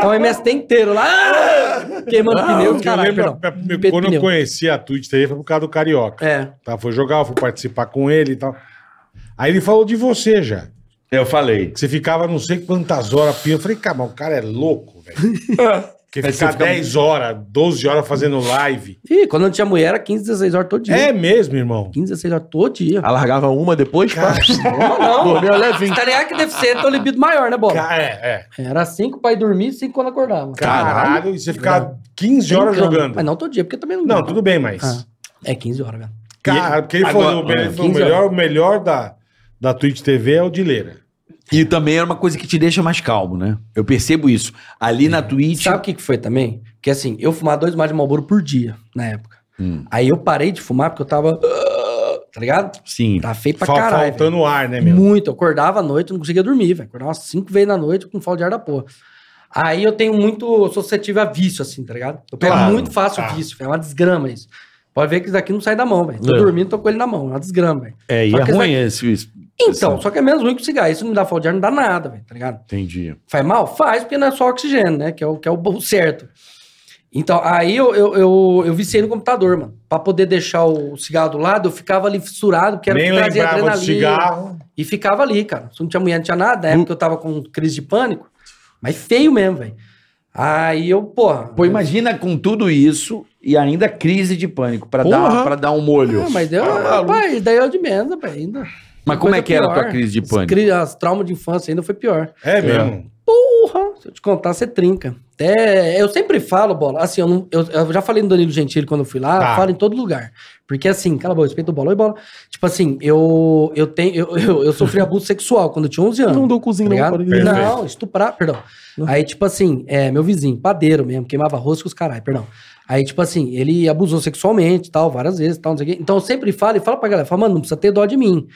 Tá o MST inteiro lá. ah, Queimando pneu, Eu caralho, lembro, perdão. a- a- Pe- quando eu pneu. conheci a Twitch TV, foi por causa do Carioca. É. Tá, foi jogar, eu fui participar com ele e tal. Aí ele falou de você já. Eu falei. Que você ficava não sei quantas horas pia. Eu falei, cara, mas o cara é louco, velho. Porque Aí você ficar fica- 10 horas, 12 horas fazendo live. Ih, quando eu não tinha mulher, era 15, 16 horas todo dia. É mesmo, irmão. 15, 16 horas todo dia. Alargava uma depois, pá. Não, não. Dormia levinho. Tá ligado que deve ser teu libido maior, né, Bola? Ca- É, é. Era assim 5 pra ir dormir, 5 quando acordava. Caralho, e você ficar 15 horas Brincando. jogando. Mas não todo dia, porque também não. Não, dá. tudo bem, mas. Ah, É 15 horas, velho. Cara, porque ele Agora- é, falou, ele falou, o 15 melhor, o melhor da, da Twitch TV é o de Leira. E também era uma coisa que te deixa mais calmo, né? Eu percebo isso. Ali na Twitch. tipo Sabe o que, que foi também? Que assim, eu fumava dois maços de Marlboro por dia, na época. Hum. Aí eu parei de fumar porque eu tava. Tá ligado? Sim. Tá feio pra Fal- caralho. velho. faltando ar, né, meu? Muito. Eu acordava à noite, eu não conseguia dormir, velho. Acordava umas cinco vezes na noite com falta de ar da porra. Aí eu tenho muito eu sou suscetível a vício, assim, tá ligado? Eu pego Claro, tá. muito fácil claro. vício, velho. É uma desgrama isso. Pode ver que isso daqui não sai da mão, velho. Tô É. dormindo, tô com ele na mão. É uma desgrama, velho. É, e Só é que esse ruim esse. isso. Então, só que é menos ruim que o cigarro. Isso não me dá falta de ar, não dá nada, velho, tá ligado? Entendi. Faz mal? Faz, porque não é só oxigênio, né? Que é o, que é o bom certo. Então, aí eu, eu, eu, eu viciei no computador, mano. Pra poder deixar o cigarro do lado, eu ficava ali fissurado, porque era o Nem que trazia lembrava do cigarro. E ficava ali, cara. Se não tinha mulher, não tinha nada. Na Hum. época eu tava com crise de pânico, mas feio mesmo, velho. Aí eu, porra. Pô, imagina com tudo isso e ainda crise de pânico pra, dar, Porra. pra dar um molho. Ah, mas deu. rapaz, daí eu de menos, rapaz, ainda. Mas como Coisa é que era a tua pior. crise de As pânico? cri- As, traumas de infância ainda foi pior. É mesmo. Porra, se eu te contar, você trinca. Até, eu sempre falo, bola, assim, eu, não, eu, eu já falei no Danilo Gentili quando eu fui lá, Tá. falo em todo lugar. Porque assim, cala a boca, respeito o bola, oi bola. Tipo assim, eu, eu, tenho, eu, eu, eu sofri abuso sexual quando eu tinha 11 anos. Não dou tá cozinho, não. ligado? pode dizer. Perfeito. não, estuprar, perdão. Aí, tipo assim, é, meu vizinho, padeiro mesmo, queimava rosca os caralho, perdão. Aí, tipo assim, ele abusou sexualmente tal, várias vezes tal, não sei o quê. Então eu sempre falo e falo pra galera, falo, mano, não precisa ter dó de mim.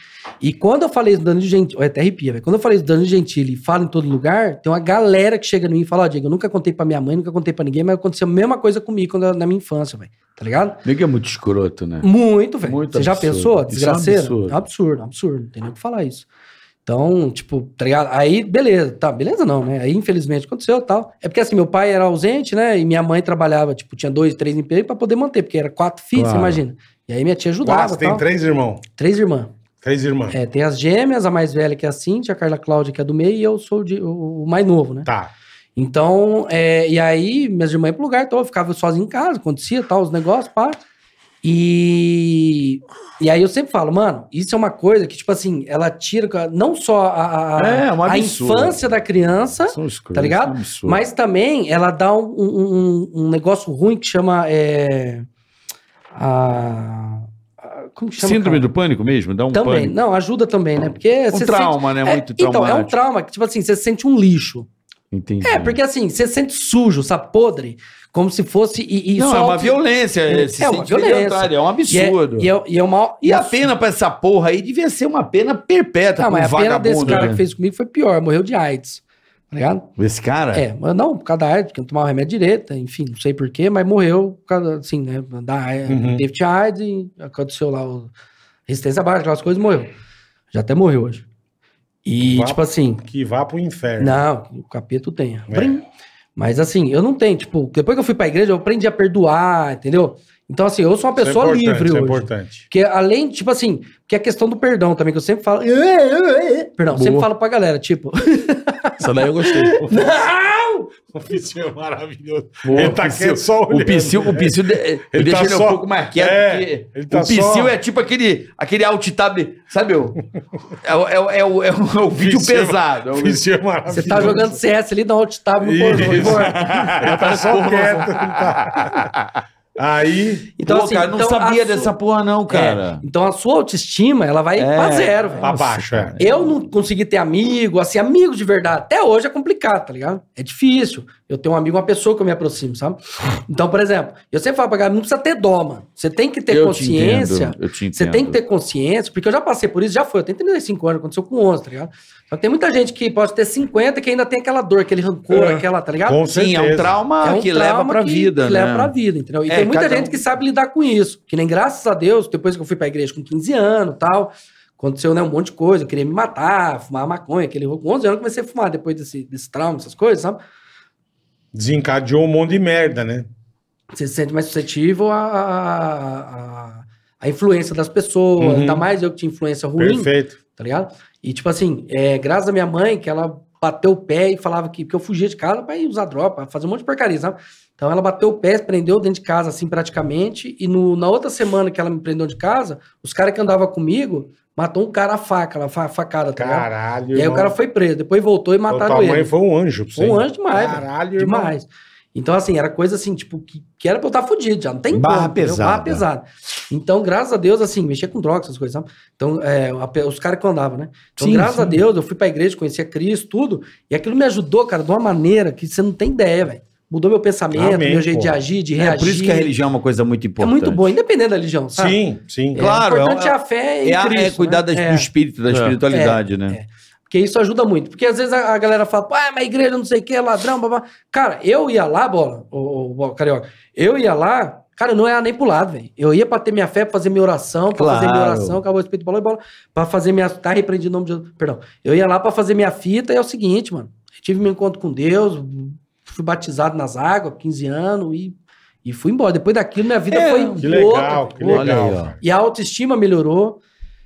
E quando eu falei isso do Danilo Gentili, até arrepia, velho. Quando eu falei isso do Danilo Gentili e falo em todo lugar, tem uma galera que chega em mim e fala, ó, Diego, eu nunca contei pra minha mãe, nunca contei pra ninguém, mas aconteceu a mesma coisa comigo quando eu- na minha infância, velho. Tá ligado? Meio que é muito escroto, né? Muito, velho. Muito Você já absurdo. pensou? Isso é um Desgraceira? absurdo. absurdo. absurdo, absurdo. Não tem nem o que falar isso. Então, tipo, tá ligado? Aí, beleza, tá, beleza não, né? Aí, infelizmente, aconteceu tal. É porque assim, meu pai era ausente, né? E minha mãe trabalhava, tipo, tinha dois, três empregos pra poder manter, porque era quatro filhos, Claro. você imagina. E aí minha tia ajudava. Quase, tem tal. três irmãos. Três irmãs. Três irmãs. É, tem as gêmeas, a mais velha que é a Cintia, a Carla Cláudia que é a do meio, e eu sou de- o o mais novo, né? Tá. Então, é, e aí, minhas irmãs iam pro lugar, então eu ficava sozinho em casa, acontecia tal, os negócios, pá. E, e aí eu sempre falo, mano, isso é uma coisa que, tipo assim, ela tira com a- não só a, a, É, um a absurdo. infância da criança, São escrotos. Tá ligado? é um absurdo. mas também ela dá um, um- um- um negócio ruim que chama. é, a- a- Como que chama? Síndrome cara? do pânico mesmo? Dá um Também. pânico. Não, ajuda também, né? Porque É, Um trauma, né? Muito é, Então, é um traumático. trauma que, tipo assim, você sente um lixo. Entendi. Uhum. É, porque assim, você sente sujo, sabe? Podre. Como se fosse. E, e Não, só é uma auto- violência. É, se É uma sente violência. violentário, É um E é, absurdo. e é, e é uma. E a uma- pena pra essa porra aí devia ser uma pena perpétua. Não, pra um mas a pena desse vagabundo, cara né? que fez comigo foi pior, morreu de AIDS. Tá ligado? Esse cara? É, mas não, por causa da AIDS, porque não tomava remédio direito, enfim, não sei porquê, mas morreu por causa, assim, né? Da, Uhum. Teve tinha AIDS, e aconteceu lá o resistência baixa, aquelas coisas, morreu. Já até morreu hoje. E, Vá- tipo assim, Que vá pro inferno. não, o capeta tem. É. Brim. Mas assim, eu não tenho, tipo, depois que eu fui pra igreja, eu aprendi a perdoar, entendeu? Então, assim, eu sou uma Isso é pessoa importante, livre Isso é hoje. importante. Porque além, tipo assim, que a questão do perdão também, que eu sempre falo. Perdão, sempre falo pra galera, tipo. Essa daí eu gostei. O Piscil é maravilhoso. Pô, ele tá o Psyu- quieto só O olhando. Psyu, o Psyu de- eu Ele deixo tá ele um só- pouco mais quieto, É, porque ele tá o Psyu só- é tipo aquele, aquele alt tab, sabe? O, é, o- é, o- é, o- é o- é o vídeo Psyu- pesado. É O o- Piscil é maravilhoso. Você tá jogando CS ali, dá um alt tab no pornô. Isso. pornô. Ele tá só quieto. ele tá- Aí, Então, Pô, assim, cara, não sabia a su- dessa porra não, cara. Então a sua autoestima, ela vai É. pra zero, velho. abaixo, é. Eu não consegui ter amigo, assim, amigo de verdade. Até hoje é complicado, tá ligado? É difícil. Eu tenho um amigo, uma pessoa que eu me aproximo, sabe? Então, por exemplo, eu sempre falo pra galera, não precisa ter dó, mano. Você tem que ter Eu te consciência. entendo, eu te Você entendo. tem que ter consciência, porque eu já passei por isso, já foi. Eu tenho 35 anos, aconteceu com 11, tá ligado? Então tem muita gente que pode ter 50 que ainda tem aquela dor, aquele rancor, É. aquela, tá ligado? Com Sim, é certeza. um trauma É um que trauma leva pra que- vida, que né? leva pra vida, entendeu? E É, tem muita cada gente um- que sabe lidar com isso. Que nem graças a Deus, depois que eu fui pra igreja com 15 anos e tal, aconteceu né, um monte de coisa. Eu queria me matar, fumar maconha, aquele rolo. Com 11 anos eu comecei a fumar depois desse, desse trauma, essas coisas, sabe? Desencadeou um monte de merda, né? Você se sente mais suscetível à, à, à- à influência das pessoas, Uhum. ainda mais eu que tinha influência ruim. Perfeito. tá ligado? E tipo assim, é, graças à minha mãe que ela bateu o pé e falava que porque eu fugia de casa pra ir usar droga, pra fazer um monte de porcaria, sabe? Então ela bateu o pé, se prendeu dentro de casa assim praticamente, e no- na outra semana que ela me prendeu de casa, os caras que andavam comigo matou um cara a faca, ela fa facada, tá ligado? Caralho. E aí o irmão. cara foi preso, depois voltou e Então, mataram Tua mãe ele. foi um anjo pra você. Foi um anjo demais, velho. Caralho, irmão. Demais. Então, assim, era coisa assim, tipo, que, que era pra eu estar fudido já, não tem Barra como. entendeu? pesada. Barra pesada. Então, graças a Deus, assim, mexer com drogas, essas coisas, sabe? Então, é, a pe- os caras que eu andava, né? Então, Sim, graças sim. a Deus, eu fui pra igreja, conhecia Cristo, tudo, e aquilo me ajudou, cara, de uma maneira que você não tem ideia, velho. Mudou meu pensamento, Amém, meu jeito pô. de agir, de É reagir. por isso que a religião é uma coisa muito É importante. muito bom, independente da religião, sabe? Sim, sim. É, Claro, o importante é- é, a fé em É, a- é Cristo, cuidar né? das- É. do espírito, da É. espiritualidade, né? Porque isso ajuda muito. Porque às vezes a, a galera fala, ah, mas igreja não sei o que, ladrão, babá. Cara, eu ia lá, bola, ô, ô, ô, carioca, eu ia lá, cara, eu não ia nem pro lado, velho. Eu ia pra ter minha fé, pra fazer minha oração, pra fazer minha Claro. oração, acabou o espírito, bola e bola, pra fazer minha. Tá repreendido em nome de Jesus. Perdão. Eu ia lá pra fazer minha fita e é o seguinte, mano. Eu tive meu encontro com Deus, fui batizado nas águas, 15 anos e. E fui embora. Depois daquilo, minha vida foi É, Que legal, outra, que outra. legal. Uhum. Olha aí, ó. cara. E a autoestima melhorou.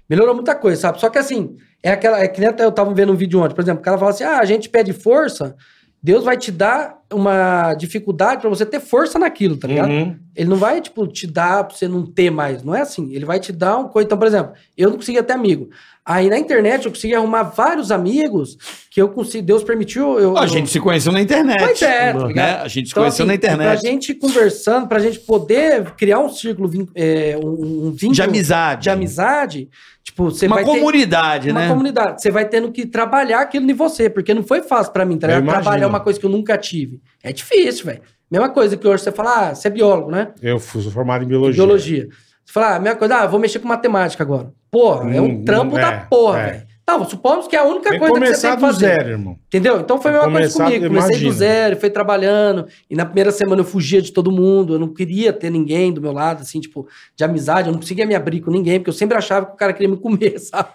Melhorou muita coisa, sabe? Só que assim, é aquela. É que nem até eu tava vendo um vídeo ontem, por exemplo, o cara fala assim: ah, a gente pede força, Deus vai te dar uma dificuldade pra você ter força naquilo, tá ligado? Uhum. Ele não vai, tipo, te dar pra você não ter mais. Não é assim. Ele vai te dar um coisa. Então, por exemplo, eu não conseguia ter amigo. Aí na internet eu consegui arrumar vários amigos que eu consegui. Deus permitiu. Eu, A eu- gente se conheceu na internet. Pois é, tá né? ligado? A gente se Então, conheceu assim, na Pra internet. gente conversando, pra gente poder criar um círculo, vin- é, um, um vínculo De amizade. de amizade, tipo, você uma vai comunidade, ter uma né? comunidade. Você vai tendo que trabalhar aquilo em você, porque não foi fácil pra mim tá Eu ligado? imagino. trabalhar uma coisa que eu nunca tive. É difícil, velho. Mesma coisa que hoje você fala, ah, você é biólogo, né? Eu fui formado em biologia. Biologia. Você fala, ah, mesma coisa, ah, eu vou mexer com matemática agora. Porra, é Hum, um trampo é, da porra, é. velho. Não, supomos que é a única Tem que coisa que você começar tem que do fazer. zero, irmão. Entendeu? Então foi a É mesma Começar, coisa comigo. Comecei imagino. do zero, fui trabalhando. E na primeira semana eu fugia de todo mundo. Eu não queria ter ninguém do meu lado, assim, tipo, de amizade. Eu não conseguia me abrir com ninguém, porque eu sempre achava que o cara queria me comer, sabe?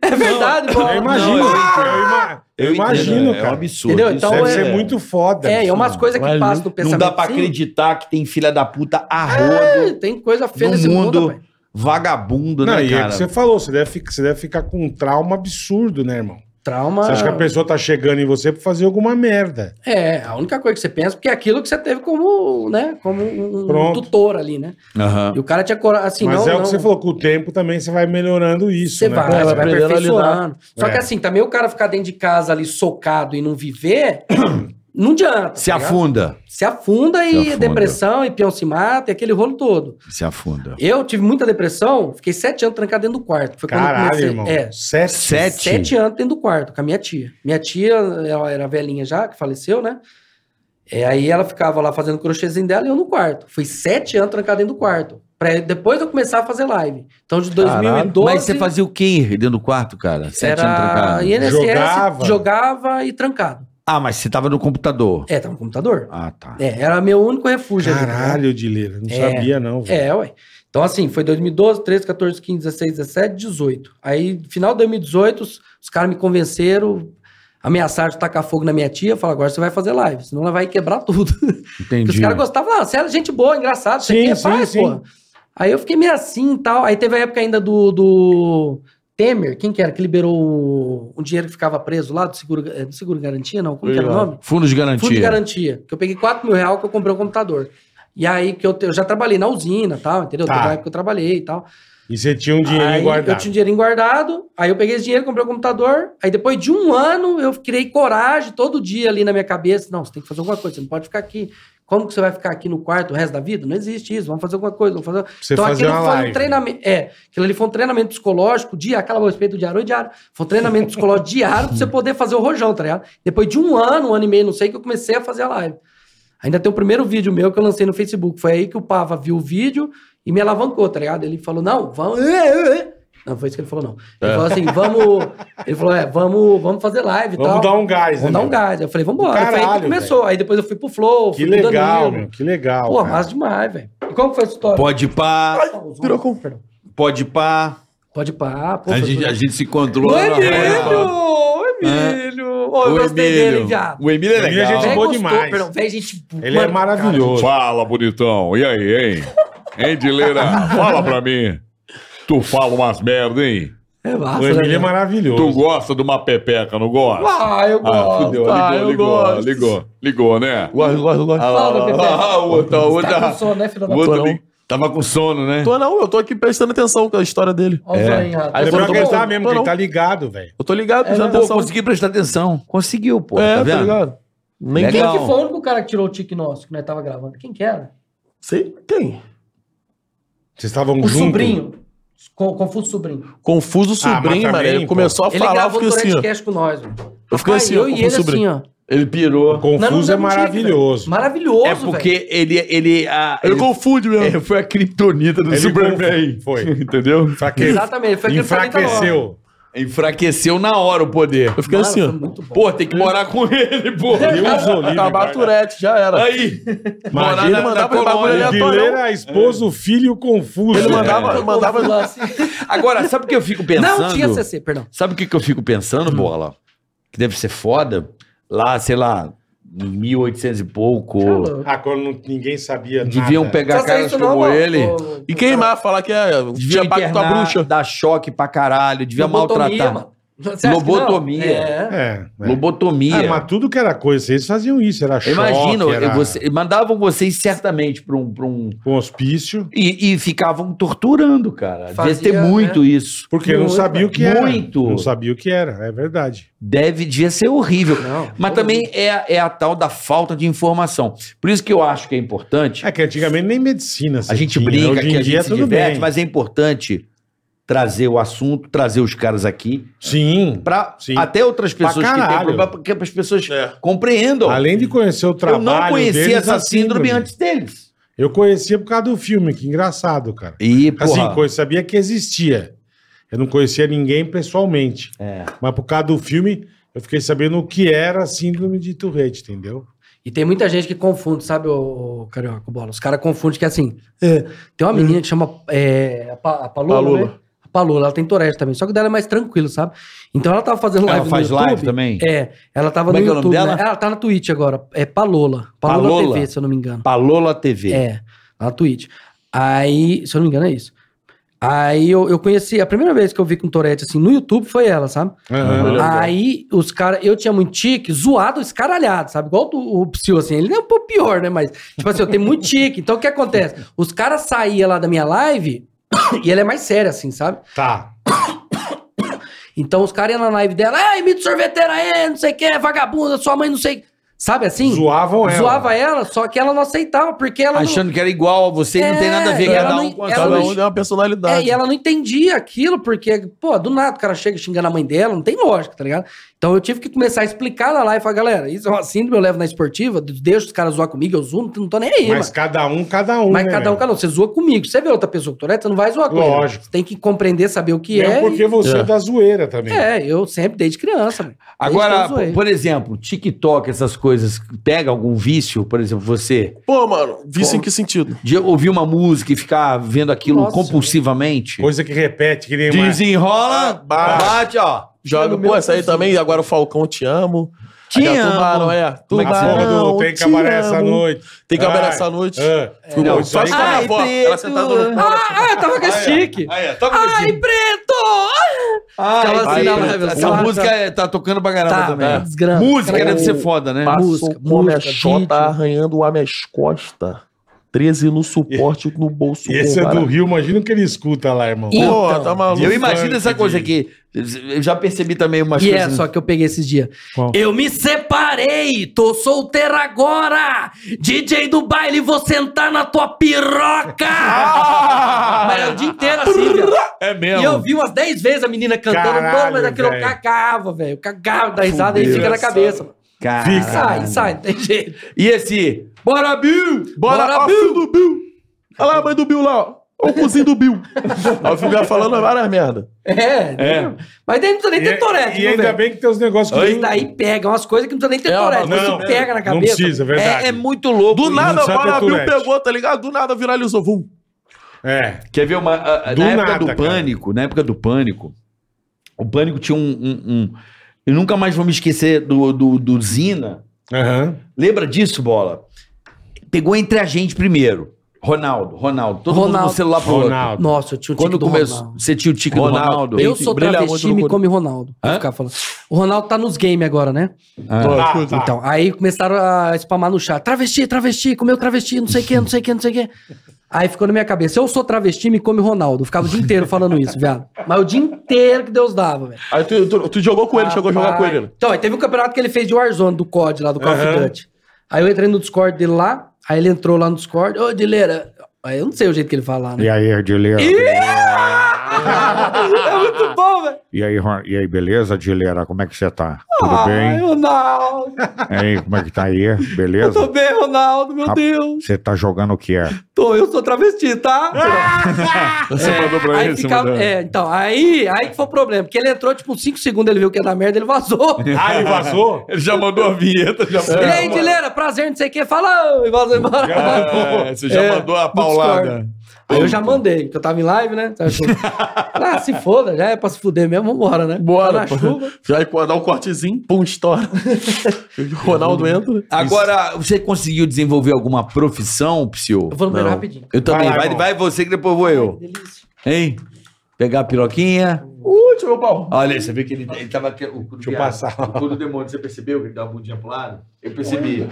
É verdade, pô. Eu imagino. Não, eu é eu ima- eu imagino, É um cara. absurdo. Entendeu? Isso Então Deve é- ser muito foda. É, e é umas isso. coisas que Mas passam do Não pensamento. dá pra Sim, É, acreditar que tem filha da puta a rodo, Tem coisa feia No nesse mundo, mundo, velho. vagabundo, Não, e né, é o cara? que você falou, você deve, fi- você deve ficar com um trauma absurdo, né, irmão? Trauma. Você acha que a pessoa tá chegando em você pra fazer alguma merda. É, a única coisa que você pensa, porque é aquilo que você teve como, né, como um Pronto. tutor ali, né? Aham. E o cara tinha coragem, assim, Mas não, é o não. que você falou, com o tempo também você vai melhorando isso, Você né? vai, É, vai você vai aprendendo a lidar. aperfeiçoando. Só É. que assim, também o cara ficar dentro de casa ali socado e não viver, não adianta. Se tá ligado? afunda. Se afunda e Se afunda. depressão, e peão se mata, e aquele rolo todo. Se afunda. Eu tive muita depressão, fiquei sete anos trancado dentro do quarto. Foi quando eu Caralho, comecei. irmão. É, Sete. Sete. sete anos dentro do quarto com a minha tia. Minha tia, ela era velhinha já, que faleceu, né? É, aí ela ficava lá fazendo crochêzinho dela e eu no quarto. Fui sete anos trancado dentro do quarto. Pra depois eu começar a fazer live. Então, de 2012. Mas você fazia o quê dentro do quarto, cara? Sete anos era é- trancado. INSS, Jogava? jogava. e trancado. Ah, mas você tava no computador. É, tava no computador. Ah, tá. É, era meu único refúgio. ali, né? Caralho, Dileira. Não É. sabia, não. velho. É, ué. Então, assim, foi 2012, 13, 14, 15, 16, 17, 18. Aí, final de 2018, os, os caras me convenceram, ameaçaram de tacar fogo na minha tia. Falaram, agora você vai fazer live, senão ela vai quebrar tudo. Porque Entendi. os caras gostavam, ah, você era gente boa, engraçado, você Sim, quer sim, faz, sim. pô. Aí eu fiquei meio assim e tal. Aí teve a época ainda do, do Temer, quem que era? Que liberou o, o dinheiro que ficava preso lá do seguro, eh, do seguro garantia, não? Como que era o Obrigado. nome? Fundo de Fundo de garantia. garantia. Que eu peguei 4 mil reais que eu comprei um computador. E aí que eu, te- eu já trabalhei na usina e tal, entendeu? Tá. Teve uma época que eu trabalhei e tal. E você tinha um dinheiro Aí eu guardado. tinha um dinheirinho guardado, aí eu peguei esse dinheiro, comprei um computador. Aí depois de um ano eu criei coragem todo dia ali na minha cabeça. Não, você tem que fazer alguma coisa, você não pode ficar aqui. Como que você vai ficar aqui no quarto o resto da vida? Não existe isso, vamos fazer alguma coisa, vamos fazer. Você fazer aquilo uma foi live. um treinamento. É, aquilo ali foi um treinamento psicológico, dia, aquela respeito diário, oi, diário. Foi um treinamento psicológico diário pra você poder fazer o rojão, tá ligado? Depois de um ano, um ano e meio, não sei, que eu comecei a fazer a live. Ainda tem o primeiro vídeo meu que eu lancei no Facebook. Foi aí que o Pava viu o vídeo e me alavancou, tá ligado? Ele falou, não, vamos. é, é, é. Não, foi isso que ele falou, não. É. Ele falou assim, vamos. Ele falou, é, vamos, vamos fazer live e Vamos tal. dar um gás, Vamos né, dar um meu? gás. Eu falei, vambora. Foi aí Caralho, que começou. Aí depois eu fui pro Flow, Que fui pro legal, Danilo. meu. Que legal. Pô, cara. massa demais, velho. E como que foi a história? Pode pá, Virou com... Perdão. pode pá. Pode parar, A pô. foi gente, tudo- a gente se encontrou Ô, lá na né? praia. Ô, É. Emílio! Ô, eu O gostei dele, Emílio. viado. O Emílio é O Emílio é legal. gente Véi, boa gostou, demais. perdão, véi, gente- Ele é mano, maravilhoso. Fala, bonitão. E aí, hein? Hein, Dileira? Fala pra mim. Tu fala umas merda, hein? cara, É massa, O Emílio é né? Tu maravilhoso. gosta de uma pepeca, não gosta? Ah, eu Ah, gosto. fudeu. Ah, eu Ligou, ligou, gosto. ligou. Ligou, né? Gosto, gosto, gosto. Fala, Pepe. Ah, o outro, o Você outro. tá com sono, né, filha da O outro Tô ali. Tava com sono, né? Tô não, eu tô aqui prestando atenção com a história dele. Ó, o zoinho, ó. Aí Tá foi Lembrou tô É. que bom. ele bom, tá mesmo, tô que ele não. tá ligado, velho. Eu tô ligado, prestando né? Pô, atenção. consegui prestar atenção. Conseguiu, pô. é, tá tá vendo? ligado? Nem Legal. quem... Quem que foi o único cara que tirou o tique nosso que nós tava gravando? Quem que era? Sei quem. Vocês estavam O juntos. sobrinho. Co- Confuso sobrinho. Confuso Ah, mas sobrinho, também, mano. Ele pô. começou a Ele falar, eu gravou fiquei o assim, ó. Tourette com nós, mano. Eu fiquei Rapaz, assim, ó, eu e com o ele assim, sobrinho. ó. Ele pirou. Confuso Nós não é demos tique, maravilhoso. velho. maravilhoso, É velho. porque ele. ele, a, Ele ele- confunde mesmo. é, foi a criptonita do Ele Superman. confu- foi. Entendeu? Fraque... Exatamente. Foi aquele que tá eu falei pra nós. é Enfraqueceu. Enfraqueceu na hora o poder. Eu fiquei Mano, assim, foi ó. muito bom. Pô, tem que morar com ele, pô. Deus o livre, Acabar guarda. a Tourette, já era. Aí. Ele mandava esse bagulho O aleatório. é Guilherme, a esposa, É. o filho, o confuso. né? Ele mandava, Tocou mandava. lá, assim. Agora, sabe o que eu fico pensando? Não tinha CC, perdão. Sabe o que, que eu fico pensando, Bola? Que deve ser foda. Lá, sei lá, em 1800 e pouco. Falou. Ah, quando não- ninguém sabia deviam nada. pegar é Tá Só sei caras isso como não, ó, ele. ô, E queimar, falar que é. Devia Tinha pago tua internar, bruxa. dar choque pra caralho. Devia maltratar. mano. Você acha que não? Lobotomia. É. É, é. Ah, Lobotomia. mas tudo que era coisa, vocês faziam isso, era choque, Imagina, era você- mandavam vocês certamente pra um. Pra um um hospício, e, e ficavam torturando, cara. Fazia, né? devia ter muito isso. porque não Muito, sabia o que velho. era. Muito. Não sabia o que era, é verdade. Deve, devia ser horrível. Não. Mas também é, é a tal da falta de informação. Por isso que eu acho que é importante. É que antigamente nem medicina A você gente tinha, né? brinca, hoje em que a dia é gente se tudo diverte, bem. mas é importante trazer o assunto, trazer os caras aqui, Sim, para Sim. até outras Pra pessoas que têm caralho. problema, porque as pessoas É. compreendam. além de conhecer o eu trabalho não deles, conhecia essa assim, síndrome meu antes deles. Eu conhecia por causa do filme, que engraçado, cara. E, porra, Assim, eu sabia que existia. Eu não conhecia ninguém pessoalmente. É. Mas por causa do filme, eu fiquei sabendo o que era a síndrome de Tourette, entendeu? E tem muita gente que confunde, sabe, o Carioca Bola? Os caras confundem que é assim. é, tem uma menina que chama é, a, pa, a Palula. Palula. né? A Palula, ela tem Tourette também. Só que o dela é mais tranquilo, sabe? Então ela tava fazendo Ela live. faz no YouTube. live também? É. Ela tava Como é no que é o nome YouTube. né? dela? Ela tá na Twitch agora. É Palola. Palola, Palola? TV, se eu não me engano. Palola TV. É, lá na Twitch. Aí, se eu não me engano, é isso. Aí eu, eu conheci, a primeira vez que eu vi com Tourette, assim, no YouTube foi ela, sabe? Olha só. Aí os caras, eu tinha muito tique, zoado, escaralhado, sabe? Igual o, o Psyu, assim, ele é um pouco pior, né? Mas, tipo assim, eu tenho muito tique. Então o que acontece? Os caras saíam lá da minha live e ela é mais séria, assim, sabe? Tá. Então os caras iam na live dela, ah, imita sorveteira aí, não sei o que, vagabunda, sua mãe não sei. Sabe assim? Zoavam ela. Zoava ela, só que ela não aceitava, porque ela não, Achando que era igual a você e não tem nada a ver É, cada ela um não- com a ela sua. Cada não- um tem uma É, personalidade. e ela não entendia aquilo, porque, pô, do nada o cara chega xingando a mãe dela, não tem lógica, tá ligado? Então eu tive que começar a explicar lá e falar, galera, isso é uma síndrome eu levo na esportiva, deixa os caras zoar comigo, eu zoo, não tô nem Mas aí, mano. cada um, cada um. Mas né, cada um, velho? cada um. Você zoa comigo. Você vê outra pessoa com Tourette, você não vai zoar com ela. Lógico. Você tem que compreender, saber o que Mesmo é. porque você é. É. da zoeira também. e- É, eu sempre, desde criança. mano. Desde que eu Agora, zoei. por exemplo, TikTok, essas coisas, pega algum vício, por exemplo, você Pô, mano, vício em que sentido? de ouvir uma música e ficar vendo aquilo Nossa. compulsivamente. Coisa que repete, que nem mais. Desenrola, Ah, Bate. bate, ó. Joga, pô, essa aí também, agora o Falcão te amo. Te Aquela amo. Tubarão, é. Como é que A porra Tubarão, do tem que te acabar essa amo. noite. Tem que acabar Ai, essa noite. ah, Fui não, bom. isso Só aí isso da minha Ai, avó. preto. Ela sentada no... Ah, eu tava com a chique. é, Aí, toca o Ai, dedinho. preto! Aquela Ai, assim, preto. não, Essa tá- música é- tá tocando pra caramba Tá, também. tá. Desgrama. Música Cara, deve ser foda, né? Passou Música, com música, a mexota vídeo. arranhando a minhas costas. 13 no suporte, no bolso. E esse é com do vara. Rio, imagina o que ele escuta lá, irmão. E- Pô, Então. tá maluco. Eu imagino essa coisa aqui. Eu já percebi também umas E é, coisas. só que eu peguei esses dias. Qual? Eu me separei, tô solteiro agora. DJ do baile, vou sentar na tua piroca. Ah! Mas é o dia inteiro assim, velho. É E eu vi umas 10 vezes a menina cantando, Caralho, pô, mas aquilo eu velho. cagava, velho. Eu Cagava da risada e fica na cabeça. mano. Cara. Fica. Sai, sai, não tem jeito. E esse. Bora, Bill! Bora, Bora, ó, filho do Bill. Olha lá a mãe do Bill lá, ó. Olha o cozinho do Bill. Aí eu fico falando várias merda. É, entendeu? Mas daí não precisa nem ter torete, e viu, ainda velho? bem que tem os negócios que Isso daí pega umas coisas que não precisa nem ter É, torete. mas Isso não, pega na não cabeça. precisa, é verdade. É, é muito louco. Do isso. nada, sabe agora ter a Bill Tourette. pegou, tá ligado? Do nada viralizou. Vum. É. Quer ver uma. a- a- Do na época nada, do cara. pânico, na época do pânico, o pânico tinha um. um- um- eu nunca mais vou me esquecer do, do, do Zina. Aham. Lembra disso, bola? Pegou entre a gente primeiro. Ronaldo, Ronaldo. Todo mundo Ronaldo. no celular pro outro. Ronaldo. Nossa, eu tinha o tique Quando do começou. Ronaldo. Você tinha o tique Ronaldo, do Ronaldo? Eu sou Brilha muito travesti, no me corpo. come Ronaldo. Vou Hã? ficar falando. O Ronaldo tá nos games agora, né? Ah. Tá, tá. Então, aí começaram a spamar no chat. Travesti, travesti, comeu travesti, não sei o que, não sei o que, não sei o que. Aí ficou na minha cabeça, eu sou travesti, me come Ronaldo. Eu ficava o dia inteiro falando isso, viado. Mas o dia inteiro que Deus dava, velho. Aí tu, tu- tu jogou com ele, chegou a jogar com Rapaz. ele. né? Então, aí teve um campeonato que ele fez de Warzone, do COD lá, do Call of Aham. Duty. Aí eu entrei no Discord dele lá, aí ele entrou lá no Discord. Ô, Dileira... Aí eu não sei o jeito que ele fala, né? E aí, Adileira? é muito bom, velho. E aí, Ron- e aí, beleza, Adileira? Como é que você tá? Tudo Ai, bem? Ronaldo. E aí, como é que tá aí? Ah, Eu tô Beleza? bem, Ronaldo, meu Rap- Deus. Você tá jogando o que é? Tô, eu sou travesti, É. tá? Você mandou pra aí ele, você fica- mandou. é, então, aí, aí que foi o problema. Porque ele entrou, tipo, 5 segundos, ele viu que ia dar merda, ele vazou. Aí vazou? Ele já mandou a vinheta. Já e aí, Dileira, prazer, não sei o que, fala, e vazou embora. É, você já É, mandou a no paulada. Discord. Aí eu já mandei, porque eu tava em live, né? Tava tipo, ah, se foda, já é pra se fuder mesmo, vambora, né? Tá Bora, na pô. chuva. Já dá um cortezinho, pum, estoura. o Ronaldo entra. Agora, você conseguiu desenvolver alguma profissão, Psyu? Eu vou no banheiro Não. rapidinho. Eu Vai também. lá, Vai, vai, irmão. você que depois vou eu. Delícia. Hein? Pegar a piroquinha. Último, meu pau. Olha, você vê que ele, ele tava. aqui, O cu do Deixa eu viado. passar. O cu do demônio, você percebeu que ele dava a bundinha pro lado? Eu percebi.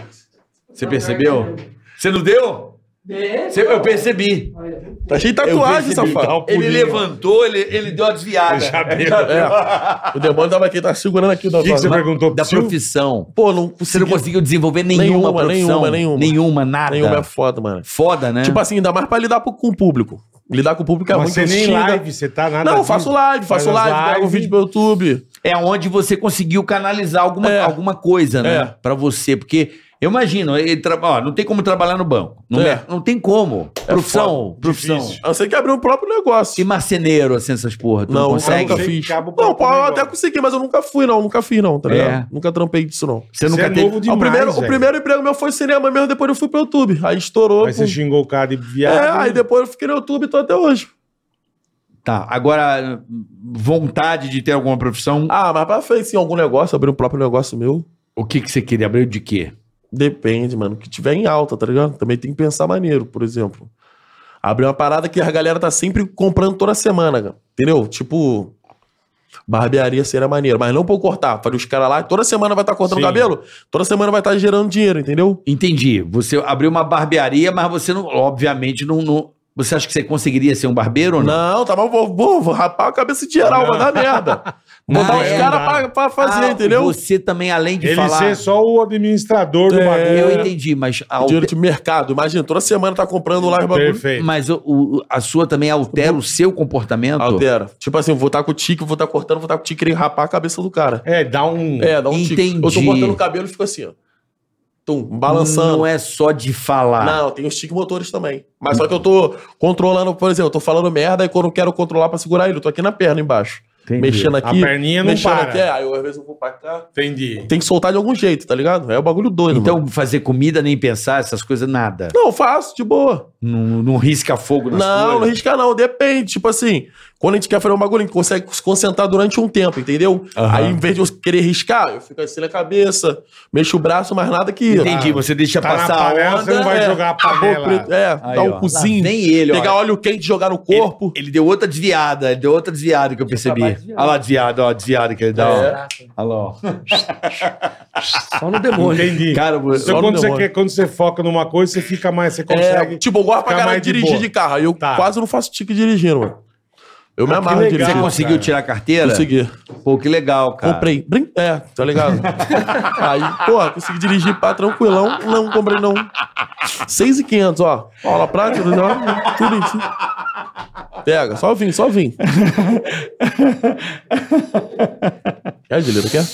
Você percebeu? Você não deu? Você- eu percebi. Tá cheio de tatuagem, Eu percebi. então. safado. Ele levantou, ele, ele deu a desviada. O demônio tava aqui, tá segurando aqui. O que, que você vai... perguntou Da Psyu? profissão. Pô, não Você não consegui- conseguiu desenvolver nenhuma, Nenhuma, profissão. nenhuma, nenhuma. nada. Nenhuma é foda, mano. Foda, né? Tipo assim, ainda mais pra lidar pro- com o público. Lidar com o público é ruim. Mas você que nem xinga. live, você tá nada. Não, disso. faço live, Faz faço as live, pego um lives. vídeo pro YouTube. é onde você conseguiu canalizar alguma, É. alguma coisa, né? É. Pra você. Porque eu imagino, ele tra... ó, não tem como trabalhar no banco. Não, É. é- não tem como. profissão, profissão. Difícil. A não ser que abrir o próprio E negócio. marceneiro, assim, essas porra. Tu não, Não, consegue? nunca Você fiz. acaba o Não, próprio pô, eu um negócio. até consegui, mas eu nunca fui, não. Nunca fiz, não, tá É. ligado? Nunca trampei disso, não. Você Você nunca é teve. novo demais, o, primeiro, o velho. primeiro emprego meu foi cinema mesmo, depois eu fui pro YouTube. Aí estourou. Aí você pô. xingou o cara de é, viado. aí depois eu fiquei no YouTube e tô até hoje. Tá, agora, vontade de ter alguma profissão. Ah, mas pra frente, sim, algum negócio, abrir um próprio negócio meu. O que, que você queria abrir de quê? Depende, mano. Que tiver em alta, tá ligado? Também tem que pensar maneiro, por exemplo. Abrir uma parada que a galera tá sempre comprando toda semana, cara. entendeu? Tipo, barbearia seria maneiro, mas não pra eu cortar. Faria os caras lá, toda semana vai estar cortando Sim. cabelo, toda semana vai estar gerando dinheiro, entendeu? Entendi. Você abriu uma barbearia, mas você, não, obviamente, não, não, Você acha que você conseguiria ser um barbeiro ou não? Não, tá mal, vou, vou, vou rapar a cabeça de geral, vai dar merda. Botar Ah, os é, caras dá. pra, pra fazer, Ah, entendeu? Você também, além de Ele falar... É, ser só o administrador do Eu bagulho. entendi, mas... A Dinheiro alter... de mercado, imagina, toda semana tá comprando lá os bagulho. Perfeito. Mas o- o- a sua também altera o seu comportamento? Altera. Tipo assim, vou estar com o tique, vou estar cortando, vou estar com o tique querendo rapar a cabeça do cara. É, dá um. É, dá um tique. Entendi. Eu tô cortando o cabelo e fico assim, ó. Tum, balançando. Não é só de falar. Não, tem os tique motores também. Mas só que eu tô controlando, por exemplo, eu tô falando merda e quando eu quero controlar pra segurar ele, eu tô aqui na perna embaixo. Mexendo A aqui. perninha não mexendo para. aqui. é, Aí eu às vezes eu vou pra cá. Entendi. Tem que soltar de algum jeito, tá ligado? É o bagulho doido, mano. Então, fazer comida, nem pensar, essas coisas, nada. Não, eu faço, de boa. Não, não risca fogo nas não, não coisas. risca não, depende. Tipo assim, quando a gente quer fazer um bagulho, a gente consegue se concentrar durante um tempo, entendeu? Aí, em vez de eu querer riscar, eu fico assim na cabeça, mexo o braço, mas nada que. Entendi, você deixa Tá na passar a panela, onda. é. você não Ah, vai jogar a panela. Preto, É, Aí, dá um ó. cozinho. Lá vem ele, ó. pegar óleo quente e jogar no corpo. Ele deu outra desviada, ele deu outra desviada que eu percebi. Olha lá, desviada, ó, desviada que ele dá, ó. Olha lá, ó. Só no demônio. Entendi. Cara, você- Então, só quando no você, demônio. quer, quando você foca numa coisa, você fica mais, você consegue. É, tipo, eu gosto pra ficar caralho mais de de dirigir boa. de carro. aí Eu Tá. quase não faço tique dirigindo, mano. Eu me Ah, que amarro em legal. dirigir. você Cara. conseguiu tirar a carteira? Consegui. Pô, que legal, cara. Comprei. Brin- É, tá ligado? aí, porra, consegui dirigir pra tranquilão. Não comprei, não. 6,500, ó. Aula prática, ó, tudo isso. Pega, só vim, só vim. Quer, Gileiro, quer?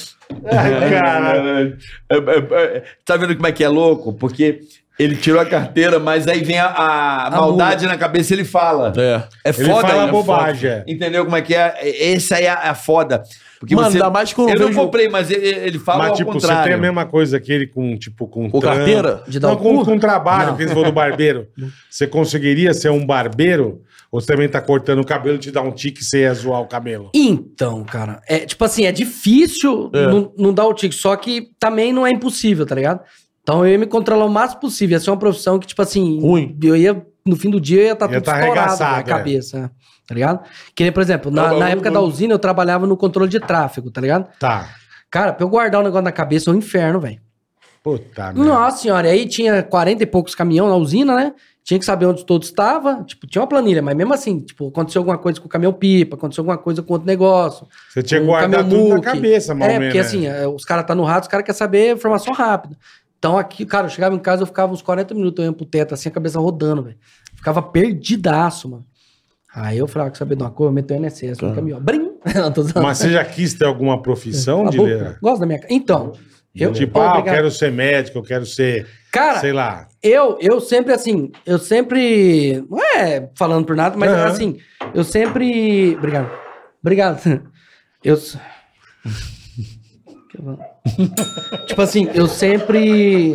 Cara, É, é, é, tá vendo como é que é louco? Porque ele tirou a carteira, mas aí vem a, a maldade na cabeça e ele fala. É. É ele foda, fala né? bobagem. é. Entendeu como é que é? É- Essa aí é a, a foda. Porque Mano, você, ainda mais quando eu eu não vejo- comprei, mas ele, ele fala Mas, ao tipo, você contrário. tem a mesma coisa que ele com, tipo, com. Com trampo. carteira? De dar Não, o com, cu? com trabalho, Não. que eles vão do barbeiro. Você conseguiria ser um barbeiro? Ou você também tá cortando o cabelo, te dá um tique e você ia zoar o cabelo? Então, cara, é tipo assim, é difícil não, não dar o tique, só que também não é impossível, tá ligado? Então eu ia me controlar o máximo possível. Ia ser uma profissão que, tipo assim, Ruim. eu ia, no fim do dia, eu ia estar Ia tudo tá estourado na arregaçado, minha cabeça, né? tá ligado? Que nem, por exemplo, na, Não, na eu- época eu- da usina eu trabalhava no controle de tráfego, tá ligado? Tá. Cara, pra eu guardar o negócio na cabeça é um inferno, velho. Puta merda. Nossa senhora, e aí tinha 40 e poucos caminhão na usina, né? Tinha que saber onde todos estavam. Tipo, tinha uma planilha, mas mesmo assim, tipo, aconteceu alguma coisa com o caminhão pipa, aconteceu alguma coisa com outro negócio. Você tinha que um guardar caminhão tudo na muque. cabeça, mal É, menos, porque né? assim, é, os caras tá no rato, os caras querem saber informação rápida. Então aqui, cara, eu chegava em casa, eu ficava uns 40 minutos olhando pro teto, assim, a cabeça rodando, velho. Ficava perdidaço, mano. Aí eu falava, "Ah, quer saber de uma coisa? Eu meto o NSS no caminhão. Brim! Não, tô zoando. Mas você já quis ter alguma profissão, Tá bom? Dileira? Gosto da minha ca- Então, eu... Tipo, ah, eu quero ser médico, eu quero ser, Cara, sei lá. Eu, eu sempre, assim, eu sempre. Não é falando por nada, mas Aham. assim, eu sempre. Obrigado. Obrigado. Eu. s- tipo assim, eu sempre.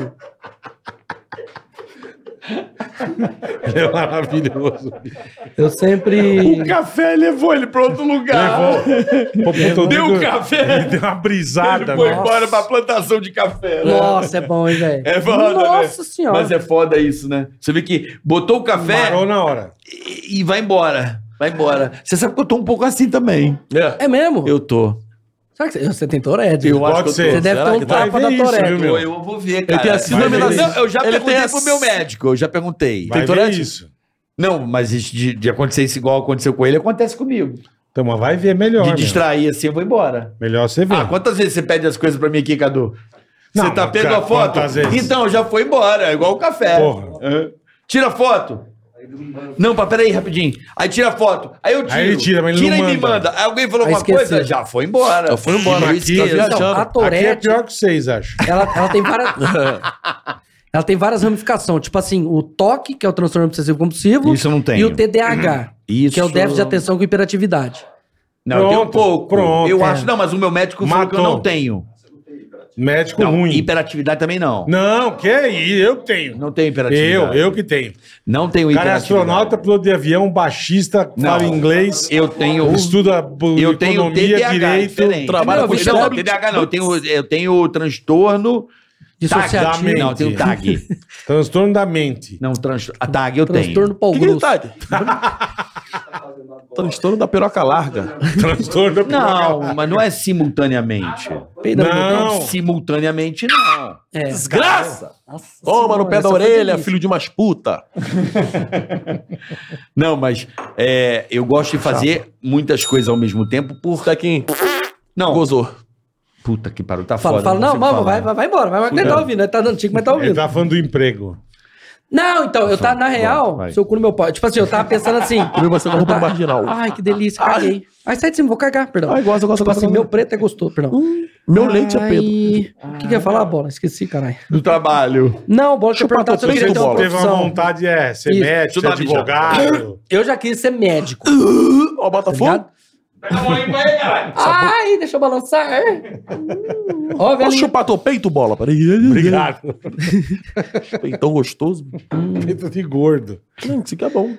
Ele é maravilhoso. Eu Um sempre. café levou ele pra outro lugar. Pô, puta, Deu eu- um café. Deu uma brisada, Foi nossa. embora pra plantação de café. né? Nossa, é bom, hein, velho? É foda, Nossa senhora. Mas é foda isso, né? Você vê que botou o café Parou na hora. e, e vai embora. Vai embora. Você sabe que eu tô um pouco assim também. é... mesmo? Eu tô. Será que você, você tem Tourette? Eu Pode acho que eu ser. Você deve Será ter que um vai tapa ver da isso, Tourette. viu? Pô, meu. eu vou ver, cara. tem a síndrome Mas da- Eu eu já Ele perguntei tem a- pro meu médico, eu já perguntei. Vai ver Tourette? isso. Não, mas isso de, de acontecer isso igual aconteceu com ele, acontece comigo. Então, mas vai ver melhor. de meu. distrair assim, eu vou embora. Melhor você ver. Ah, quantas vezes você pede as coisas pra mim aqui, Cadu? Não, você tá mas, pegando cara, a foto? quantas vezes? Então, já foi embora, igual o café. Porra. Hã? Tira a foto. Não, pá, peraí, rapidinho. Aí tira a foto. Aí eu tiro. Aí ele tira, mas ele tira não e me manda. manda. Aí alguém falou Aí alguma esqueceu. coisa? Já foi embora. Já foi embora. Aqui, Então, a Aqui é Tourette, pior que vocês, acho. ela, ela tem várias. Ela tem várias ramificações, tipo assim, o TOC, que é o transtorno obsessivo compulsivo, Isso eu não tenho. Uhum. e o TDAH, Isso. que é o déficit de atenção com hiperatividade. Não, eu tenho um Pronto, pouco. pronto. eu É. acho, não, mas o meu médico falou que eu Matou. não tenho. Médico Não, ruim. hiperatividade também não. não. Não, que aí? Eu tenho. tenho eu, hiperatividade. eu que tenho. Não tenho O cara é hiperatividade. astronauta, piloto de avião, baixista, Não. fala inglês, Eu tenho. estuda bu- Eu tenho economia, TDAH, direito. diferente. trabalha não, com não, estômago. TDAH não, eu tenho, eu tenho transtorno Dissociativo. Não, eu tenho TAG. Transtorno da mente. Não, transtorno. A TAG eu O Transtorno pau que, que ele grosso. tá? Transtorno da piroca larga. Transtorno da tenho. Não, mas não é simultaneamente. Peida no Não. Simultaneamente não. É. Desgraça! é Nossa Toma no senhora, pé essa da foi orelha, delícia. filho de umas puta. Não, mas é, eu gosto de fazer muitas coisas ao mesmo tempo por. Tequim, Não. gozou. Puta que pariu, tá Fala, foda. fala, não, consigo vamos, falar. vai, vai, vai embora. Vai, vai, que ele tá ouvindo, ele tá dando tico, mas tá Ele ouvindo. tá falando do emprego. Não, então, eu tá, na real, vai. se eu cu no meu pau. Tipo assim, eu tava pensando assim. Comeu você na roupa do marginal. Ai, que delícia, caguei. Ai, sai de cima, vou cagar, perdão. Ai, gosta, gosta, Tipo gosta. assim, gosta. meu preto é gostoso, perdão. Meu leite é Ai, Pedro. O que que eu ia falar, Bola? Esqueci, caralho. Do trabalho. Não, Bola, deixa eu Chupar perguntar se eu teu queria peito, ter uma Bola. Teve uma profissão. vontade, é, ser Isso. médico, ser Deixa eu dar advogado. Eu já queria ser médico, tá Ó, Botafogo. ligado? Ai, deixa eu balançar. é? Ó, Posso velho. chupar teu peito, bola? Peraí. Obrigado. Peitão gostoso. Feito de gordo. Hum, isso aqui é bom.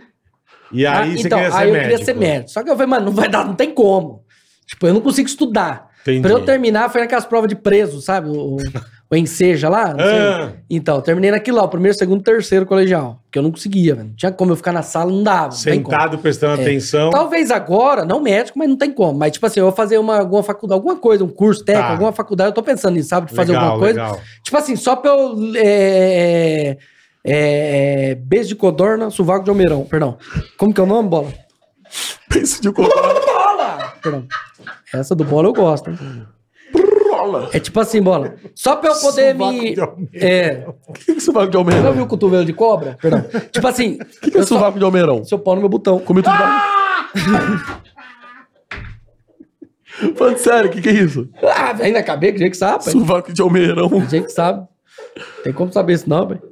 E Ah, aí você então, queria ser aí eu médico. queria ser médico. Só que eu falei, mano, não vai dar, não tem como. Tipo, eu não consigo estudar. Entendi. Pra eu terminar, foi naquelas provas de preso, sabe? O, o- o enseja lá. não sei. Ah. Então, eu terminei naquilo lá, o primeiro, segundo, terceiro colegial. Porque eu não conseguia, velho. Não tinha como eu ficar na sala, não dava. não tem como. Sentado, prestando É. atenção. Talvez agora, não médico, mas não tem como. Mas, tipo assim, eu vou fazer uma, alguma faculdade, alguma coisa, um curso técnico, Tá. alguma faculdade, eu tô pensando nisso, sabe? De fazer Legal, alguma coisa. legal. Tipo assim, só pra eu. É, é, é, beijo de codorna, sovaco de almeirão, perdão. Como que é o nome, bola? Pensa de colocar. Bola! Perdão. Essa do bola eu gosto. hein? Rola. É tipo assim, bola. Só pra eu poder Sovaco me. de almeirão. É. O que que você vai de Você já viu almeirão? o cotovelo de cobra? Perdão. Tipo assim. O que que é eu só- sovaco de almeirão? Seu pau no meu botão. Comeu tudo da- Falando sério, o que que é isso? Ah, ainda acabei, que jeito que sabe. pai. Sovaco de almeirão. A gente que sabe. Tem como saber isso, não, velho.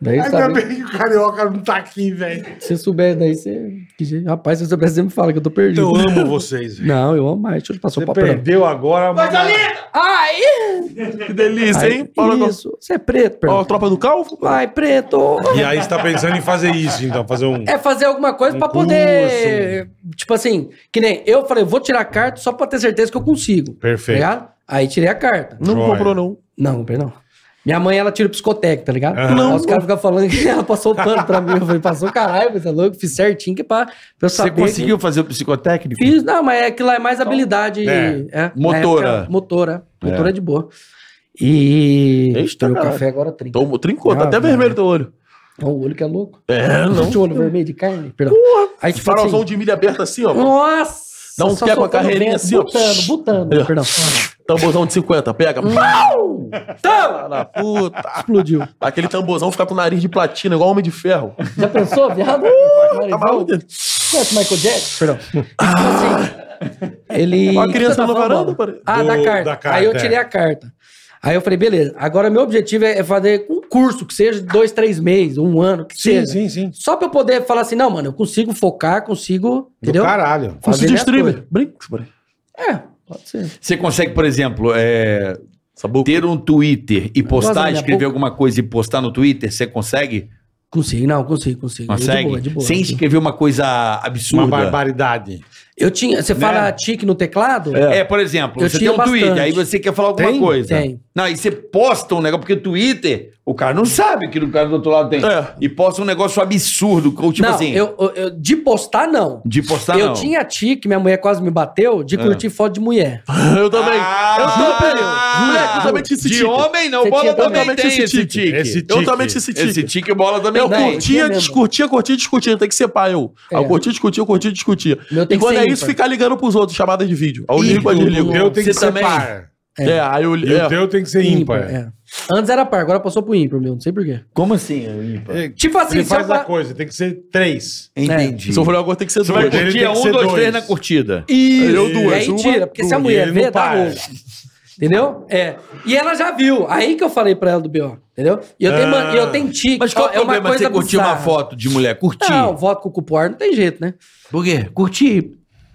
Daí Ainda sabe. bem que o carioca não tá aqui, velho. Se você souber, daí você. que jeito- Rapaz, se você soubesse, você me fala que eu tô perdido. Eu amo vocês, velho. Não, eu amo mais. Deixa eu te passar o Então, Você papel. perdeu agora, mas. Ai! Que delícia, hein? Fala agora. Isso. Você é preto, Ó, perdão. tropa do calvo? Ai, preto! E aí você tá pensando em fazer isso, então, fazer um. É fazer alguma coisa Um pra poder. Tipo assim, que nem eu falei, eu vou tirar a carta só pra ter certeza que eu consigo. Perfeito. Tá ligado? Aí tirei a carta. Não Joia. comprou, não. Não, perdão. Minha mãe, ela tira psicotec, tá ligado? Aham. Aí os caras ficam falando que ela passou o pano pra mim. Eu falei, passou caralho, você é louco? Fiz certinho que é pra, pra eu Você saber. conseguiu fazer o psicotécnico? Que... Fiz, não, mas é aquilo lá é mais Então, habilidade. É. é, Motora. na época, motora. Motora é. de boa. E. Eita, Eita, meu caralho. café agora trinta. Tomou, trincou, Ah, tá até velho. vermelho teu olho. É o olho que é louco. É, Não não. tinha olho vermelho de carne? Perdão. Aí, tipo Farolzão assim, de milha aberto assim, ó. Nossa! Dá um só pé com a soltando carreirinha vento, assim, ó. Butando, É. butando. Perdão. Tamborzão de 50, pega. Pau! Tala na puta. Explodiu. Aquele tamborzão fica com o nariz de platina, igual homem de ferro. Já pensou, viado? Tá Marival, maluco? Conhece Michael Jackson? Perdão. Tipo assim, ele... Uma criança Você tá na falando, varanda, mano? pare- Ah, Do- da carta. da carta, Aí eu é. tirei a carta. Aí eu falei, beleza, agora meu objetivo é é fazer um curso, que seja de dois, três meses, um ano, que Sim, seja. sim, sim. Só pra eu poder falar assim, não, mano, eu consigo focar, consigo, Do entendeu? caralho. Curso Fazer de minha streamer. Brinks, pare. coisa. É, pode ser. Você consegue, por exemplo, é, Essa boca. ter um Twitter e Gosta da postar, minha escrever boca? alguma coisa e postar no Twitter? Você consegue? Consigo, não, consigo, consigo. Consegue? É De boa, de boa. Sem escrever uma coisa Uma absurda. barbaridade. Eu tinha. Você fala Né? tique no teclado? É, por exemplo, Eu você tem tinha um Twitter, bastante. aí você quer falar alguma Tem? coisa. Tem. Não, aí você posta um negócio, porque o Twitter, o cara não sabe que o cara do outro lado tem. É. E posta um negócio absurdo, como, tipo não, assim, eu, eu- eu- de postar, não. de postar eu não. tinha tique, minha mulher quase me bateu, de curtir foto de mulher. Eu também. Ah, eu também. ah, Moleque, eu também tinha esse de tique. homem não, tipo. Você bola tinha tipo. também, também tem esse esse tipo. tique. tique. Esse Esse, tique. Eu também tinha esse tique. tique e bola também Eu tem. curtia, tinha é mesmo. discutia, curtia, discutia. Tem que ser pai, eu. É. Eu curtia, discutia, eu curtia, discutia. Meu tem E que quando ser é ímpar. isso, ficar ligando pros outros, chamada de vídeo. Aí eu ligo, aí eu O ligo. teu tem que Você ser também. par. É. aí eu E o ligo. teu tem que ser ímpar. é. Antes era par, agora passou pro ímpar, meu. Não sei porquê. Como assim, ímpar? É, Tipo assim, Ele se faz eu a fa- coisa, tem que ser três. Entendi. Se eu for agora, tem que ser dois. vai ter- Curtia tem que um, ser dois, dois. três na curtida. Isso. Eu duas, E aí uma, tira, porque se a duas. mulher Ele não vê, dá para. rolo. Entendeu? É. E ela já viu. Aí que eu falei pra ela do B.O. Entendeu? E eu, tenho, Ah. man- e eu tenho tique. Mas qual ó, é o problema de você curtir uma bizarra. foto de mulher? Curtir. Não, voto com cupom não tem jeito, né? Por quê? Curtir.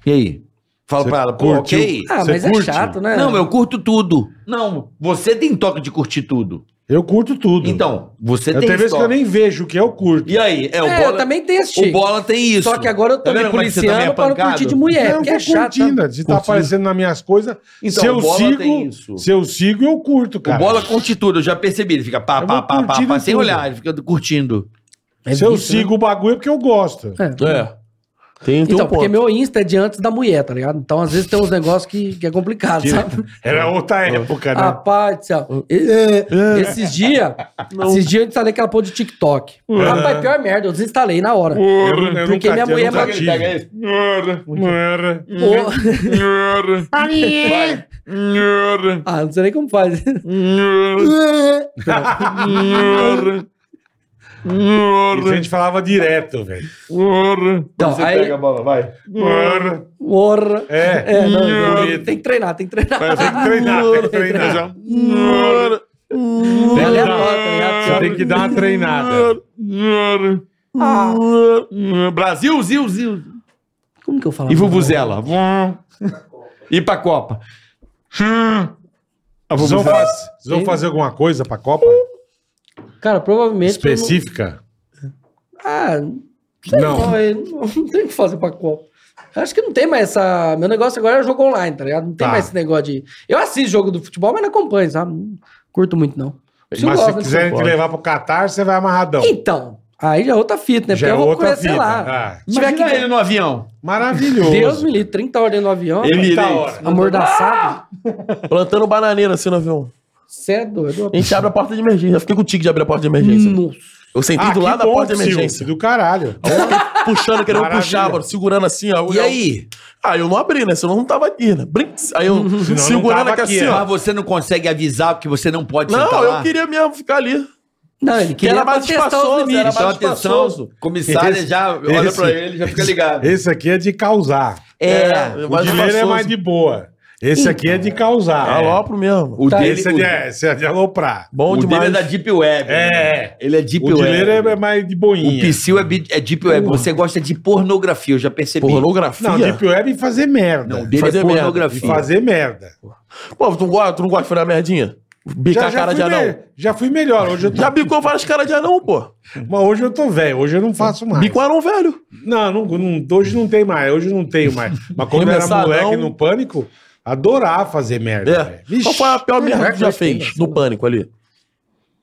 E aí? Fala Você pra ela, pô, curtiu? ok? Ah, Você mas curte? é chato, né? Não, eu curto tudo. Não, você tem toque de curtir tudo. Eu curto tudo. Então, você Eu tem tem vezes esse que eu toque. nem vejo o que eu curto. E aí? É, o É, eu bola, também tenho esse o tique. bola tem isso. Só que agora eu tô Tá me vendo como é que você policiando também é pra não curtir pancado? de mulher, não, porque eu é tô chato. curtindo. Se tá aparecendo nas minhas coisas, Então, se eu o bola tem sigo, isso. se eu sigo, eu curto, O cara. bola curte tudo, eu já percebi. Ele fica pá, Eu pá, vou pá, pá, curtindo pá, sem tudo. olhar, ele fica curtindo. É se eu vício, né? sigo o bagulho é porque eu gosto. É. Tem, tem Então, um porque ponto. meu Insta é de antes da mulher, tá ligado? Então, às vezes tem uns negócios que, que é complicado, sabe? Era outra época, né? Ah, pá, do céu. E- e- Esses dias, esses dias eu instalei aquela porra de TikTok. Rapaz, pior merda, eu desinstalei na hora. Porra, eu porque nunca minha tinha, mulher nunca mandou- tive. Porra. Ô, Vai. Ah, não sei nem como faz. Isso a gente falava direto, velho. Então, aí, Pega a bola, vai. Porra. É. É, não, eu- tem que treinar, tem que treinar. Mas tem que treinar, tem que treinar. É aleatório, tá ligado? Você tem que dar uma treinada. Brasil, Zil, Zil. Como que eu falo? E Vuvuzela. E pra Copa. Hum. Ah, Vocês vão, faz- vocês vão fazer alguma coisa pra Copa? Cara, provavelmente. eu não- Específica? Ah, Não. não, eu não, não tem o que fazer pra Copa. Eu Acho que não tem mais essa. Meu negócio agora é jogo online, tá ligado? Não tem Tá. mais esse negócio de. Eu assisto jogo do futebol, mas não acompanho, sabe? Não curto muito, não. Eu Mas gosto se de quiserem te futebol. levar pro Catar, você vai amarradão. Então, aí já é outra fita, né? Já Porque é eu vou outra conhecer fita, lá. é. Se tiver que. no avião. Maravilhoso. Deus me livre, 30 horas dentro do avião. Ele Tá irei. hora. Amordaçado. Plantando bananeira assim no avião. Você é doido. A gente abre a porta de emergência. Eu fiquei com o tique de abrir a porta de emergência. Hum. Nossa. Eu sentei Ah, do que lado da bom, porta de Silvio, emergência. Do caralho. Puxando, querendo Maravilha. puxar, mano. Segurando assim, ó. E Eu- aí? Ah, eu não abri, né? Senão eu não tava aqui, né? Brinks. Aí eu não segurando tava aqui aqui, assim, ó. Mas você não consegue avisar porque né? você não pode Não, sentar eu lá? queria mesmo ficar ali. Não, ele Que queria era mais testar os espaçoso, limites. era Então, mais espaçoso. atenção, comissária Esse- já olha esse- pra ele, já fica ligado. Esse aqui é de causar. é, O de Leira é mais de boa. Esse aqui é de causar. É alopro mesmo. o Tá, dele, Esse é o, de, é, esse é de aloprar. Bom o demais. dele é da Deep Web. É. Ele é Deep O de Web. Leira é mais de O boinha. Psyu é, bi- é Deep Web. Você gosta de pornografia, eu já percebi. Pornografia. Não, Deep Web e fazer merda. Não, o dele é Fazer merda. E pornografia. fazer merda. Pô, tu não gosta, tu não gosta de furar merdinha? Bicar a cara fui de anão. me- já fui melhor. Hoje eu tô, Já bicou várias caras de anão, pô. mas hoje eu tô velho. Hoje eu não faço mais. Bicou anão velho. Não, não, não- hoje não tem mais. Hoje eu não tenho mais. Mas quando eu era Remessadão. moleque no pânico, adorava fazer merda. É. velho. Vixe, Qual foi a pior merda que tu já merda, fez sim, no pânico ali?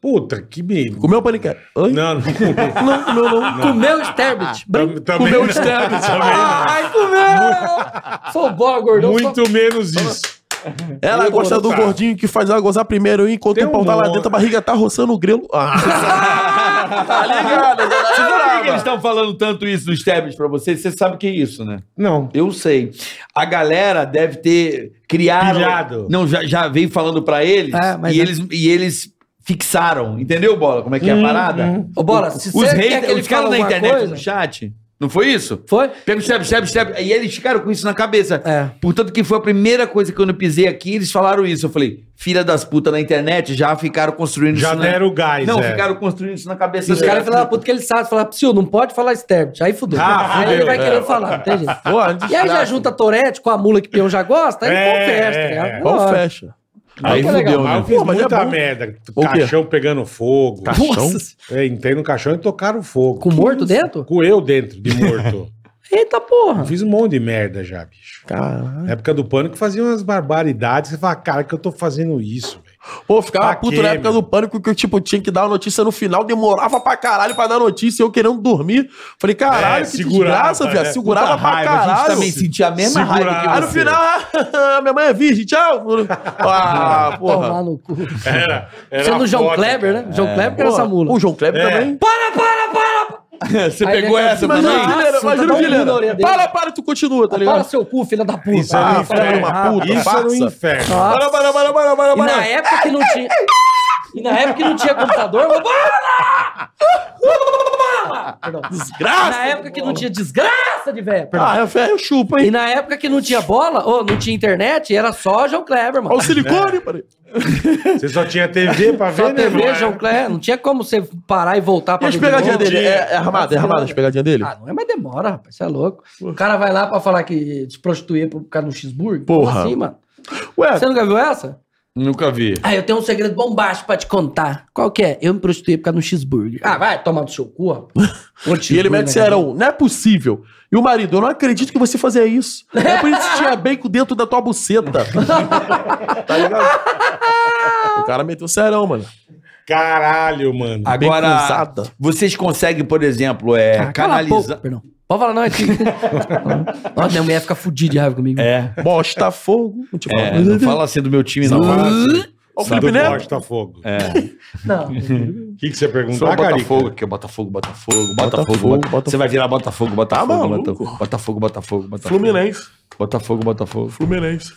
puta, que me... Comeu paniquete? Oi? Não, não comi. Não, comeu não. Comeu o Sterbit. Tam- também Comeu o não. Sterbit. Ai, comeu! Sou bola, gordão. sou- Muito menos isso. Ela gosta do gordinho que faz ela gozar primeiro, enquanto Tem o um pau tá lá monte. dentro, a barriga tá roçando o grelo. Ah, tá ligado? Por que que eles estão falando tanto isso dos Tebes pra vocês? Você sabe que é isso, né? Não. Eu sei. A galera deve ter criado. Pilhado. Não, já, já veio falando pra eles, É, mas e é. eles. E eles fixaram. Entendeu, Bola? Como é que é a parada? Ô, bola, se Os uhum. você quer que haters, ele os caras fale da alguma internet né? coisa... no chat. Não foi isso? Foi? Pega o Step, Step, Step. E eles ficaram com isso na cabeça. É. Portanto, que foi a primeira coisa que quando eu pisei aqui, eles falaram isso. Eu falei, filha das putas na internet, já ficaram construindo Já isso. deram na... o gás, Não, é. ficaram construindo isso na cabeça Os caras falaram, puta, que ele sabe. Falaram, Psyu, não pode falar Sterbit. Aí fudeu. Ah, aí ele fudeu, vai é. querer falar, não tem jeito. Pô, é um desastre. E aí já junta Torete com a mula que peão já gosta, aí É, confesta. é, tá ligado? é. Na Pau hora. fecha. Aí que é legal. né? Mas eu Pô, fiz mas é muita bom. merda. O quê? Caixão pegando fogo. Nossa, se- É, entrei no caixão e tocaram fogo. com morto dentro? Com eu dentro de morto. Eita porra. Fiz um monte de merda já, bicho. Caralho. Na época do pânico fazia umas barbaridades. Você fala, cara, que eu tô fazendo isso, velho. Pô, eu ficava Pra puto quê, na época meu? do pânico que eu, tipo, tinha que dar a notícia no final, demorava pra caralho pra dar notícia, eu querendo dormir. Falei, caralho, É, que segurava, desgraça, né? viado. Segurava pra A gente caralho. também sentia a mesma Segurava. raiva que Aí você. no final, ah, minha mãe é virgem, tchau. Ah, porra. Tomar no cu. Era. era Sendo o João foda, Kleber, cara. né? João Kleber que era Porra, essa mula. O João Kleber É. também. Tá Você Aí pegou ele- essa Mas também? é Imagina o Nossa, Guilherme, imagina o tá bom, na orelha Guilherme. dele. Para, para, tu continua, tá Para ligado? seu cu, filha da puta. Isso era um Ah, inferno. filho de uma puta, Isso era um farsa. inferno. Nossa. Para, para, para, para, para, E na para. época que não tinha. E na época que não tinha computador. Ô, bola! Ô, bola! Perdão. Desgraça. Na época que não tinha desgraça de velho. perdão. Ah, é ferro, chupa, E hein? na época que não tinha bola, ou não tinha internet, era só João Kleber, mano. Olha o silicone, peraí. Você só tinha TV pra ver, Só né, irmão? TV, João Kleber. Não tinha como você parar e voltar E pra as ver pegadinhas de novo. dele? É, é armada, é armada as pegadinhas dele? Ah, não é, mas demora, rapaz. Você é louco. O cara vai lá pra falar que se prostituía por causa de um cheeseburger. Como Porra. É. assim, mano? Ué, Você nunca viu essa? Nunca vi. Ah, eu tenho um segredo bombástico pra te contar. Qual que é? Eu me prostituí por causa de um cheeseburger. Ah, vai tomar do seu cu, rapaz. Outro E ele cheeseburger né? mete na serão, não é possível. E o marido, eu não acredito que você fazia isso. É por isso que tinha bacon dentro da tua buceta. tá ligado? O cara meteu serão, mano. Caralho, mano. Agora, cruzada. vocês conseguem, por exemplo, é, cabeça. Ah, cala a canalizar. boca, perdão. Pode falar, não, é tigre. Nossa, minha mulher fica fudida de raiva comigo. É. Bosta fogo. Não te fala. É, não fala assim do meu time, não. Não fala assim. Ó, o Sabe Felipe do Neto. Botafogo. O Não. que, que você Sou perguntou, Ah, o Carica? Botafogo, que é Botafogo, Botafogo, Botafogo, Botafogo, Botafogo. Botafogo. Você vai virar Botafogo, Tá Botafogo, maluco. Botafogo, Botafogo, Botafogo, Botafogo. Fluminense. Botafogo, Botafogo. Fluminense.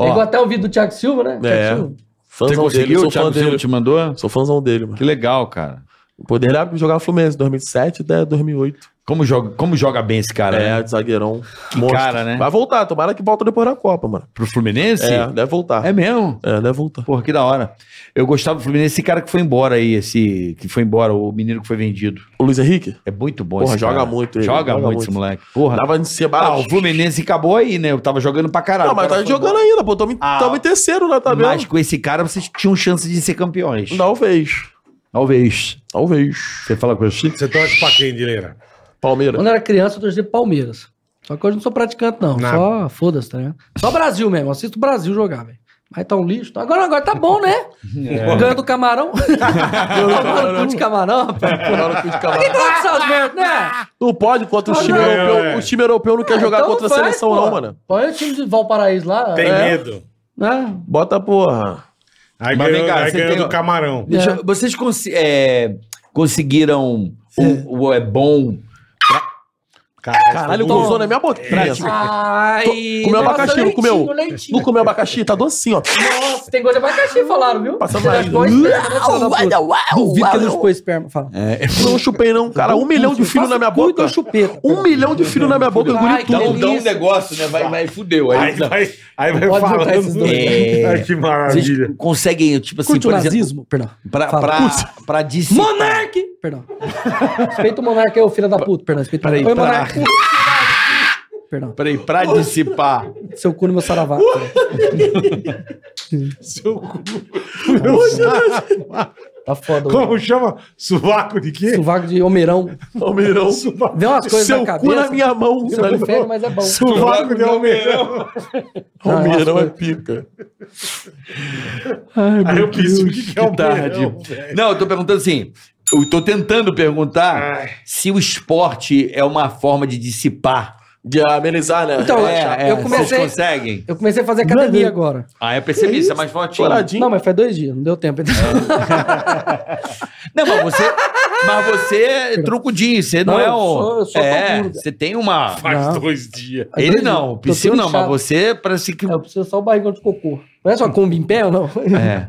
É igual Ó, até o vídeo do Thiago Silva, né? É. Thiago Silva. você Fãzão dele, conseguiu? O sou fã Thiago Silva dele. te mandou? Sou fãzão dele, mano. Que legal, cara. O poder era jogar no Fluminense, 2007 até 2008. Como joga, como joga bem esse cara, né? É, zagueirão. Que cara, né? Vai voltar, tomara que volta depois da Copa, mano. Pro Fluminense? É, deve voltar. É É, mesmo? deve voltar. Porra, que da hora. Eu gostava do Fluminense, esse cara que foi embora aí, esse que foi embora, o menino que foi vendido. O Luiz Henrique? É muito bom Porra, esse joga cara. muito ele, Joga, joga muito, muito. esse moleque. Porra. Tava em Cebara. Ah, o Fluminense acabou aí, né? Eu tava jogando pra caralho. Não, mas O cara tá foi jogando embora. ainda, pô. Tamo, em- Ah. tamo em terceiro, né? Tá vendo? Mas com esse cara vocês tinham chance de ser campeões. um Talvez. Talvez. Talvez. Você fala com assim? Você torce pra quem, Dileira? Palmeiras. Quando eu era criança, eu torcia pro Palmeiras. Só que hoje eu não sou praticante, não. Nada. Só foda-se, tá ligado? Só Brasil mesmo. Assisto o Brasil jogar, velho. Mas tá um lixo. tá? Agora, agora tá bom, né? Ganha do camarão. Ganha do cu de camarão, rapaz. Agora o time de Pra cavalo. que torce essas merdas, né? Não pode contra o time não. europeu. É. O time europeu não quer jogar Então contra a faz, seleção, pô. não, mano. Põe o time de Valparaíso lá. Tem é, medo. né? Bota, porra. Aí Mas vem ganhou, cá, aí você ganhou tem- do camarão. Deixa- É. Vocês consi- é, conseguiram o, o é bom Caralho, eu todo tô mundo- usando a né? minha boquinha. Ai, Comeu nossa, abacaxi, não comeu? leitinho, leitinho. Não comeu abacaxi? Tá docinho, ó. Nossa, tem coisa de abacaxi, Hum, falaram, viu? Passando Você na raspou a esperma, né, filha da puta? Duvido que ele não chupou esperma. Fala. Eu não chupei, não, cara. Um milhão de filhos na minha Cu e boca. teu chupeta. Um milhão de filhos na minha boca, eu Ai, engoli dá tudo. um- dá um negócio, né? Vai, fudeu. Aí vai, aí vai Pode juntar esses falando. dois. É. Ai, que maravilha. Vocês conseguem, tipo assim, Curte o por exemplo, nazismo? Perdão. pra, Fala. pra, Curte. pra dissipar. Monarque! Perdão. Respeita o monarca aí, ô filho da puta. Perdão, respeita Peraí, o pra- monarca. Oi, monarca. Perdão. Peraí, pra dissipar. Seu cu no meu saravá. Seu cu. Meu Tá foda. ô. Como chama? Sovaco de quê? Sovaco de homeirão. Palmeirão. Sovaco, Vê umas coisas é? Seu na cu cabeça. na minha mão. Isso é fede, mas é bom. Ah, Sovaco de almeirão. Palmeirão é pica. Aí eu quis o que, que é Que tarde. almeirão. Não, eu tô perguntando assim. Eu tô tentando perguntar se o esporte é uma forma de dissipar. De amenizar, né? Então, É, é, eu comecei- Vocês conseguem? Eu comecei a fazer academia agora. Ah, eu percebi, isso é mais fortinho. Coradinho. Não, mas faz dois dias, não deu tempo. Não, mas você. mas você é trucudinho, você não, Não, é eu um. sou- eu sou é, parrudo. você tem uma. Faz Não. dois dias. Faz Ele dois não, o dias. Tô Psyu não, mas truchado. você parece que. É, Eu preciso só o barrigão de cocô. Não é só Kombi em pé ou não? É.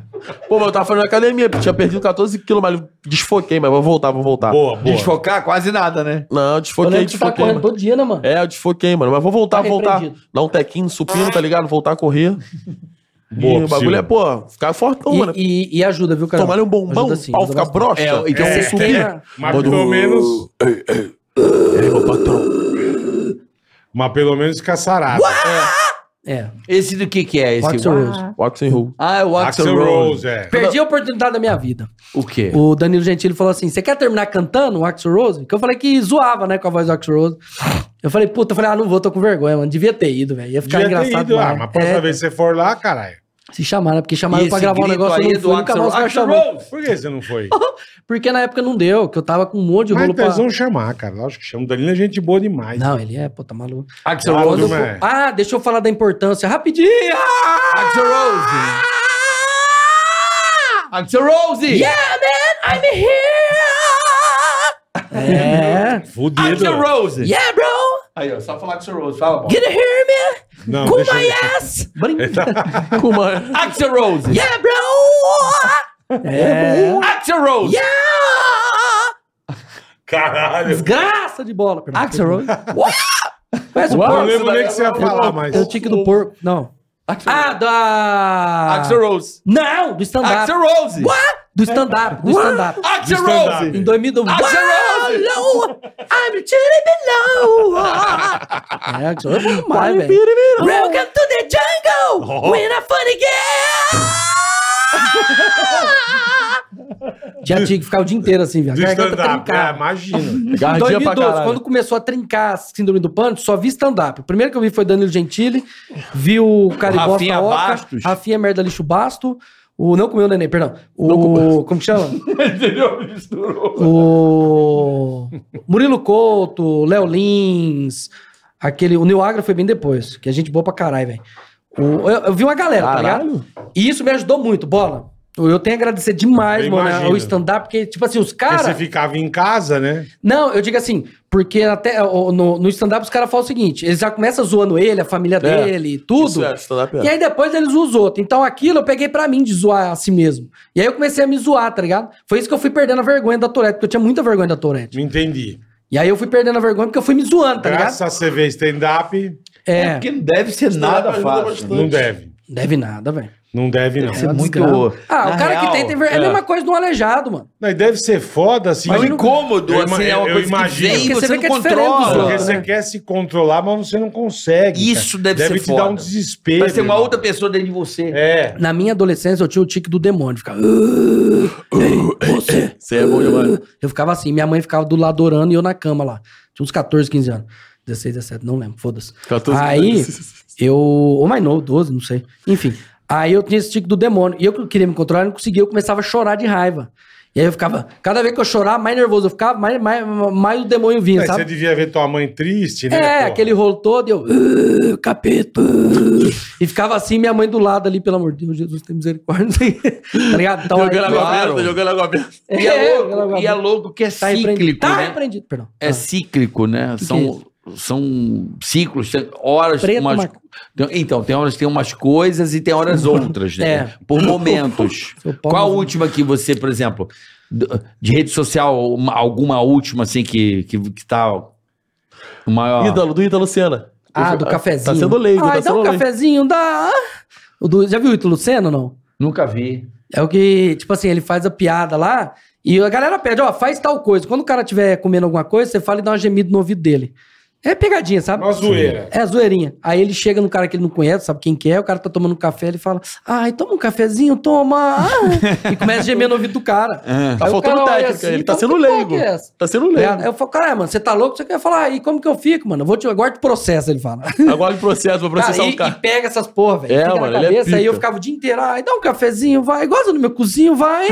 Pô, mas eu tava falando na academia, tinha perdido 14 quilos, mas desfoquei, mas vou voltar, vou voltar. Boa, boa. Desfocar quase nada, né? Não, eu Eu desfoquei, lembro que você tá desfoquei. correndo mano. todo dia, né, mano? É, eu desfoquei, mano. Mas vou voltar, Tá voltar. repreendido. Dar um tequinho, supino, tá ligado? Voltar a correr. Boa, e o bagulho Psyu. é, pô, ficar fortão, E, mano. e- e ajuda, viu, cara? assim, Tomar um bombão, Ajuda o sim, pau ajuda ficar bastante. broxa. É, então É, você Tem supina. uma- Mas Bota pelo o- menos. Ei, meu patrão. Mas pelo menos caçarada. É, Esse do que que é? Esse? Axel Rose. Walks and roll. Ah, é o Axel, Axel Rose. Rose, é. Perdi a oportunidade da minha vida. O quê? O Danilo Gentili falou assim: você quer terminar cantando o Axel Rose? Que eu falei que zoava, né, com a voz do Axel Rose. Eu falei, puta, eu falei, ah, não vou, tô com vergonha, mano. Devia ter ido, velho. Ia ficar Devia ter engraçado. ido, ah, demais. mas próxima É, vez que você for lá, caralho. Se chamaram, né? Porque E chamaram pra esse gravar um grito negócio aí eu não do fui, nunca Axl mais os caras Axl chamaram. Por que você não foi? Porque na época não deu, que eu tava com um monte de Mas rolo pra... eles vão chamar, cara. Lógico que chama. O Danilo é gente boa demais. Não, ele é, pô, tá maluco. Axel Ah, Rose. do- É. Ah, deixa eu falar da importância. Rapidinho! Ah! Axel Rose. Axel Rose. I'm here! É. Fudido. Axel Rose. Yeah, bro! Aí, ó, só falar Axel Rose. Fala, bom. Get it here, man! Não, Cool deixa my eu- ass! tá- Brinca. Com uma- Axel Rose. Yeah, bro! É. Axel Rose. Yeah! Caralho. Desgraça de bola. perdão. Axel Rose. Parece o Eu porco. não lembro nem o que você ia falar, Eu mas... tenho o tique do porco. Não. Ah, da... Axel Rose. Não, do stand-up. Axel Rose. What? Do stand-up, do stand-up. Axel Do stand-up. Rose. Em 2009. Axel Rose! Wow, I'm chilling below. É, Axel Rose é bom demais, velho. Welcome to the Oh. jungle. We're a funny girl. Já tinha que ficar o dia inteiro assim, velho. Do A garganta stand-up. É, trincada. imagina. Em Gardinha pra 2012, caralho. quando começou a trincar a síndrome do pânico, só vi stand-up. O primeiro que eu vi foi Danilo Gentili, vi o Caribosta Rafinha Oca, Bastos. Rafinha Merda Lixo Basto, O, não comeu o neném, perdão. O, como que chama? Entendeu? Misturou. O Murilo Couto, Léo Lins, aquele. O Nil Agra foi bem depois, que a gente boa pra caralho, velho. O- Eu, eu vi uma galera, tá ligado? E isso me ajudou muito, bola. Eu tenho a agradecer demais, Eu mano, imagino. ao stand-up, porque, tipo assim, os Porque caras. você ficava em casa, né? Não, eu digo assim, porque até ó, no, no stand-up os caras falam o seguinte: eles já começam zoando ele, a família dele, tudo. Isso é, stand-up é. E aí depois eles usam os outros. Então aquilo eu peguei pra mim de zoar a si mesmo. E aí eu comecei a me zoar, tá ligado? Foi isso que eu fui perdendo a vergonha da Tourette, porque eu tinha muita vergonha da Tourette. Me entendi. E aí eu fui perdendo a vergonha porque eu fui me zoando, tá Graças ligado? a você ver stand-up, É, Porque não é deve ser nada fácil. não deve. deve nada, velho. Não deve, não. Deve ser É muito. desgraça. Ah, Na o cara real, que tem, tem ver... é. a mesma coisa do aleijado, mano. Não, e deve ser foda, assim. Mas o incômodo, Eu assim, ima- é uma eu coisa imagino. que vem Porque e você, você não vê que é diferente dos controla. Porque outros, você né? quer se controlar, mas você não consegue. cara. Isso deve ser te dar foda. um desespero. Parece ter uma irmão. outra pessoa dentro de você. Então, É. Na minha adolescência eu tinha o tique do demônio, ficava. "Ah, ei, você. Você é bom demais. Eu ficava assim, minha mãe ficava do lado orando e eu na cama lá. Tinha uns 14, 15 anos. 16, 17, não lembro, foda-se. 14, Aí, 15. eu. Ou mais novo, 12, não sei. Enfim. Aí eu tinha esse tique do demônio. E eu que queria me controlar, eu não conseguia, eu começava a chorar de raiva. E aí eu ficava. Cada vez que eu chorava, mais nervoso eu ficava, mais, mais, mais o demônio vinha, Mas Você sabe? devia ver tua mãe triste, né? É, porra? aquele rolo todo, e eu, "Ah, capeta. E ficava assim, minha mãe do lado ali, pelo amor de Deus, Jesus tem misericórdia. tá ligado? Então, aí, Jogando água claro. aberta, jogando água aberta. é, E é louco, ela- e é louco que é tá repreendido. cíclico, Tá né? repreendido, perdão. É Ah. cíclico, né? que é são, isso? são ciclos, tem horas. Preto, umas- Marco. Tem- Então, tem horas que tem umas coisas e tem horas outras, né? É. Por momentos. Seu pau Qual a no- última que você, por exemplo, d- de rede social, uma- alguma última assim que, que, que tá o maior. Ídalo, do Ítalo Luciana. Ah, do cafezinho. Tá sendo leigo, Ah, tá dá sendo um leigo. cafezinho, dá. O do- já viu o Ítalo Lucena ou não? Nunca vi. É o que, tipo assim, ele faz a piada lá e a galera pede, ó, faz tal coisa. Quando o cara tiver comendo alguma coisa, você fala e dá uma gemida no ouvido dele. É pegadinha, sabe? Uma zoeira. É zoeirinha. Aí ele chega no cara que ele não conhece, sabe quem que é, o cara tá tomando um café, ele fala, ai, toma um cafezinho, toma. ah." e começa a gemer no ouvido do cara. Aí Tá o faltando cara olha técnica, assim, ele tá "Como sendo que porra leigo. que é essa?" Tá sendo Tá ligado? Aí leigo. eu falo, caralho, mano, você tá louco? Você quer falar, aí como que eu fico, mano? Eu vou te, eu guardo o processo, ele fala. Agora em processo, vou processar Cara, e, o cara. e pega essas porra, velho. É, Fica mano, na ele é cabeça, aí eu pica. ficava o dia inteiro, ai, dá um cafezinho, vai, goza no meu cozinho, vai.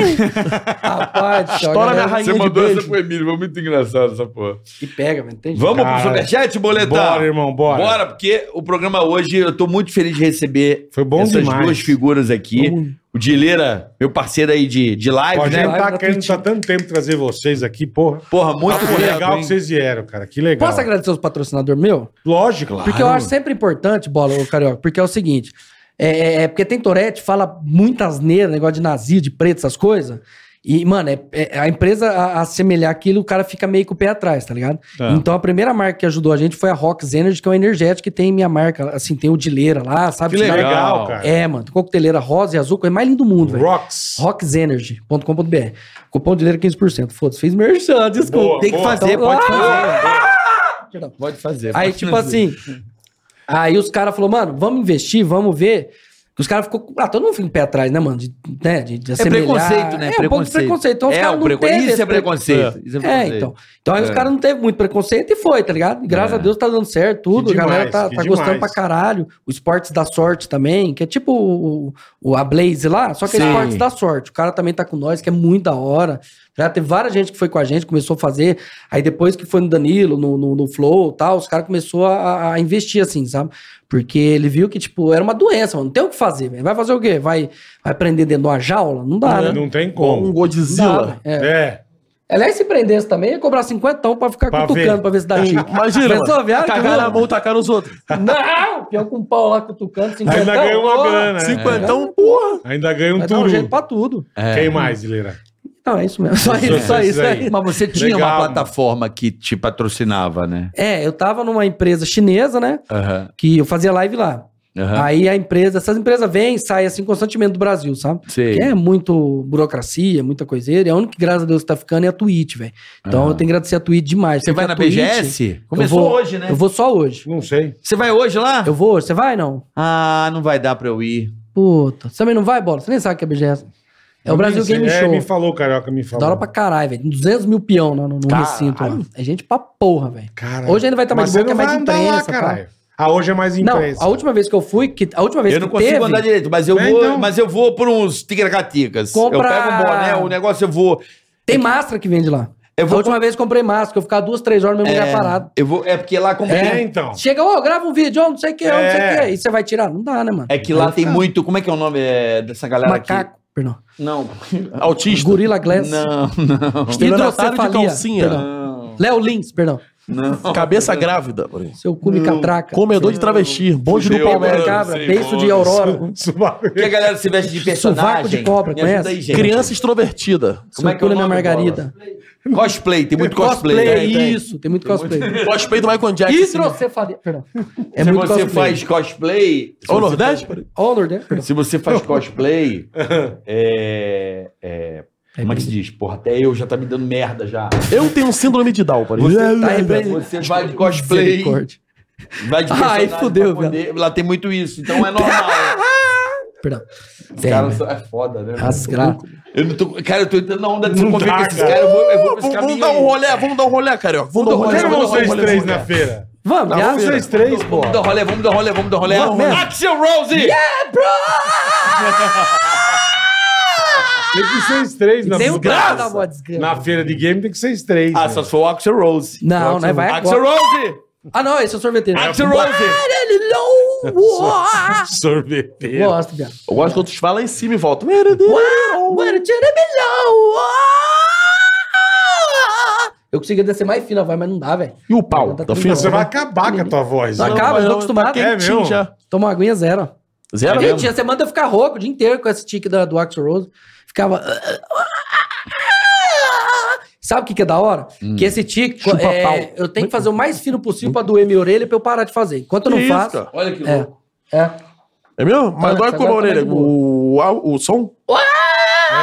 Rapaz, do céu, Estoura a minha galera- rainha Você de mandou essa beijo. pro Emílio, foi muito engraçado essa porra. E pega, mano, tem Vamos Cara, pro superchat, Tá. boletar? Bora, irmão, bora. Bora, porque o programa hoje, eu tô muito feliz de receber Foi bom essas demais. duas figuras aqui. O Dileira, meu parceiro aí de, de live, Pô, a gente né? tá querendo tá tanto tempo trazer vocês aqui, porra. Porra, muito Que legal que vocês vieram, cara. Que legal. Posso agradecer os patrocinadores meu? Lógico. Porque eu acho sempre importante, bola, ô, carioca, porque é o seguinte: é, é- é porque tem Torete, fala muita asneira, negócio de nazi, de preto, essas coisas. E, mano, é, é- a empresa a, a assemelhar aquilo, o cara fica meio com o pé atrás, tá ligado? É. Então a primeira marca que ajudou a gente foi a Rox Energy, que é uma energética que tem minha marca, assim, tem o Dileira lá, sabe? Que legal, Tem uma- legal, cara. É, mano, coqueteleira rosa e azul, coisa mais linda do mundo, velho. Rocks. Roxenergy.com.br. Cupom Dileira 15%. Foda-se, fez merchan, desculpa. Boa, Tem que boa. fazer, Então- pode fazer. Perdão. Pode fazer. Aí, pode tipo fazer. assim. Aí os caras falaram, mano, vamos investir, vamos ver. Que os caras ficou. Ah, todo mundo fica um pé atrás, né, mano? De, né, de, de É assemelhar. preconceito, né? É, um pouco de preconceito. Então, os é, caras o não precon... teve Isso esse é preconceito. Isso é É, preconceito. então. Então aí os É. caras não teve muito preconceito e foi, tá ligado? E Graças É. a Deus tá dando certo tudo. Que demais, a galera tá, que tá gostando pra demais. caralho. O Esportes da Sorte também, que é tipo o, o- a Blaze lá, só que é Sim. Esportes da Sorte. O cara também tá com nós, que é muito da hora. Já teve várias gente que foi com a gente, começou a fazer. Aí depois que foi no Danilo, no, no, no Flow e tal, os caras começaram a, a investir assim, sabe? Porque ele viu que, tipo, era uma doença, mano. Não tem o que fazer, velho. Vai fazer o quê? Vai, vai prender dentro de uma jaula? Não dá, né? É, Não tem Com um como. Não dá, Godzilla. velho. é. É. Aliás, se prendesse também, ia cobrar 50 pra ficar Pra cutucando ver. pra ver se dá tique. Imagina, Pensou, mano. viado, que Cagar na louco? mão, tacar nos outros. Não! Pior com um pau lá cutucando, 50 Ainda ganha uma É. grana. né? Cinquentão, porra. Ainda ganha um Vai dar um jeito É. turu. pra tudo. Quem mais, Lileira? Não, é isso mesmo. Só Isso, isso, só isso isso aí. aí. Mas você tinha Legal, uma mano. plataforma que te patrocinava, né? É, eu tava numa empresa chinesa, né? Aham. Que eu fazia live lá. Aham. Aí a empresa, essas empresas vêm e saem assim constantemente do Brasil, sabe? Sei. Que é muito burocracia, muita coiseira. E a única que, graças a Deus, tá ficando é a Twitch, velho. Então Ah. eu tenho que agradecer a Twitch demais. Você vai porque na a Twitch- BGS? eu Começou vou- hoje, né? Eu vou só hoje. Não sei. Você vai hoje lá? Eu vou hoje. Você vai, não? Ah, não vai dar pra eu ir. Puta, você também não vai, bola? Você nem sabe o que é BGS. É o Brasil Game É, Show. me falou, Carioca, me falou. Da hora pra caralho, velho. 200 mil peão no, no, no recinto lá. É gente pra porra, velho. Caralho. Hoje ainda vai estar mais Mas você de boa, que é não mais vai de andar imprensa, lá, pá. caralho. Ah, hoje é mais Não, imprensa. a última vez que eu fui, que, a última vez Eu que não consigo teve, andar direito, mas eu É, vou, então. mas eu vou por uns ticracaticas. Eu Compra- pego um boné, um negócio, eu vou. tem máscara que vende lá. Eu vou a última vez que comprei máscara, que eu ficava duas, três horas no mesmo é, lugar parado. Eu vou, é porque lá como É, é, então. Chega, ô, grava um vídeo, ó, não sei o que, ó, não sei o É. que, e você vai tirar. Não dá, né, mano? é que lá tem muito, como é que é o nome é, dessa galera aqui? Macaco, perdão. Não. Autista. Gorila Glass. Não, não. Estelionatário de Hidrocefalia. calcinha. Perdão. Léo Lins, perdão. Cabeça grávida. por exemplo. Seu cu me catraca. Comedor de travesti. Bonde do Fudeu, Palmeiras. mano. Cabra, Sei, beijo de bom. aurora. Que a galera se veste de personagem. Sovaco de cobra, Me ajuda aí, conhece? gente. Criança extrovertida. Como é Seu que é cu o na minha nome, é margarida. Cosplay, tem muito cosplay. né? Cosplay, Tem, tem. isso. Tem muito cosplay. É Cosplay do Michael Jackson. Hidrocefalia. Perdão. É se muito você cosplay. faz cosplay. se Ou você Nordeste? faz- Honor, né? Perdão. se você faz cosplay, é, é, como é que se diz? Porra, até eu já tá me dando merda já. Eu tenho um síndrome de Down, por exemplo. Você, tá repreendido. você vai de cosplay, Misericórdia. vai de Ai, personagem fudeu, pra poder- Lá tem muito isso, então é normal. Perdão. Os Tem, caras né? são- é foda, né? Rasgar. Eu não tô, cara, eu tô entrando na onda de Não conviver dá, com esses cara. caras. Eu vou, eu vou pra esse Vamos, vamos caminho dar um aí. rolé, vamos dar um rolé, carioca. Vamos dar um rolé. Quero vamos dar um é vocês rolé, três vamos dar na feira. Vamos, viado. Vocês três, pô. Vamos dar um rolê, vamos dar rolê, vamos dar um rolê. Vamos mesmo. Axel Rose! É, Tem um que ser os três na Nem o feira. cara dá uma desgraça. Na feira de game tem que ser os três. Ah, né? só se for o Axel Rose. Não, né? Vai Axel agora. Rose! Ah, não, esse é o sorveteiro. Axel Rose! É Gosto, Sorveteiro. viado. Eu gosto quando tu fala lá em cima e volta. Eu conseguia descer mais fino a voz, mas não dá, velho. E o pau? Da Tá fina? Você vai acabar com a tua voz. Tá né? acaba, eu tô acostumado. Tá quentinho É mesmo? já. Toma uma aguinha zero. Zero Gente, mesmo? você manda eu ficar rouco o dia inteiro com esse tique da- do Axl Rose. Ficava. "Ah, Sabe o que, que é da hora? Que esse tique, Hum. Chupa é, pau. eu tenho que fazer o mais fino possível pra doer minha orelha pra eu parar de fazer. Enquanto eu não Que isso, faço. cara? Olha que É. louco. é. É mesmo? Mas Olha, dói você como a agora tá orelha. mais de O, o, o som?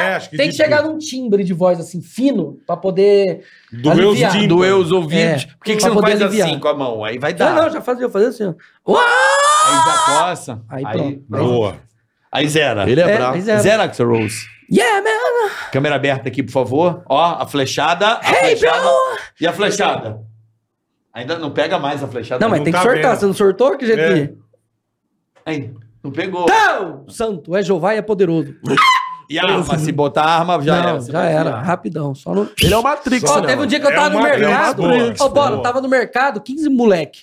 É, acho Tem que de- chegar num timbre de voz assim, fino, pra poder. Doeu os aliviar. tímpanos. Doeu os ouvidos. É. Por que, que Pra você não poder faz aliviar. assim com a mão? Aí vai Ah, dar. não, já fazia, eu fazia assim, ó. Aí já coça. Ah! Aí Aí, pronto. Boa. aí zera. Ele é, É, bravo. mas é- Zera, Axel Rose. Yeah, man! Câmera aberta aqui, por favor. Ó, a flechada. A Hey, flechada. bro! E a flechada? Ainda não pega mais a flechada. né? Não, mas Não tem tá que sortar. vendo. Você não sortou? Que jeito É. que. Aí, não pegou. Não! Santo, é Jeová e é poderoso. E a arma, se botar a arma, já não, era. Você já vai era. virar. Rapidão. Só no... Ele é o Matrix, Ó, né, teve um mano? dia que eu É tava uma- no é uma mercado. boa, Ô, Bola, boa. tava no mercado, 15 moleque.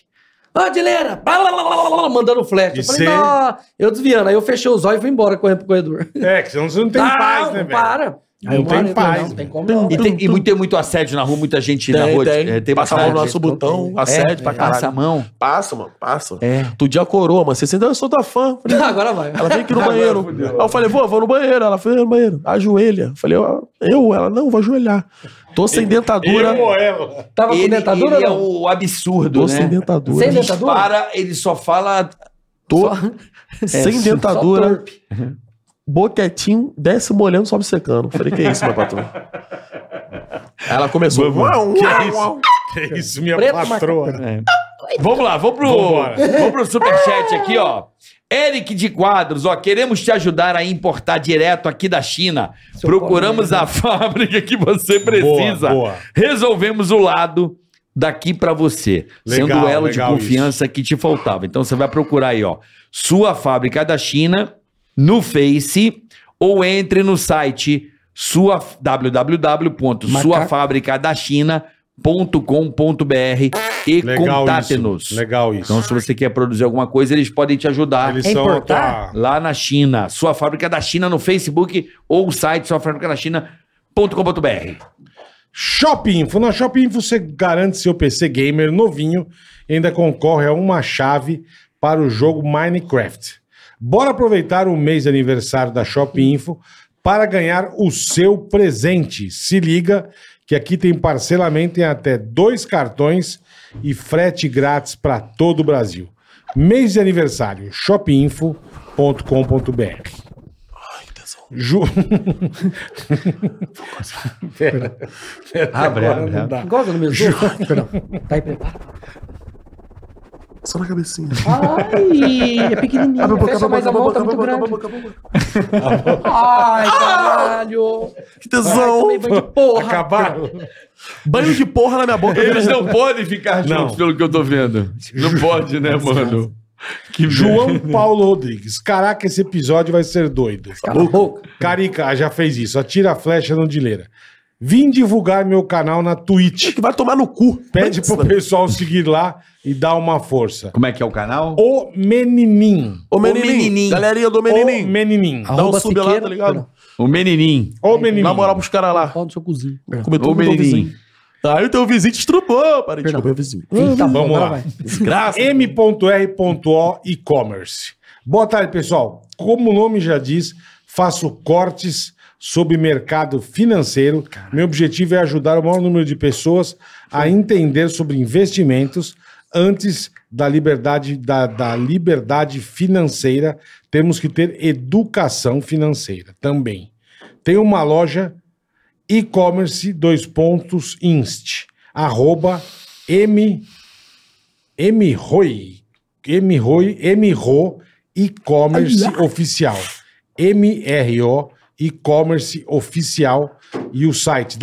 Ô, Adilera, blá, blá, blá, blá, blá, blá, mandando flash. E eu falei, cê- não, eu desviando. Aí eu fechei os olhos e fui embora correndo pro corredor. É, que senão você não tem Não, paz, né, não velho? para. Não tem parei, eu falei, paz, Não, tem velho. como não. E tem, e muito, tem muito assédio na rua, muita gente na rua. Tem, é, tem. Passa a bastante. mão no nosso botão, É, assédio pra Passa a caralho. mão. Passa, mano, passa. É. Tu dia a coroa, mano. 60 eu sou tua fã. Falei, Agora vai. Ela vem aqui no banheiro. Aí eu falei, vou, vou no banheiro. Ela foi no banheiro. Ajoelha. Falei, ó, eu, ela, não, vou ajoelhar. Tô sem dentadura. Eu ou ela? Tava Ele, com dentadura ele é não? o absurdo, Tô né? sem dentadura. Sem dentadura? Para, ele só fala. Tô É, sem só dentadura. Uhum. Boquetinho, desce molhando, sobe secando. Falei, que isso, meu patrão? Ela começou. Uau, Que uau, uau. isso? Que isso, minha Preto, patroa. Vamos lá, vamos pro, Vambora. vamos pro superchat aqui, ó. Eric de Quadros, ó, queremos te ajudar a importar direto aqui da China. Procuramos a fábrica que você precisa. Boa, boa. Resolvemos o lado daqui pra você, Legal, sendo o elo de legal confiança que te faltava. Então você vai procurar aí, ó, sua fábrica da China no Face ou entre no site sua www.suafabricadachina.com.br e Legal contate-nos. isso. Legal isso. Então se você quer produzir alguma coisa, eles podem te ajudar. Eles é são a importar? tua... Lá na China, sua fábrica da China no Facebook ou o site suafabricadachina.com.br. Shop Info. Na Shop Info você garante seu PC gamer novinho e ainda concorre a uma chave para o jogo Minecraft. Bora aproveitar o mês de aniversário da Shop Info para ganhar o seu presente. Se liga que aqui tem parcelamento em até dois cartões e frete grátis para todo o Brasil. Mês de aniversário, shopinfo.com.br. Ju... Pera. Pera, Abre, agora abre, não abre. dá. Gosta do meu jogo? Perdão. Tá aí preparado? Só na cabecinha. Ai, é pequenininho. Abre a boca, abre Fecha a mais boca, a mão, tá muito abre a boca, abre a grande. boca, abre a boca. Ai, Ah! caralho. Que tesão. Tomei banho de porra. Acabaram. Banho de porra na minha boca. Eles não podem ficar juntos, Não. pelo que eu tô vendo. Não pode, né, mano? Que João Paulo Rodrigues. Caraca, esse episódio vai ser doido. Cala a boca. Carica ah, já fez isso. Atira a flecha na dileira. Vim divulgar meu canal na Twitch. Que vai tomar no cu. Pede pro pessoal seguir lá e dar uma força. Como é que é o canal? O Menininho. Ô, Ô, menininho. menininho. Galerinha do O menininho. Menininho. Dá um Arroba sub lá, Siqueira. tá ligado? O Menininho. O Menininho. Dá moral pros caras lá. Pau no seu cozinho. Comer Ô, tudo meu menininho. vizinho. Aí o teu vizinho te estrupou. Parei de Perdão. comer o vizinho. Tá bom, Vamos agora lá. vai. Desgraça. m.r.o e-commerce. Boa tarde, pessoal. Como o nome já diz, faço cortes sobre mercado financeiro. Meu objetivo é ajudar o maior número de pessoas a entender sobre investimentos antes da liberdade da, da liberdade financeira. Temos que ter educação financeira também. Tem uma loja e-commerce dois pontos inst arroba m Mroy, Mroy, Mro e-commerce oficial. MRO e-commerce oficial e o site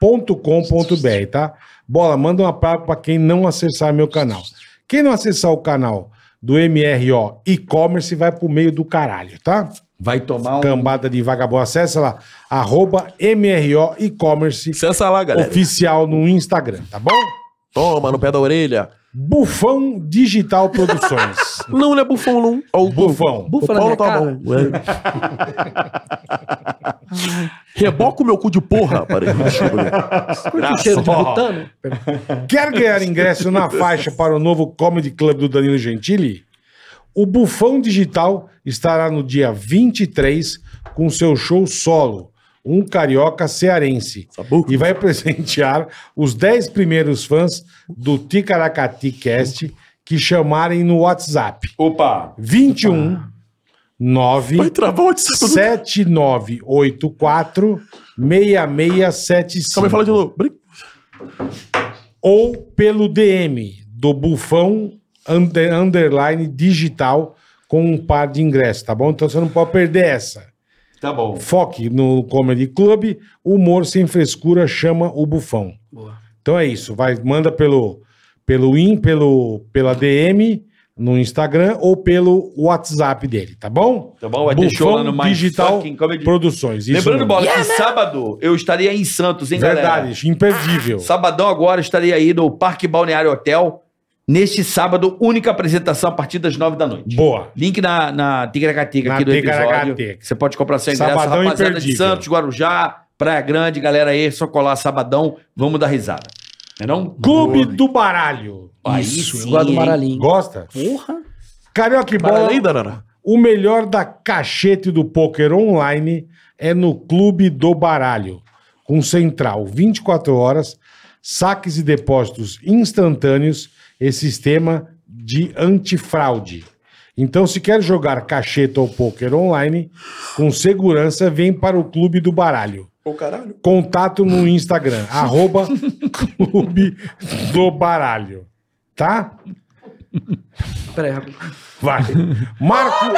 www.mroecommerce.com.br, tá? Bola, manda uma palavra para quem não acessar meu canal. Quem não acessar o canal do MRO e-commerce vai pro meio do caralho, tá? Vai tomar um. Cambada de vagabundo, acessa lá arroba MRO e-commerce Licença lá, galera. oficial no Instagram, tá bom? Toma no pé da orelha. Bufão Digital Produções. Não, não é bufão, não. Ó, o Bufão. O Bufa na Paulo minha tá cara. bom. Reboca o meu cu de porra. Parei. Curte o cheiro de butano? Quer ganhar ingresso na faixa para o novo Comedy Club do Danilo Gentili? O Bufão Digital estará no dia 23 com seu show solo, um carioca cearense. E vai presentear os 10 primeiros fãs do Ticaracati Cast que chamarem no WhatsApp. Opa! 21 9 Vai travar o WhatsApp. 7984 Calma aí, fala 6675 de novo. Brin- ou pelo DM do Bufão under- Underline Digital com um par de ingressos, tá bom? Então você não pode perder essa. Tá bom. Foque no Comedy Club, humor sem frescura chama o Bufão. Então é isso, vai manda pelo pelo in, pelo pela DM no Instagram ou pelo WhatsApp dele, tá bom? Tá bom, vai ter show lá no Bufão My Digital Fucking Comedy. Produções. isso Lembrando, mesmo. Bola, Que sábado eu estaria em Santos, hein, galera? Verdade, imperdível. Sabadão agora estarei aí no Parque Balneário Hotel. Neste sábado, única apresentação a partir das nove da noite. Boa. Link na, na Ticaracatega Na aqui do episódio. Ticaracateca. Você pode comprar seu ingresso. Sabadão Rapaziada de imperdível. Santos, Guarujá, Praia Grande, galera aí, é só colar sabadão. Vamos dar risada. Não é não? Clube do Baralho. Aí Isso, eu sim, gosto do hein? Maralinho. Gosta? Porra. Carioca e Bola, Paralei, Danana. o melhor da cachete do poker online é no Clube do Baralho, com central 24 horas, saques e depósitos instantâneos e sistema de antifraude. Então, se quer jogar cacheta ou poker online, com segurança vem para o Clube do Baralho. Ô, caralho. Contato no Instagram, arroba Clube do Baralho. Tá? Peraí, rapidinho. Vai. Marco.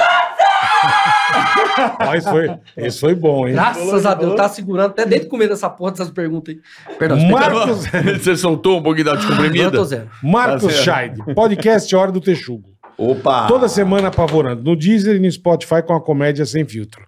Ó, esse, foi, esse foi bom, hein? Graças a Deus, tá segurando até dentro do comer dessa porra dessas perguntas aí. Perdão, Marcos, Você soltou um pouquinho da agora eu descomprimida? tô zero. Marcos Scheid, podcast Hora do Texugo. Opa! Toda semana apavorando no Deezer e no Spotify com a comédia sem filtro.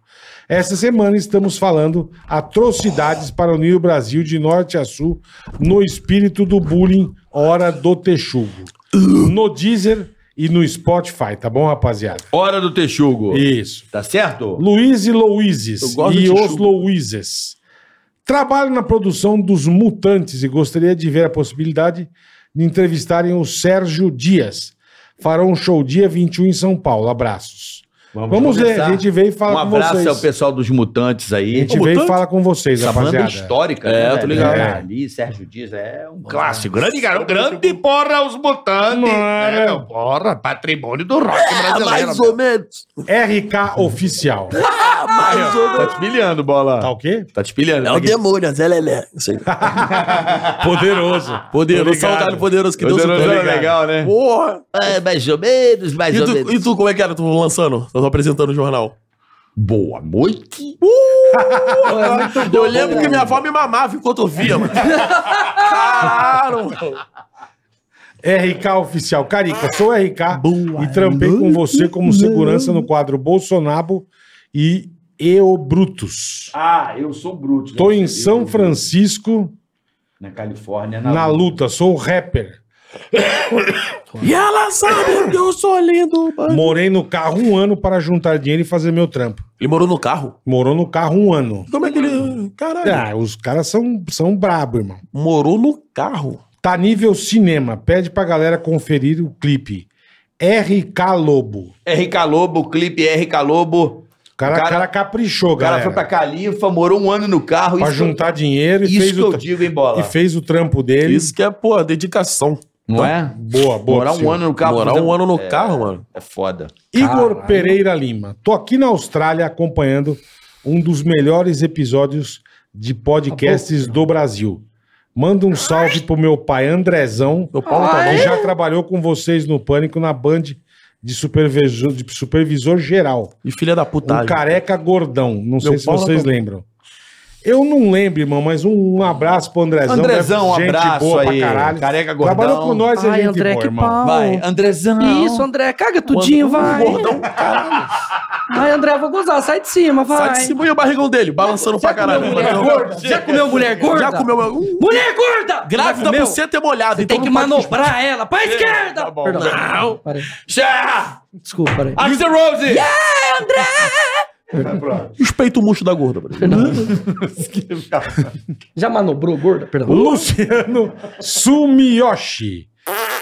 Esta semana estamos falando atrocidades para unir o Brasil de norte a sul no espírito do bullying Hora do Texugo. No Deezer e no Spotify, tá bom, rapaziada? Hora do Texugo. Isso. Tá certo? Luiz e Louises gosto e de os chuva. Louises. Trabalho na produção dos Mutantes e gostaria de ver a possibilidade de entrevistarem o Sérgio Dias. Farão um show dia 21 em São um Paulo. Abraços. Vamos, ver, a gente vem e Um fala com abraço ao vocês. pessoal dos Mutantes A aí. gente vem e fala com vocês, Essa banda rapaziada. histórica, É, né, tô ligado. velho? Ali, Sérgio Dias, é um clássico. Grande garoto. Grande porra, os mutantes. Mano. É, meu, porra, patrimônio do rock é brasileiro. É mais ou né? menos. RK Oficial. Mais ou menos. Tá te pilhando, bola. Tá o quê? Tá te pilhando. É o demônio, Zé Lelé. Isso aí. Poderoso. Poderoso, Obrigado. saudade poderoso que Deus o Poderoso tenha. era legal, né? Porra! É, mais ou menos, mais E ou tu, menos. e tu, como é que era? Tu lançando? Tu apresentando o jornal. Boa noite. é Eu lembro que minha avó me mamava enquanto eu via, mano. Caralho! mano. RK Oficial. Carica, sou RK e trampei com né? você como segurança no quadro Bolsonaro e Eu Brutus. Ah, eu sou bruto. Tô em São Francisco Na Califórnia, na luta, sou rapper. E ela sabe que eu sou lindo, mano. Morei no carro um ano para juntar dinheiro e fazer meu trampo. Ele morou no carro? Morou no carro um ano. Como é que ele. Caralho. Ah, os caras são, são brabo, irmão. Morou no carro? Tá nível cinema. Pede pra galera conferir o clipe. RK Lobo. RK Lobo, clipe RK Lobo. O cara, O cara- cara caprichou, O cara galera. foi pra Califa, morou um ano no carro. pra isso- juntar dinheiro e Isso fez, que eu o, digo, hein, bola. e fez o trampo dele. Isso que é, pô, dedicação. Não é? Boa, boa. Morar um Priscila. ano no carro. Morar fazer- um ano no carro, mano. É foda. Igor Pereira Lima. Tô aqui na Austrália acompanhando um dos melhores episódios de Tá podcasts do Brasil. Manda um salve pro meu pai Andrezão, Meu pau não tá que bom. já trabalhou com vocês no Pânico na Band de supervisor, de supervisor geral. E filha da puta. Tá, Um careca gordão. Não sei se pau na vocês tua- lembram. Eu não lembro, irmão, mas um abraço pro Andrezão. Andrezão, um gente abraço boa pra aí. caralho. Careca gordão. Trabalhou com nós, é Ai, gente André, boa, que irmão. pau. Vai, Andrezão. Isso, André, caga tudinho, vai. Gordão, caralho. Vai, André, vou gozar, sai de cima, vai. Sai de cima e o barrigão dele, balançando pra caralho. Mulher gorda. Já comeu mulher gorda? Já comeu. Uh, Mulher gorda! Grávida, Meu, você é molhado. Tem que manobrar ela pra esquerda! Tá bom. Perdão. Não. Parei. Chega! Desculpa, parei. Axel Rose! Respeita o murcho da gorda, Brasil. Já manobrou gorda? Perdão. Luciano Sumiyoshi.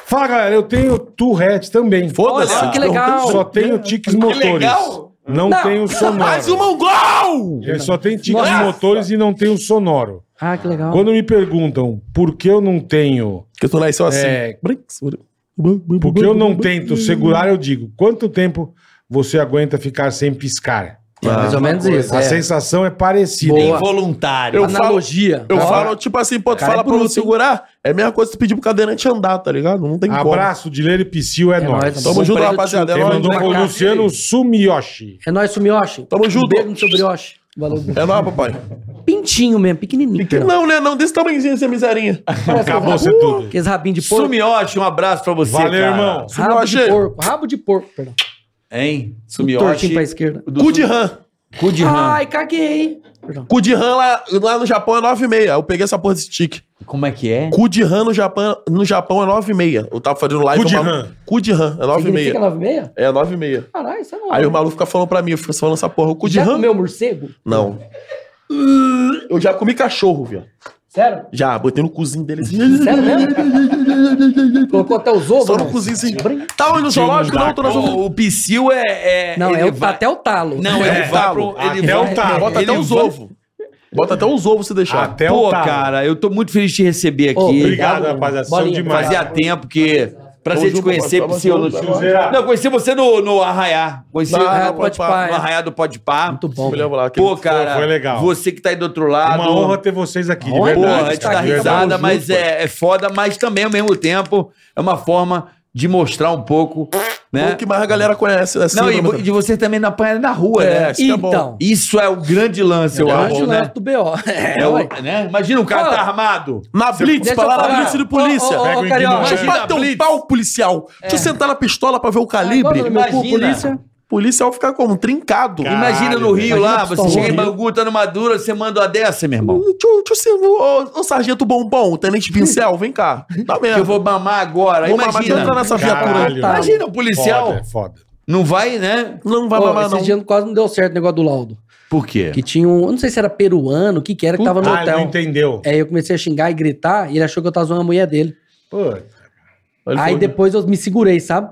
Fala, galera, eu tenho Tourette também. Foda-se. Olha, que legal. Só tenho tiques motores. legal. Não, Não, tenho sonoro. Mais um mongol! Ele só tem tiques Nossa. motores e não tenho sonoro. Ah, que legal. Quando me perguntam por que eu não tenho, Porque tu nasceu assim. É. Brinks. por que eu não tento segurar, eu digo, quanto tempo você aguenta ficar sem piscar? É Ah. mais ou menos isso. A é. sensação é parecida. Boa. Voluntário. Eu falo, Analogia. eu Ó, falo, tipo assim, pô, tu Cara, fala é pra eu bruto, hein? segurar, é a mesma coisa que tu pedir pro cadeirante andar, tá ligado? Não tem como. Abraço, Dileiro e Psiu, é, É nóis. nóis, Tamo Bom junto, preço, rapaziada. É Quem mandou nóis. foi o Luciano Sumiyoshi. É nóis, Sumioshi. Tamo junto. Beijo no seu brioche. Valeu. É nóis, papai. Pintinho mesmo, pequenininho. Que não, né? Não, desse tamanhozinho, essa miserinha. Acabou ser tudo. é Aqueles rabinhos de porco. Sumiote, um abraço pra você, Valeu, cara. irmão. Rabo Sumioshi. de porco. Rabo de porco, perdão. Hein? Tortinho Sumiote. pra esquerda. Cu de rã. Cu de rã. Ai, caguei. Perdão. Cu de rã lá, lá no Japão é 9,6. Eu peguei essa porra desse tique. Como é que é? Cu de rã no Japão, no Japão é 9,6. Eu tava fazendo live. Cu de eu falo- rã. Cu de rã, é 9,6. Significa 9,6? É 9,6. Caralho, isso é nóis. Aí o maluco fica falando pra mim, fica falando essa porra. O cu de Já rã? comeu morcego? Não. Eu já comi cachorro, viu? Sério? Já, botei no cozinho dele assim. Sério mesmo? Colocou até os ovos? Só no não? cozinho assim. Tá onde? No zoológico? Não, tô na zoológico. O, o Psyu é, é. Não, ele é o, vai- até o talo. É. Não, é ele vai pro. Ele É Até vai- o talo. Bota ele até os vai- ovos. Bota até os ovos se deixar. Até Pô, o talo. cara, eu tô muito feliz de te receber aqui. Ô, Obrigado, rapaziada. São Bolinha, demais. Fazia tempo que. Prazer te junto, conhecer, tamo Psyu. junto, tamo no- junto. né? Não, conheci você no, no Arraiá. Conheci Não, no É, Ah, Arraiá- o pode pode no pá. Arraiá do Pode Pá. Muito bom. Me leva lá. Pô, aquele- cara, foi legal. você que tá aí do outro lado. Uma honra ter vocês aqui, de Uma honra, Porra, verdade. a gente tá Verdade. risada, Tamo mas é, é foda, mas também ao mesmo tempo é uma forma de mostrar um pouco, né? O que mais a galera conhece assim. Não, Não, e, vo- e de você também não apanhar na rua, né? É, isso que é bom. um Então, Isso é o grande lance, eu eu acho, acho né? do BO. É, É, o- ué. né? Imagina um cara Olha. tá armado. Na blitz, Deixa eu falar na falar. blitz de Ô, polícia. ô, Pega ô, o carioca. ignorante. Deixa eu Imagina bater a um blitz. pau policial. Deixa eu sentar na pistola pra ver o calibre. Agora no meu cu, Imagina. polícia. Polícia ficar como? Trincado. Imagina no Rio velho. lá, Imagina você São né? chega em Paulo. Bangu, tá numa dura, você manda uma dessa, meu irmão. Deixa eu- deixa eu ser- Ô, ô, sargento bombom, tenente pincel, vem cá. Dá Que eu merda. vou mamar agora. É. Vou mamar, Imagina. entra nessa viatura. Caralho. aí. tá? Imagina o policial. Foda, foda. Não vai, né? Não vai Pô, mamar, esse não. dia quase não deu certo o negócio do laudo. Por quê? Que tinha um, eu não sei se era peruano, o que que era, que tava no Ah, ele não hotel. entendeu. Aí eu comecei a xingar e gritar, e ele achou que eu tava zoando a mulher dele. Pô, Ele Aí falou, depois eu me segurei, sabe?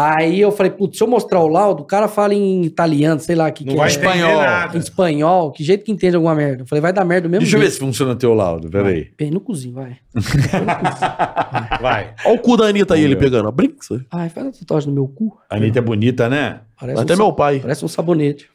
Aí eu falei, putz, se eu mostrar o laudo, o cara fala em italiano, sei lá, que, Não que vai é, entender espanhol. em nada. espanhol, que jeito que entende alguma merda. Eu falei, vai dar merda do mesmo Deixa eu ver se jeito. funciona teu laudo, peraí. Peraí, no cozinho, vai. Vai. Olha o cu da Anitta aí, ele pegando. ó. Brinks. Ai, Ah, faz uma tatuagem no meu cu. A Anitta é bonita, né? Parece, um, Até sa- meu pai. parece um sabonete.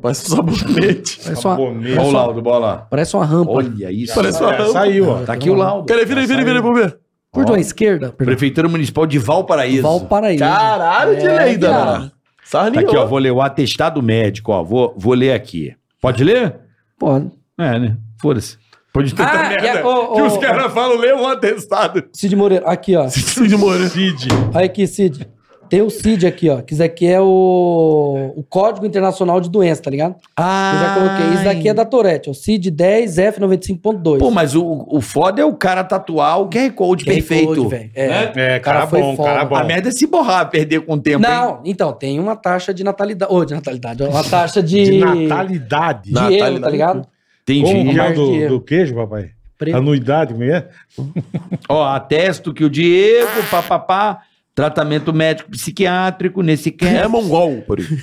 Parece um sabonete. Parece uma, Sabonete. Olha o laudo, bola. parece uma rampa. Olha isso. Parece uma É, rampa. saiu, ó. Tá aqui o laudo. Cara, vira, vira, vira, vamos ver. Curta uma esquerda. perdão. Prefeitura Municipal de Valparaíso. Valparaíso. Caralho de É, lenda, viado. mano. Sarninho. Tá aqui, ó. Vou ler o atestado médico, ó. Vou, vou ler aqui. Pode ler? Pode. É, né? Foda-se. Pode ter Ah, e a- ô, ô, falam, lê o atestado. é Cid Moreira, aqui, ó. Cid Moreira. Cid. Olha aqui, Cid. Tem o Cid aqui, ó. Que isso aqui é o, o Código Internacional de Doença, tá ligado? Ah, Eu já coloquei. Isso daqui é da Tourette, ó. Cid 10F95.2. Pô, mas o, o foda é o cara tatuar o QR Code Quem perfeito. code, velho. É. É, cara cara foi bom, foda. cara bom. A merda é se borrar, perder com o tempo, hein? Não, então, tem uma taxa de natalidade. Ô, de natalidade. ó, Uma taxa de. De natalidade. De erro, tá ligado? Como Entendi. que é Mais do, dinheiro. do queijo, papai? Preto. Anuidade, como é? Ó, atesto que o Diego, papapá, tratamento médico psiquiátrico nesse É caso. mongol, por isso.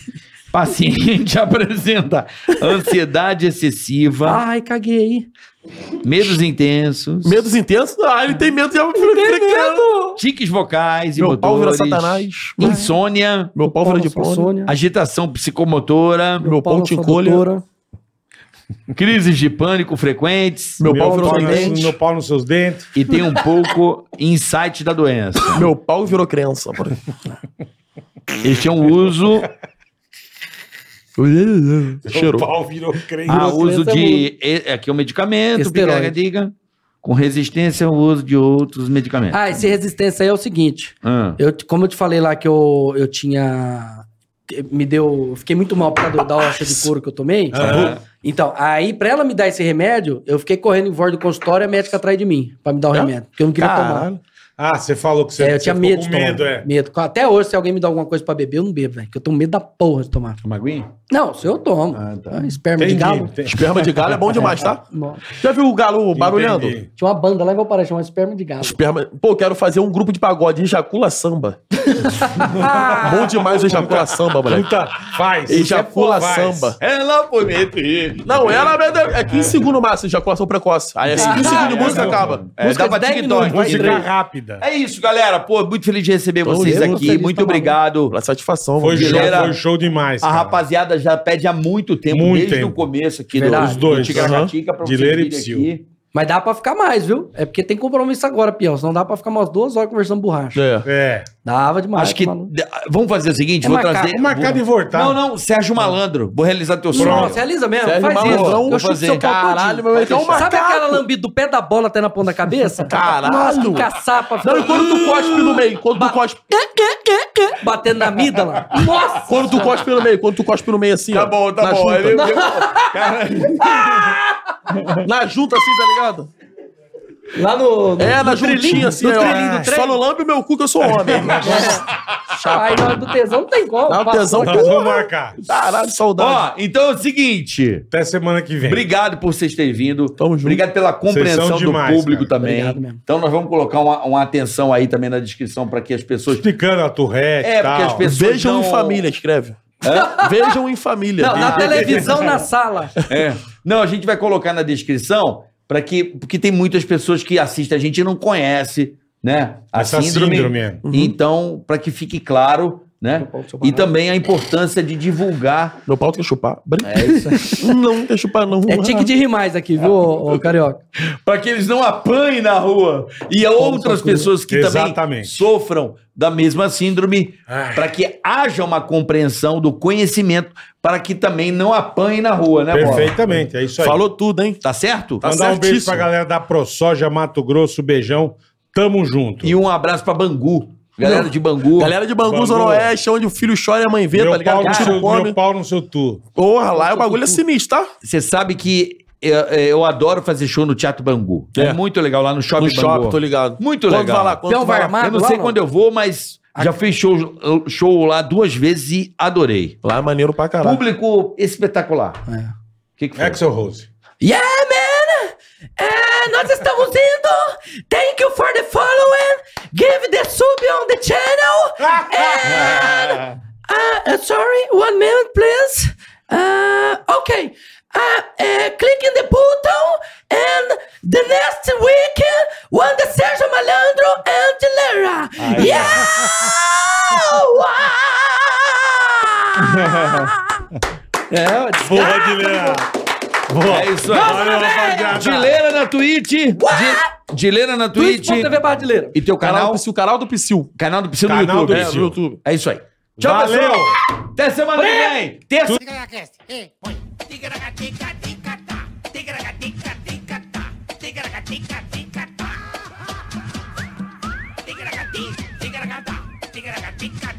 Paciente apresenta ansiedade excessiva, Ai, caguei. Ah. medos intensos, Medos intensos? Ah, ele tem medo de Meu tiques vocais e pau vira motores, satanás. insônia, Meu pau vira de Paulo pão. Sassônia, agitação psicomotora, Meu pau Paulo te Sua encolha. Doutora. crises de pânico frequentes Meu pau virou no- dente. Meu pau nos seus dentes. e tem um pouco insight da doença. Meu pau virou crença. por isso. Este é um uso Meu Cheirou. pau virou crente. a Ah, Virou uso criança de e- aqui é um medicamento, Esteroide. picareta, diga, com resistência ao uso de outros medicamentos. Ah, esse resistência aí é o seguinte. Ah. Eu, como eu te falei lá que eu, eu tinha. que Me deu. eu Fiquei muito mal por causa do- da hoxa de couro que eu tomei. É. Ah. É. Então, aí, pra ela me dar esse remédio, eu fiquei correndo em volta do consultório e a médica atrás de mim pra me dar o É? remédio. Porque eu não queria tomar. Caralho. Ah, você falou que Ah? você, É, eu você tinha ficou medo com de tomar. medo, é. Medo. Até hoje, se alguém me dá alguma coisa pra beber, eu não bebo, velho. Porque eu tenho medo da porra de tomar. Uma aguinha? Não, se eu tomo. Ah, tá. Ah, Esperma Entendi, de galo. entendi. Esperma de galo é bom demais, tá? Bom, Já viu o galo barulhando? Entendi. Tinha uma banda lá em Valparaíso, chamada Esperma de Galo. Esperma... Pô, quero fazer um grupo de pagode. Ejacula samba. bom demais o ejacula samba, moleque. Puta, Tá, é faz. Ejacula Faz. samba. Ela prometeu. Não, ela é 15 segundos no máximo, ejaculação precoce. Aí é 15 segundos de música acaba. É, música dá pra de 10 TikTok, minutos. vai Música- Música rápida. É isso, galera. Pô, muito feliz de receber Tô vocês mesmo aqui. feliz, Muito tá obrigado. Pela É, satisfação. Foi vamos show, dizer. Galera, foi show demais. A cara. rapaziada já pede há muito tempo, Muito desde tempo. o começo aqui do, Verdade. do Os dois, Ticaracatica, aham. pra De vocês Leira e virem Psyu. aqui. Mas dá pra ficar mais, viu? É porque tem compromisso agora, Pião. Senão dá pra ficar umas duas horas conversando borracha. É. É. Dava demais. Acho que. ah, maluco. Vamos fazer o seguinte: É vou marcar- trazer. Vamos marcar de voltar. Não, não, Sérgio Malandro. Vou realizar teu sonho. Nossa, realiza mesmo. Sérgio faz isso. Malandrão, eu vou chuto fazer. seu pau Caralho, todinho. meu irmão. Sabe aquela lambida do pé da bola até na ponta da cabeça? um Caralho. Nossa, que caçapa. Não, e quando tu cospe no meio? Quando tu Ba- cospe. Batendo na mida lá. Nossa! Quando tu cospe no meio, quando tu cospe no meio assim, ó. tá na Junta, Ele- Na junta assim, tá ligado? Lá no. no- É, na no trilhinho, juntinha assim, no ó. trilhinho do trem. Só não lambe o meu cu que eu sou homem. Aí na hora do tesão não tem como. Dá o Passa- tesão. Nós vamos marcar. Caralho, saudade. Ó, então é o seguinte. Até semana que vem. Obrigado por vocês terem vindo. Tamo junto. Obrigado pela compreensão são demais, do público cara. também. Obrigado mesmo. Então nós vamos colocar uma, uma atenção aí também na descrição para que as pessoas. Explicando a Tourette É, e porque tal. as pessoas. Vejam não- em família, escreve. É? Vejam em família. então. É? Não, na televisão, na sala. É. Não, a gente vai colocar na descrição para que. Porque tem muitas pessoas que assistem a gente e não conhece, né? A Essa síndrome. síndrome. Então, para que fique claro, né? Uhum. E também a importância de divulgar. Meu pau tem que chupar. Brinca. Não, quer chupar, não. É tique de rir mais aqui, viu, ô, ô, Carioca? Para que eles não apanhem na rua. E a outras pessoas que também Exatamente. sofram da mesma síndrome. Ai. Para que haja uma compreensão do conhecimento. Para que também não apanhem na rua, né, Bola? Perfeitamente, é isso aí. Falou tudo, hein? Tá certo? Tá Mandar um beijo certíssimo. pra galera da ProSoja Mato Grosso, beijão. Tamo junto. E um abraço para Bangu. Galera de Bangu. Galera de Bangu, Bangu. Zona Oeste, onde o filho chora e a mãe vê, meu, tá ligado? pau no O tiro seu, come. meu pau no seu tu. Porra, lá é o bagulho é sinistro, tá? Você sabe que eu, eu adoro fazer show no Teatro Bangu. É, É. muito legal lá no Shopping No Bangu. shopping, tô ligado. Muito Quando legal. vai lá, quando Tem um vai lá. varmado eu não lá, sei não? quando eu vou, mas já fiz show, show lá duas vezes e adorei. Lá é maneiro pra caralho. Público espetacular. O que, que foi? Axel Rose. Yeah, man! É, nós estamos indo. Thank you for the following. Give the sub on the channel. And, uh, uh, sorry, one minute, please. Uh, okay. Uh, uh, click in the button and the next week one the Sergio Malandro and Lera. Yeah! Boa, Guilherme. Boa. É isso aí. Valeu, rapaziada. Dileira na Twitch. Di- Dileira na Twitch. TV Bardileira. E teu Canal canal? do Psyu, canal do Psyu. Canal do Psy no Canal YouTube. do É, Psy. no YouTube. É isso aí. Tchau, Valeu. pessoal. Até semana que vem. Terça. Tica-tica-tica-tica-tica-tica-tica.